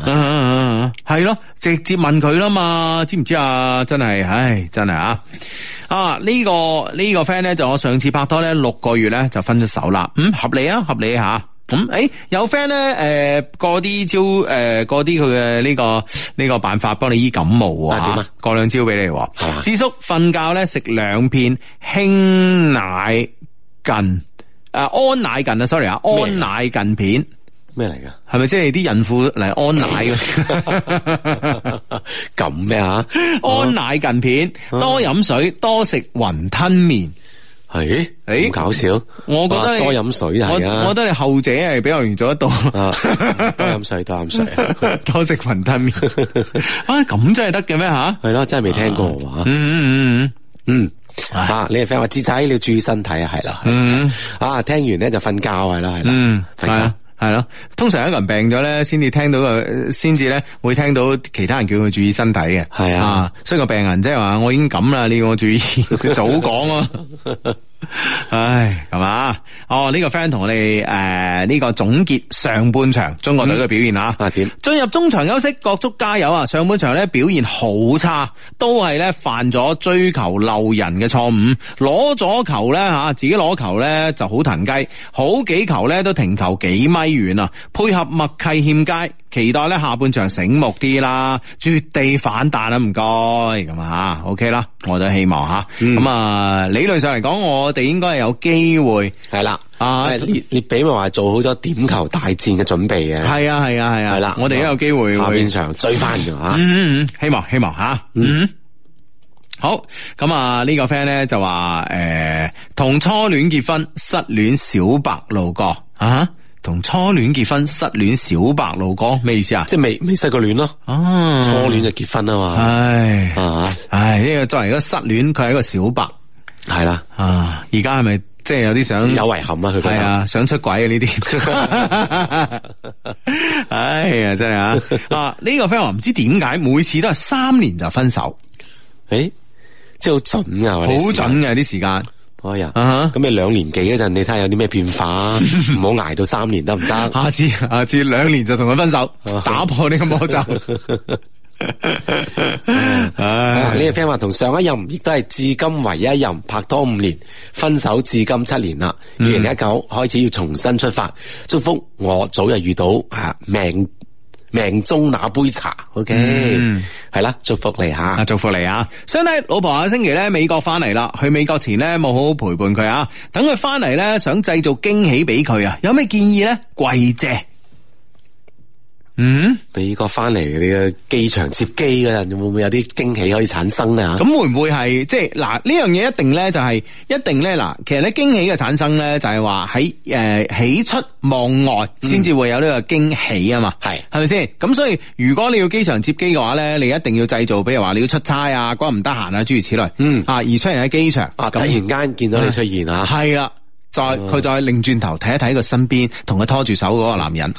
Speaker 4: 系咯，直接問佢啦嘛，知唔知啊？真係，唉，真係啊！啊，呢、個呢、個 friend 咧，就我上次拍拖咧六個月咧就分咗手啦，嗯，合理啊，合理吓、咁、诶、有 friend 咧，诶、過啲招，诶、過啲佢嘅呢個呢、個辦法幫你醫感冒喎
Speaker 1: 啊點啊
Speaker 4: 嚇過兩招俾你喎
Speaker 1: 係嘛。
Speaker 4: 智叔瞓覺咧食兩片輕奶近，诶、安奶近啊，sorry 啊，安奶近片。
Speaker 1: 咩嚟噶？
Speaker 4: 系咪即係啲孕婦嚟安奶 嘅？
Speaker 1: 咁咩啊？
Speaker 4: 安奶近片，
Speaker 1: 嗯
Speaker 4: 多飲水，多食雲吞麵。
Speaker 1: 係
Speaker 4: 咦
Speaker 1: 咁搞笑。
Speaker 4: 我覺得
Speaker 1: 哇
Speaker 4: 你
Speaker 1: 多飲水
Speaker 4: 我
Speaker 1: 係
Speaker 4: 我
Speaker 1: 啊
Speaker 4: 覺。得你後者係比較容易做得 到。
Speaker 1: 啊，多飲水，多飲水，
Speaker 4: 多食雲吞 麵啊，咁真係得嘅咩吓？
Speaker 1: 係咯，真係未聽過喎。
Speaker 4: 嗯嗯
Speaker 1: 嗯，啊，你係 friend 話志仔，你要注意身體啊，係啦，
Speaker 4: 嗯
Speaker 1: 啊，聽完咧就瞓覺係啦，係
Speaker 4: 嗯嗯
Speaker 1: 啦，，
Speaker 4: 係
Speaker 1: 瞓覺
Speaker 4: 啊。系咯，通常一個人病咗咧，先至聽到個，先至咧會聽到其他人叫佢注意身體嘅。
Speaker 1: 係啊
Speaker 4: 所以個病人即係話我已經咁啦，你要我 注意，早講啊。唉，係嘛？哦，呢、個 friend 同我哋诶呢個總結上半場中國隊嘅表現啊。
Speaker 1: 啊點？
Speaker 4: 進入中場休息，各足加油啊！上半場咧表現好差，都係咧犯咗追求漏人嘅錯誤，攞咗球咧吓，自己攞球咧就好騰雞，好幾球咧都停球幾米遠啊！配合默契欠佳，期待咧下半場醒目啲啦，絕地反彈啦，唔該咁啊吓，OK 啦，我都希望吓，咁啊、理論上嚟講，我哋應該係有機會。
Speaker 1: 係啦，
Speaker 4: 啊
Speaker 1: 誒列列比咪話做好咗點球大戰嘅準備嘅，
Speaker 4: 係啊係啊係啊，
Speaker 1: 係啦
Speaker 4: 我哋都有機會
Speaker 1: 下
Speaker 4: 會
Speaker 1: 半場追翻嘅吓。
Speaker 4: 嗯嗯嗯，希望希望吓，嗯。好，咁啊呢個 friend 咧就話诶、誒同初戀結婚，失戀小白路過啊，同初戀結婚，失戀小白路過，咩意思啊？
Speaker 1: 即系未未失過戀咯，
Speaker 4: 哦，
Speaker 1: 初戀就結婚啊嘛，
Speaker 4: 唉
Speaker 1: 啊
Speaker 4: 唉，呢、個作為一個失戀，佢係一個小白
Speaker 1: 係啦，
Speaker 4: 啊，而家係咪即係有啲想
Speaker 1: 有遺憾啊，佢覺
Speaker 4: 嗯系
Speaker 1: 得
Speaker 4: 啊，想出軌啊呢 啲，唉呀真係啊！啊呢、個 friend 話唔知點解每次都係三年就分手，
Speaker 1: 诶，即係好準啊，
Speaker 4: 好
Speaker 1: 我哋時間
Speaker 4: 準，嘅啲時間。
Speaker 1: 哎呀，
Speaker 4: 啊哈
Speaker 1: 咁你兩年幾嗰陣，你睇下有啲咩變化啊，唔好捱到三年得唔 得？
Speaker 4: 下 次下次兩年就同佢分手，打破呢個魔咒。
Speaker 1: 啊
Speaker 4: 唉，
Speaker 1: 呢個 friend 話同上一任亦都係至今唯一一任拍拖五年，分手至今七年啦。
Speaker 4: 嗯
Speaker 1: 二零一九開始要重新出發，祝福我早日遇到啊命命中那杯茶。OK，係啦，祝福你
Speaker 4: 嗯啊，
Speaker 1: 吓，
Speaker 4: 祝福你啊！相弟老婆下星期咧美國翻嚟啦，去美國前咧冇好好陪伴佢啊，等佢翻嚟咧想製造驚喜俾佢啊，有咩建議咧？跪謝。嗯，
Speaker 1: 美國翻嚟你嘅機場接機嗰陣，會唔會有啲驚喜可以產生啊？
Speaker 4: 咁會唔會係即係嗱呢樣嘢一定咧就係、一定咧嗱，其實咧驚喜嘅產生咧就係話喺誒喜出望外先至會有呢個驚喜啊嘛，
Speaker 1: 係
Speaker 4: 係咪先？咁所以如果你要機場接機嘅話咧，你一定要製造，比如話你要出差啊，嗰日唔得閒啊，諸如此類，
Speaker 1: 嗯
Speaker 4: 啊而出現喺機場
Speaker 1: 啊！突
Speaker 4: 咁
Speaker 1: 然哦間見到你出現啊！
Speaker 4: 係啦。再佢再擰轉頭睇一睇佢身邊同佢拖住手嗰個男人，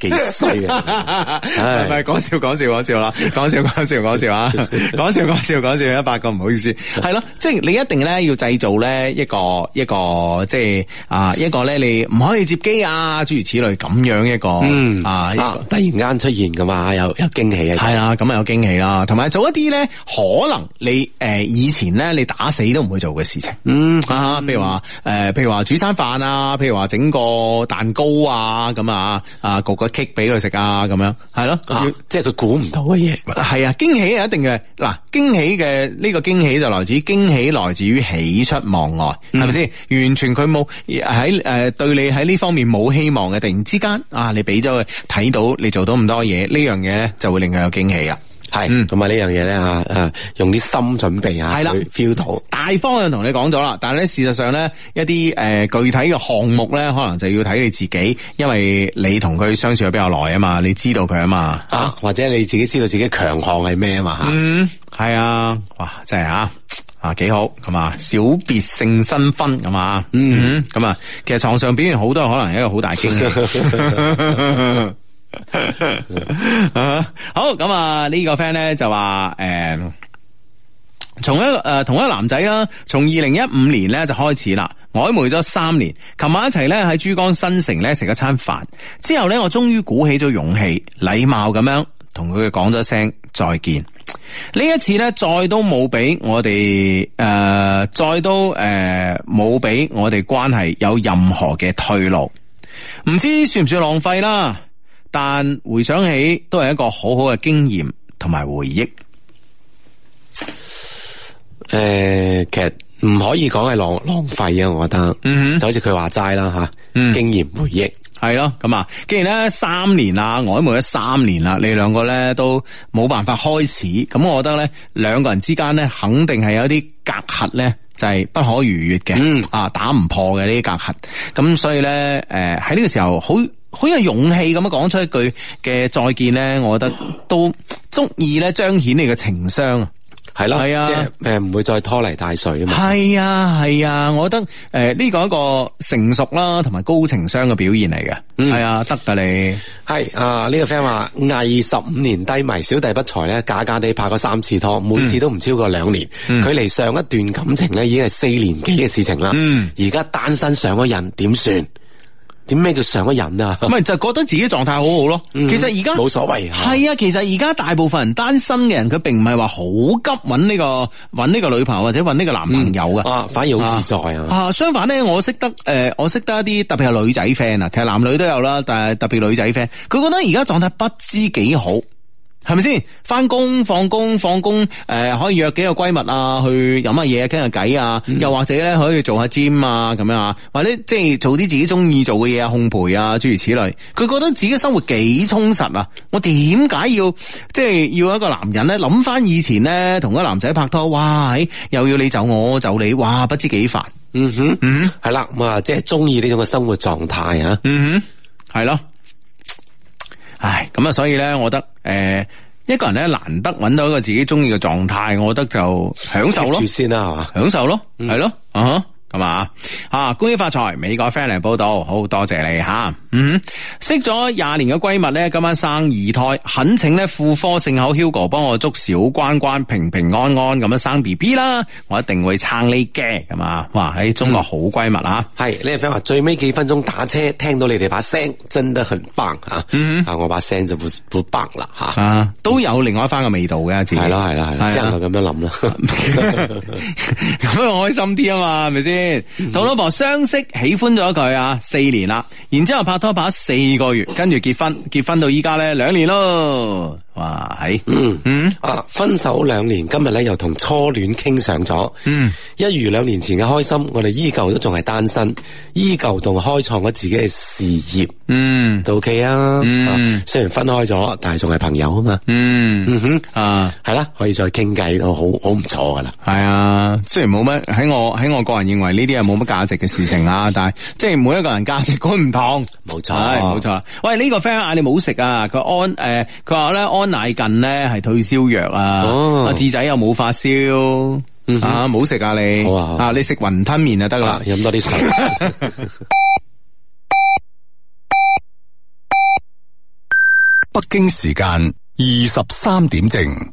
Speaker 1: 幾衰 啊！唉
Speaker 4: 唔係講笑講笑講笑啦，講笑講笑講笑啊，講笑講笑講笑一百個唔好意思，係咯，即係你一定咧要製造咧一個一個即係啊一個咧你唔可以接機啊諸如此類咁樣一個
Speaker 1: 嗯
Speaker 4: 啊一個
Speaker 1: 啊！突然間出現噶嘛，有有驚喜啊！
Speaker 4: 係啦，咁啊有驚喜啦，同埋做一啲咧可能你誒、呃以前咧你打死都唔會做嘅事情，嗯啊，譬如話誒、呃譬如話煮餐飯啊，譬如話整個蛋糕啊咁啊啊焗個 cake 俾佢食啊咁樣，係咯。
Speaker 1: 啊
Speaker 4: 要
Speaker 1: 即係佢估唔到嘅嘢。
Speaker 4: 係啊，驚喜係一定嘅。嗱，驚喜嘅呢、個驚喜就來自於驚喜，來自於喜出望外，係咪先？完全佢冇喺誒對你喺呢方面冇希望嘅，突然之間啊，你俾咗佢睇到你做到咁多嘢，呢樣嘢咧就會令佢有驚喜啊！
Speaker 1: 係，
Speaker 4: 嗯
Speaker 1: 同埋呢樣嘢咧吓，诶，用啲心準備啊，
Speaker 4: 係啦
Speaker 1: 去 feel 到。
Speaker 4: 大方向同你講咗啦，但係咧事實上咧一啲誒、呃具體嘅項目咧，可能就要睇你自己，因為你同佢相處得比較耐啊嘛，你知道佢啊嘛。
Speaker 1: 啊，或者你自己知道自己強項係咩啊嘛吓，
Speaker 4: 嗯，係啊，哇，真係啊！啊，幾好咁啊！小別勝新婚咁啊，嗯，咁啊，其實床上表現好多，可能係一個好大驚喜。啊好咁啊，呢個 friend 咧就話誒。從一誒、呃同一個男仔啦，從二零一五年咧就開始啦，曖昧咗三年。琴晚一齊咧喺珠江新城咧食一餐飯，之後咧我終於鼓起咗勇氣，禮貌咁樣同佢講咗聲再見。呢一次咧，再都冇俾我哋誒、呃再都誒冇俾我哋關係有任何嘅退路。唔知算唔算浪費啦，但回想起都係一個好好嘅經驗同埋回憶。嗯
Speaker 1: 诶，其實唔可以講係浪浪費啊，我覺得，
Speaker 4: 嗯哼
Speaker 1: 就好似佢話齋啦吓，
Speaker 4: 嗯
Speaker 1: 經驗回憶。
Speaker 4: 系咯，咁啊，既然咧三年啦，曖昧咗三年啦，你兩個咧都冇辦法開始，咁我覺得咧兩個人之間咧，肯定係有啲隔阂咧，就係不可逾越嘅，
Speaker 1: 嗯
Speaker 4: 啊打唔破嘅呢啲隔阂，咁所以咧，誒喺呢個時候好。好有勇氣咁樣講出一句嘅再見咧，我覺得都足以咧彰顯你嘅情商啊！
Speaker 1: 係咯，
Speaker 4: 係啊
Speaker 1: 即係诶唔會再拖泥帶水啊嘛。
Speaker 4: 係啊，係啊，我覺得诶呢個一個成熟啦，同埋高情商嘅表現嚟嘅，係、啊，得㗎你。
Speaker 1: 係啊，呢個 friend 話魏十五年低迷，小弟不才咧，假假地拍過三次拖，每次都唔超過兩年。距離上一段感情咧，已經係四年幾嘅事情啦。
Speaker 4: 嗯
Speaker 1: 而家單身上咗癮點算？點咩叫上咗癮啊？
Speaker 4: 咪就覺得自己狀態好好咯。
Speaker 1: 嗯
Speaker 4: 其實而家
Speaker 1: 冇所謂啊
Speaker 4: 係啊，其實而家大部分人單身嘅人，佢並唔係話好急揾呢、個揾呢個女朋友或者揾呢個男朋友嘅。
Speaker 1: 啊，反而好自在啊！
Speaker 4: 啊，相反咧，我識得誒、呃我識得一啲特別係女仔 friend 啊，其實男女都有啦，但係特別女仔 friend，佢覺得而家狀態不知幾好，係咪先？翻工、放工、放工，誒、可以約幾個閨蜜啊，去飲下嘢、傾下偈啊，又或者咧可以做下 gym 啊，咁樣啊，或者即係做啲自己中意做嘅嘢啊，烘焙啊，諸如此類。佢覺得自己生活幾充實啊！我點解要即係要一個男人咧？諗翻以前咧，同嗰個男仔拍拖，哇！唉又要你走我，我走你，哇！不知幾煩。
Speaker 1: 嗯哼，嗯，系啦，咁啊，即係中意呢種嘅生活狀態啊。
Speaker 4: 嗯哼，係咯。唉，咁啊，所以咧，我覺得诶、一個人咧難得揾到一個自己中意嘅狀態，我覺得就享受咯
Speaker 1: 住，先啦，係嘛？
Speaker 4: 享受咯，係咯，啊哈咁啊，啊，恭喜發財！美國 friend 嚟報道，好多謝你吓。嗯哼，識咗廿年嘅閨蜜咧，今晚生二胎，懇請咧婦科聖口 Hugo 幫我祝小關關平平安安咁樣生 B B 啦，我一定會撐你嘅咁啊！哇，喺中國好閨蜜啊！
Speaker 1: 係呢個 friend 話最尾幾分鐘打車，聽到你哋把聲，真得很棒啊！啊，我把聲就不不棒啦吓。
Speaker 4: 啊，都有另外一番嘅味道嘅，自己
Speaker 1: 係咯係咯係咯，
Speaker 4: 係
Speaker 1: 只
Speaker 4: 啊
Speaker 1: 能夠咁樣諗啦。
Speaker 4: 咁樣開心啲啊嘛，係咪
Speaker 1: 嗯
Speaker 4: 先？同老婆相識，喜歡咗佢啊，四年啦，然之後拍拖拍咗四個月，跟住結婚，結婚到依家咧兩年咯，哇，係
Speaker 1: 嗯
Speaker 4: 嗯
Speaker 1: 啊，分手兩年，今日咧又同初戀傾上咗。嗯，一如兩年前嘅開心，我哋依舊都仲係單身，依舊仲開創咗自己嘅事業，
Speaker 4: 嗯
Speaker 1: 都 OK 啊。
Speaker 4: 嗯
Speaker 1: 啊雖然分開咗，但係仲係朋友啊嘛。
Speaker 4: 嗯
Speaker 1: 嗯哼，
Speaker 4: 啊。
Speaker 1: 係啦，可以再傾偈，都好好唔錯噶啦。
Speaker 4: 系啊，雖然冇乜喺我喺我個人認為呢啲係冇乜價值嘅事情啊，但係即係每一個人價值觀唔同，
Speaker 1: 冇錯
Speaker 4: 係冇錯。喂，呢、個 friend 嗌你冇食啊，佢安诶，佢話咧安乃近咧係退燒藥啊，
Speaker 1: 哦
Speaker 4: 阿志仔又冇發燒
Speaker 1: 嗯哼
Speaker 4: 啊，冇食啊你，
Speaker 1: 好啊好啊
Speaker 4: 你食雲吞麵就得啦
Speaker 1: 啊，。飲多啲水。
Speaker 5: 北京時間二十三點正。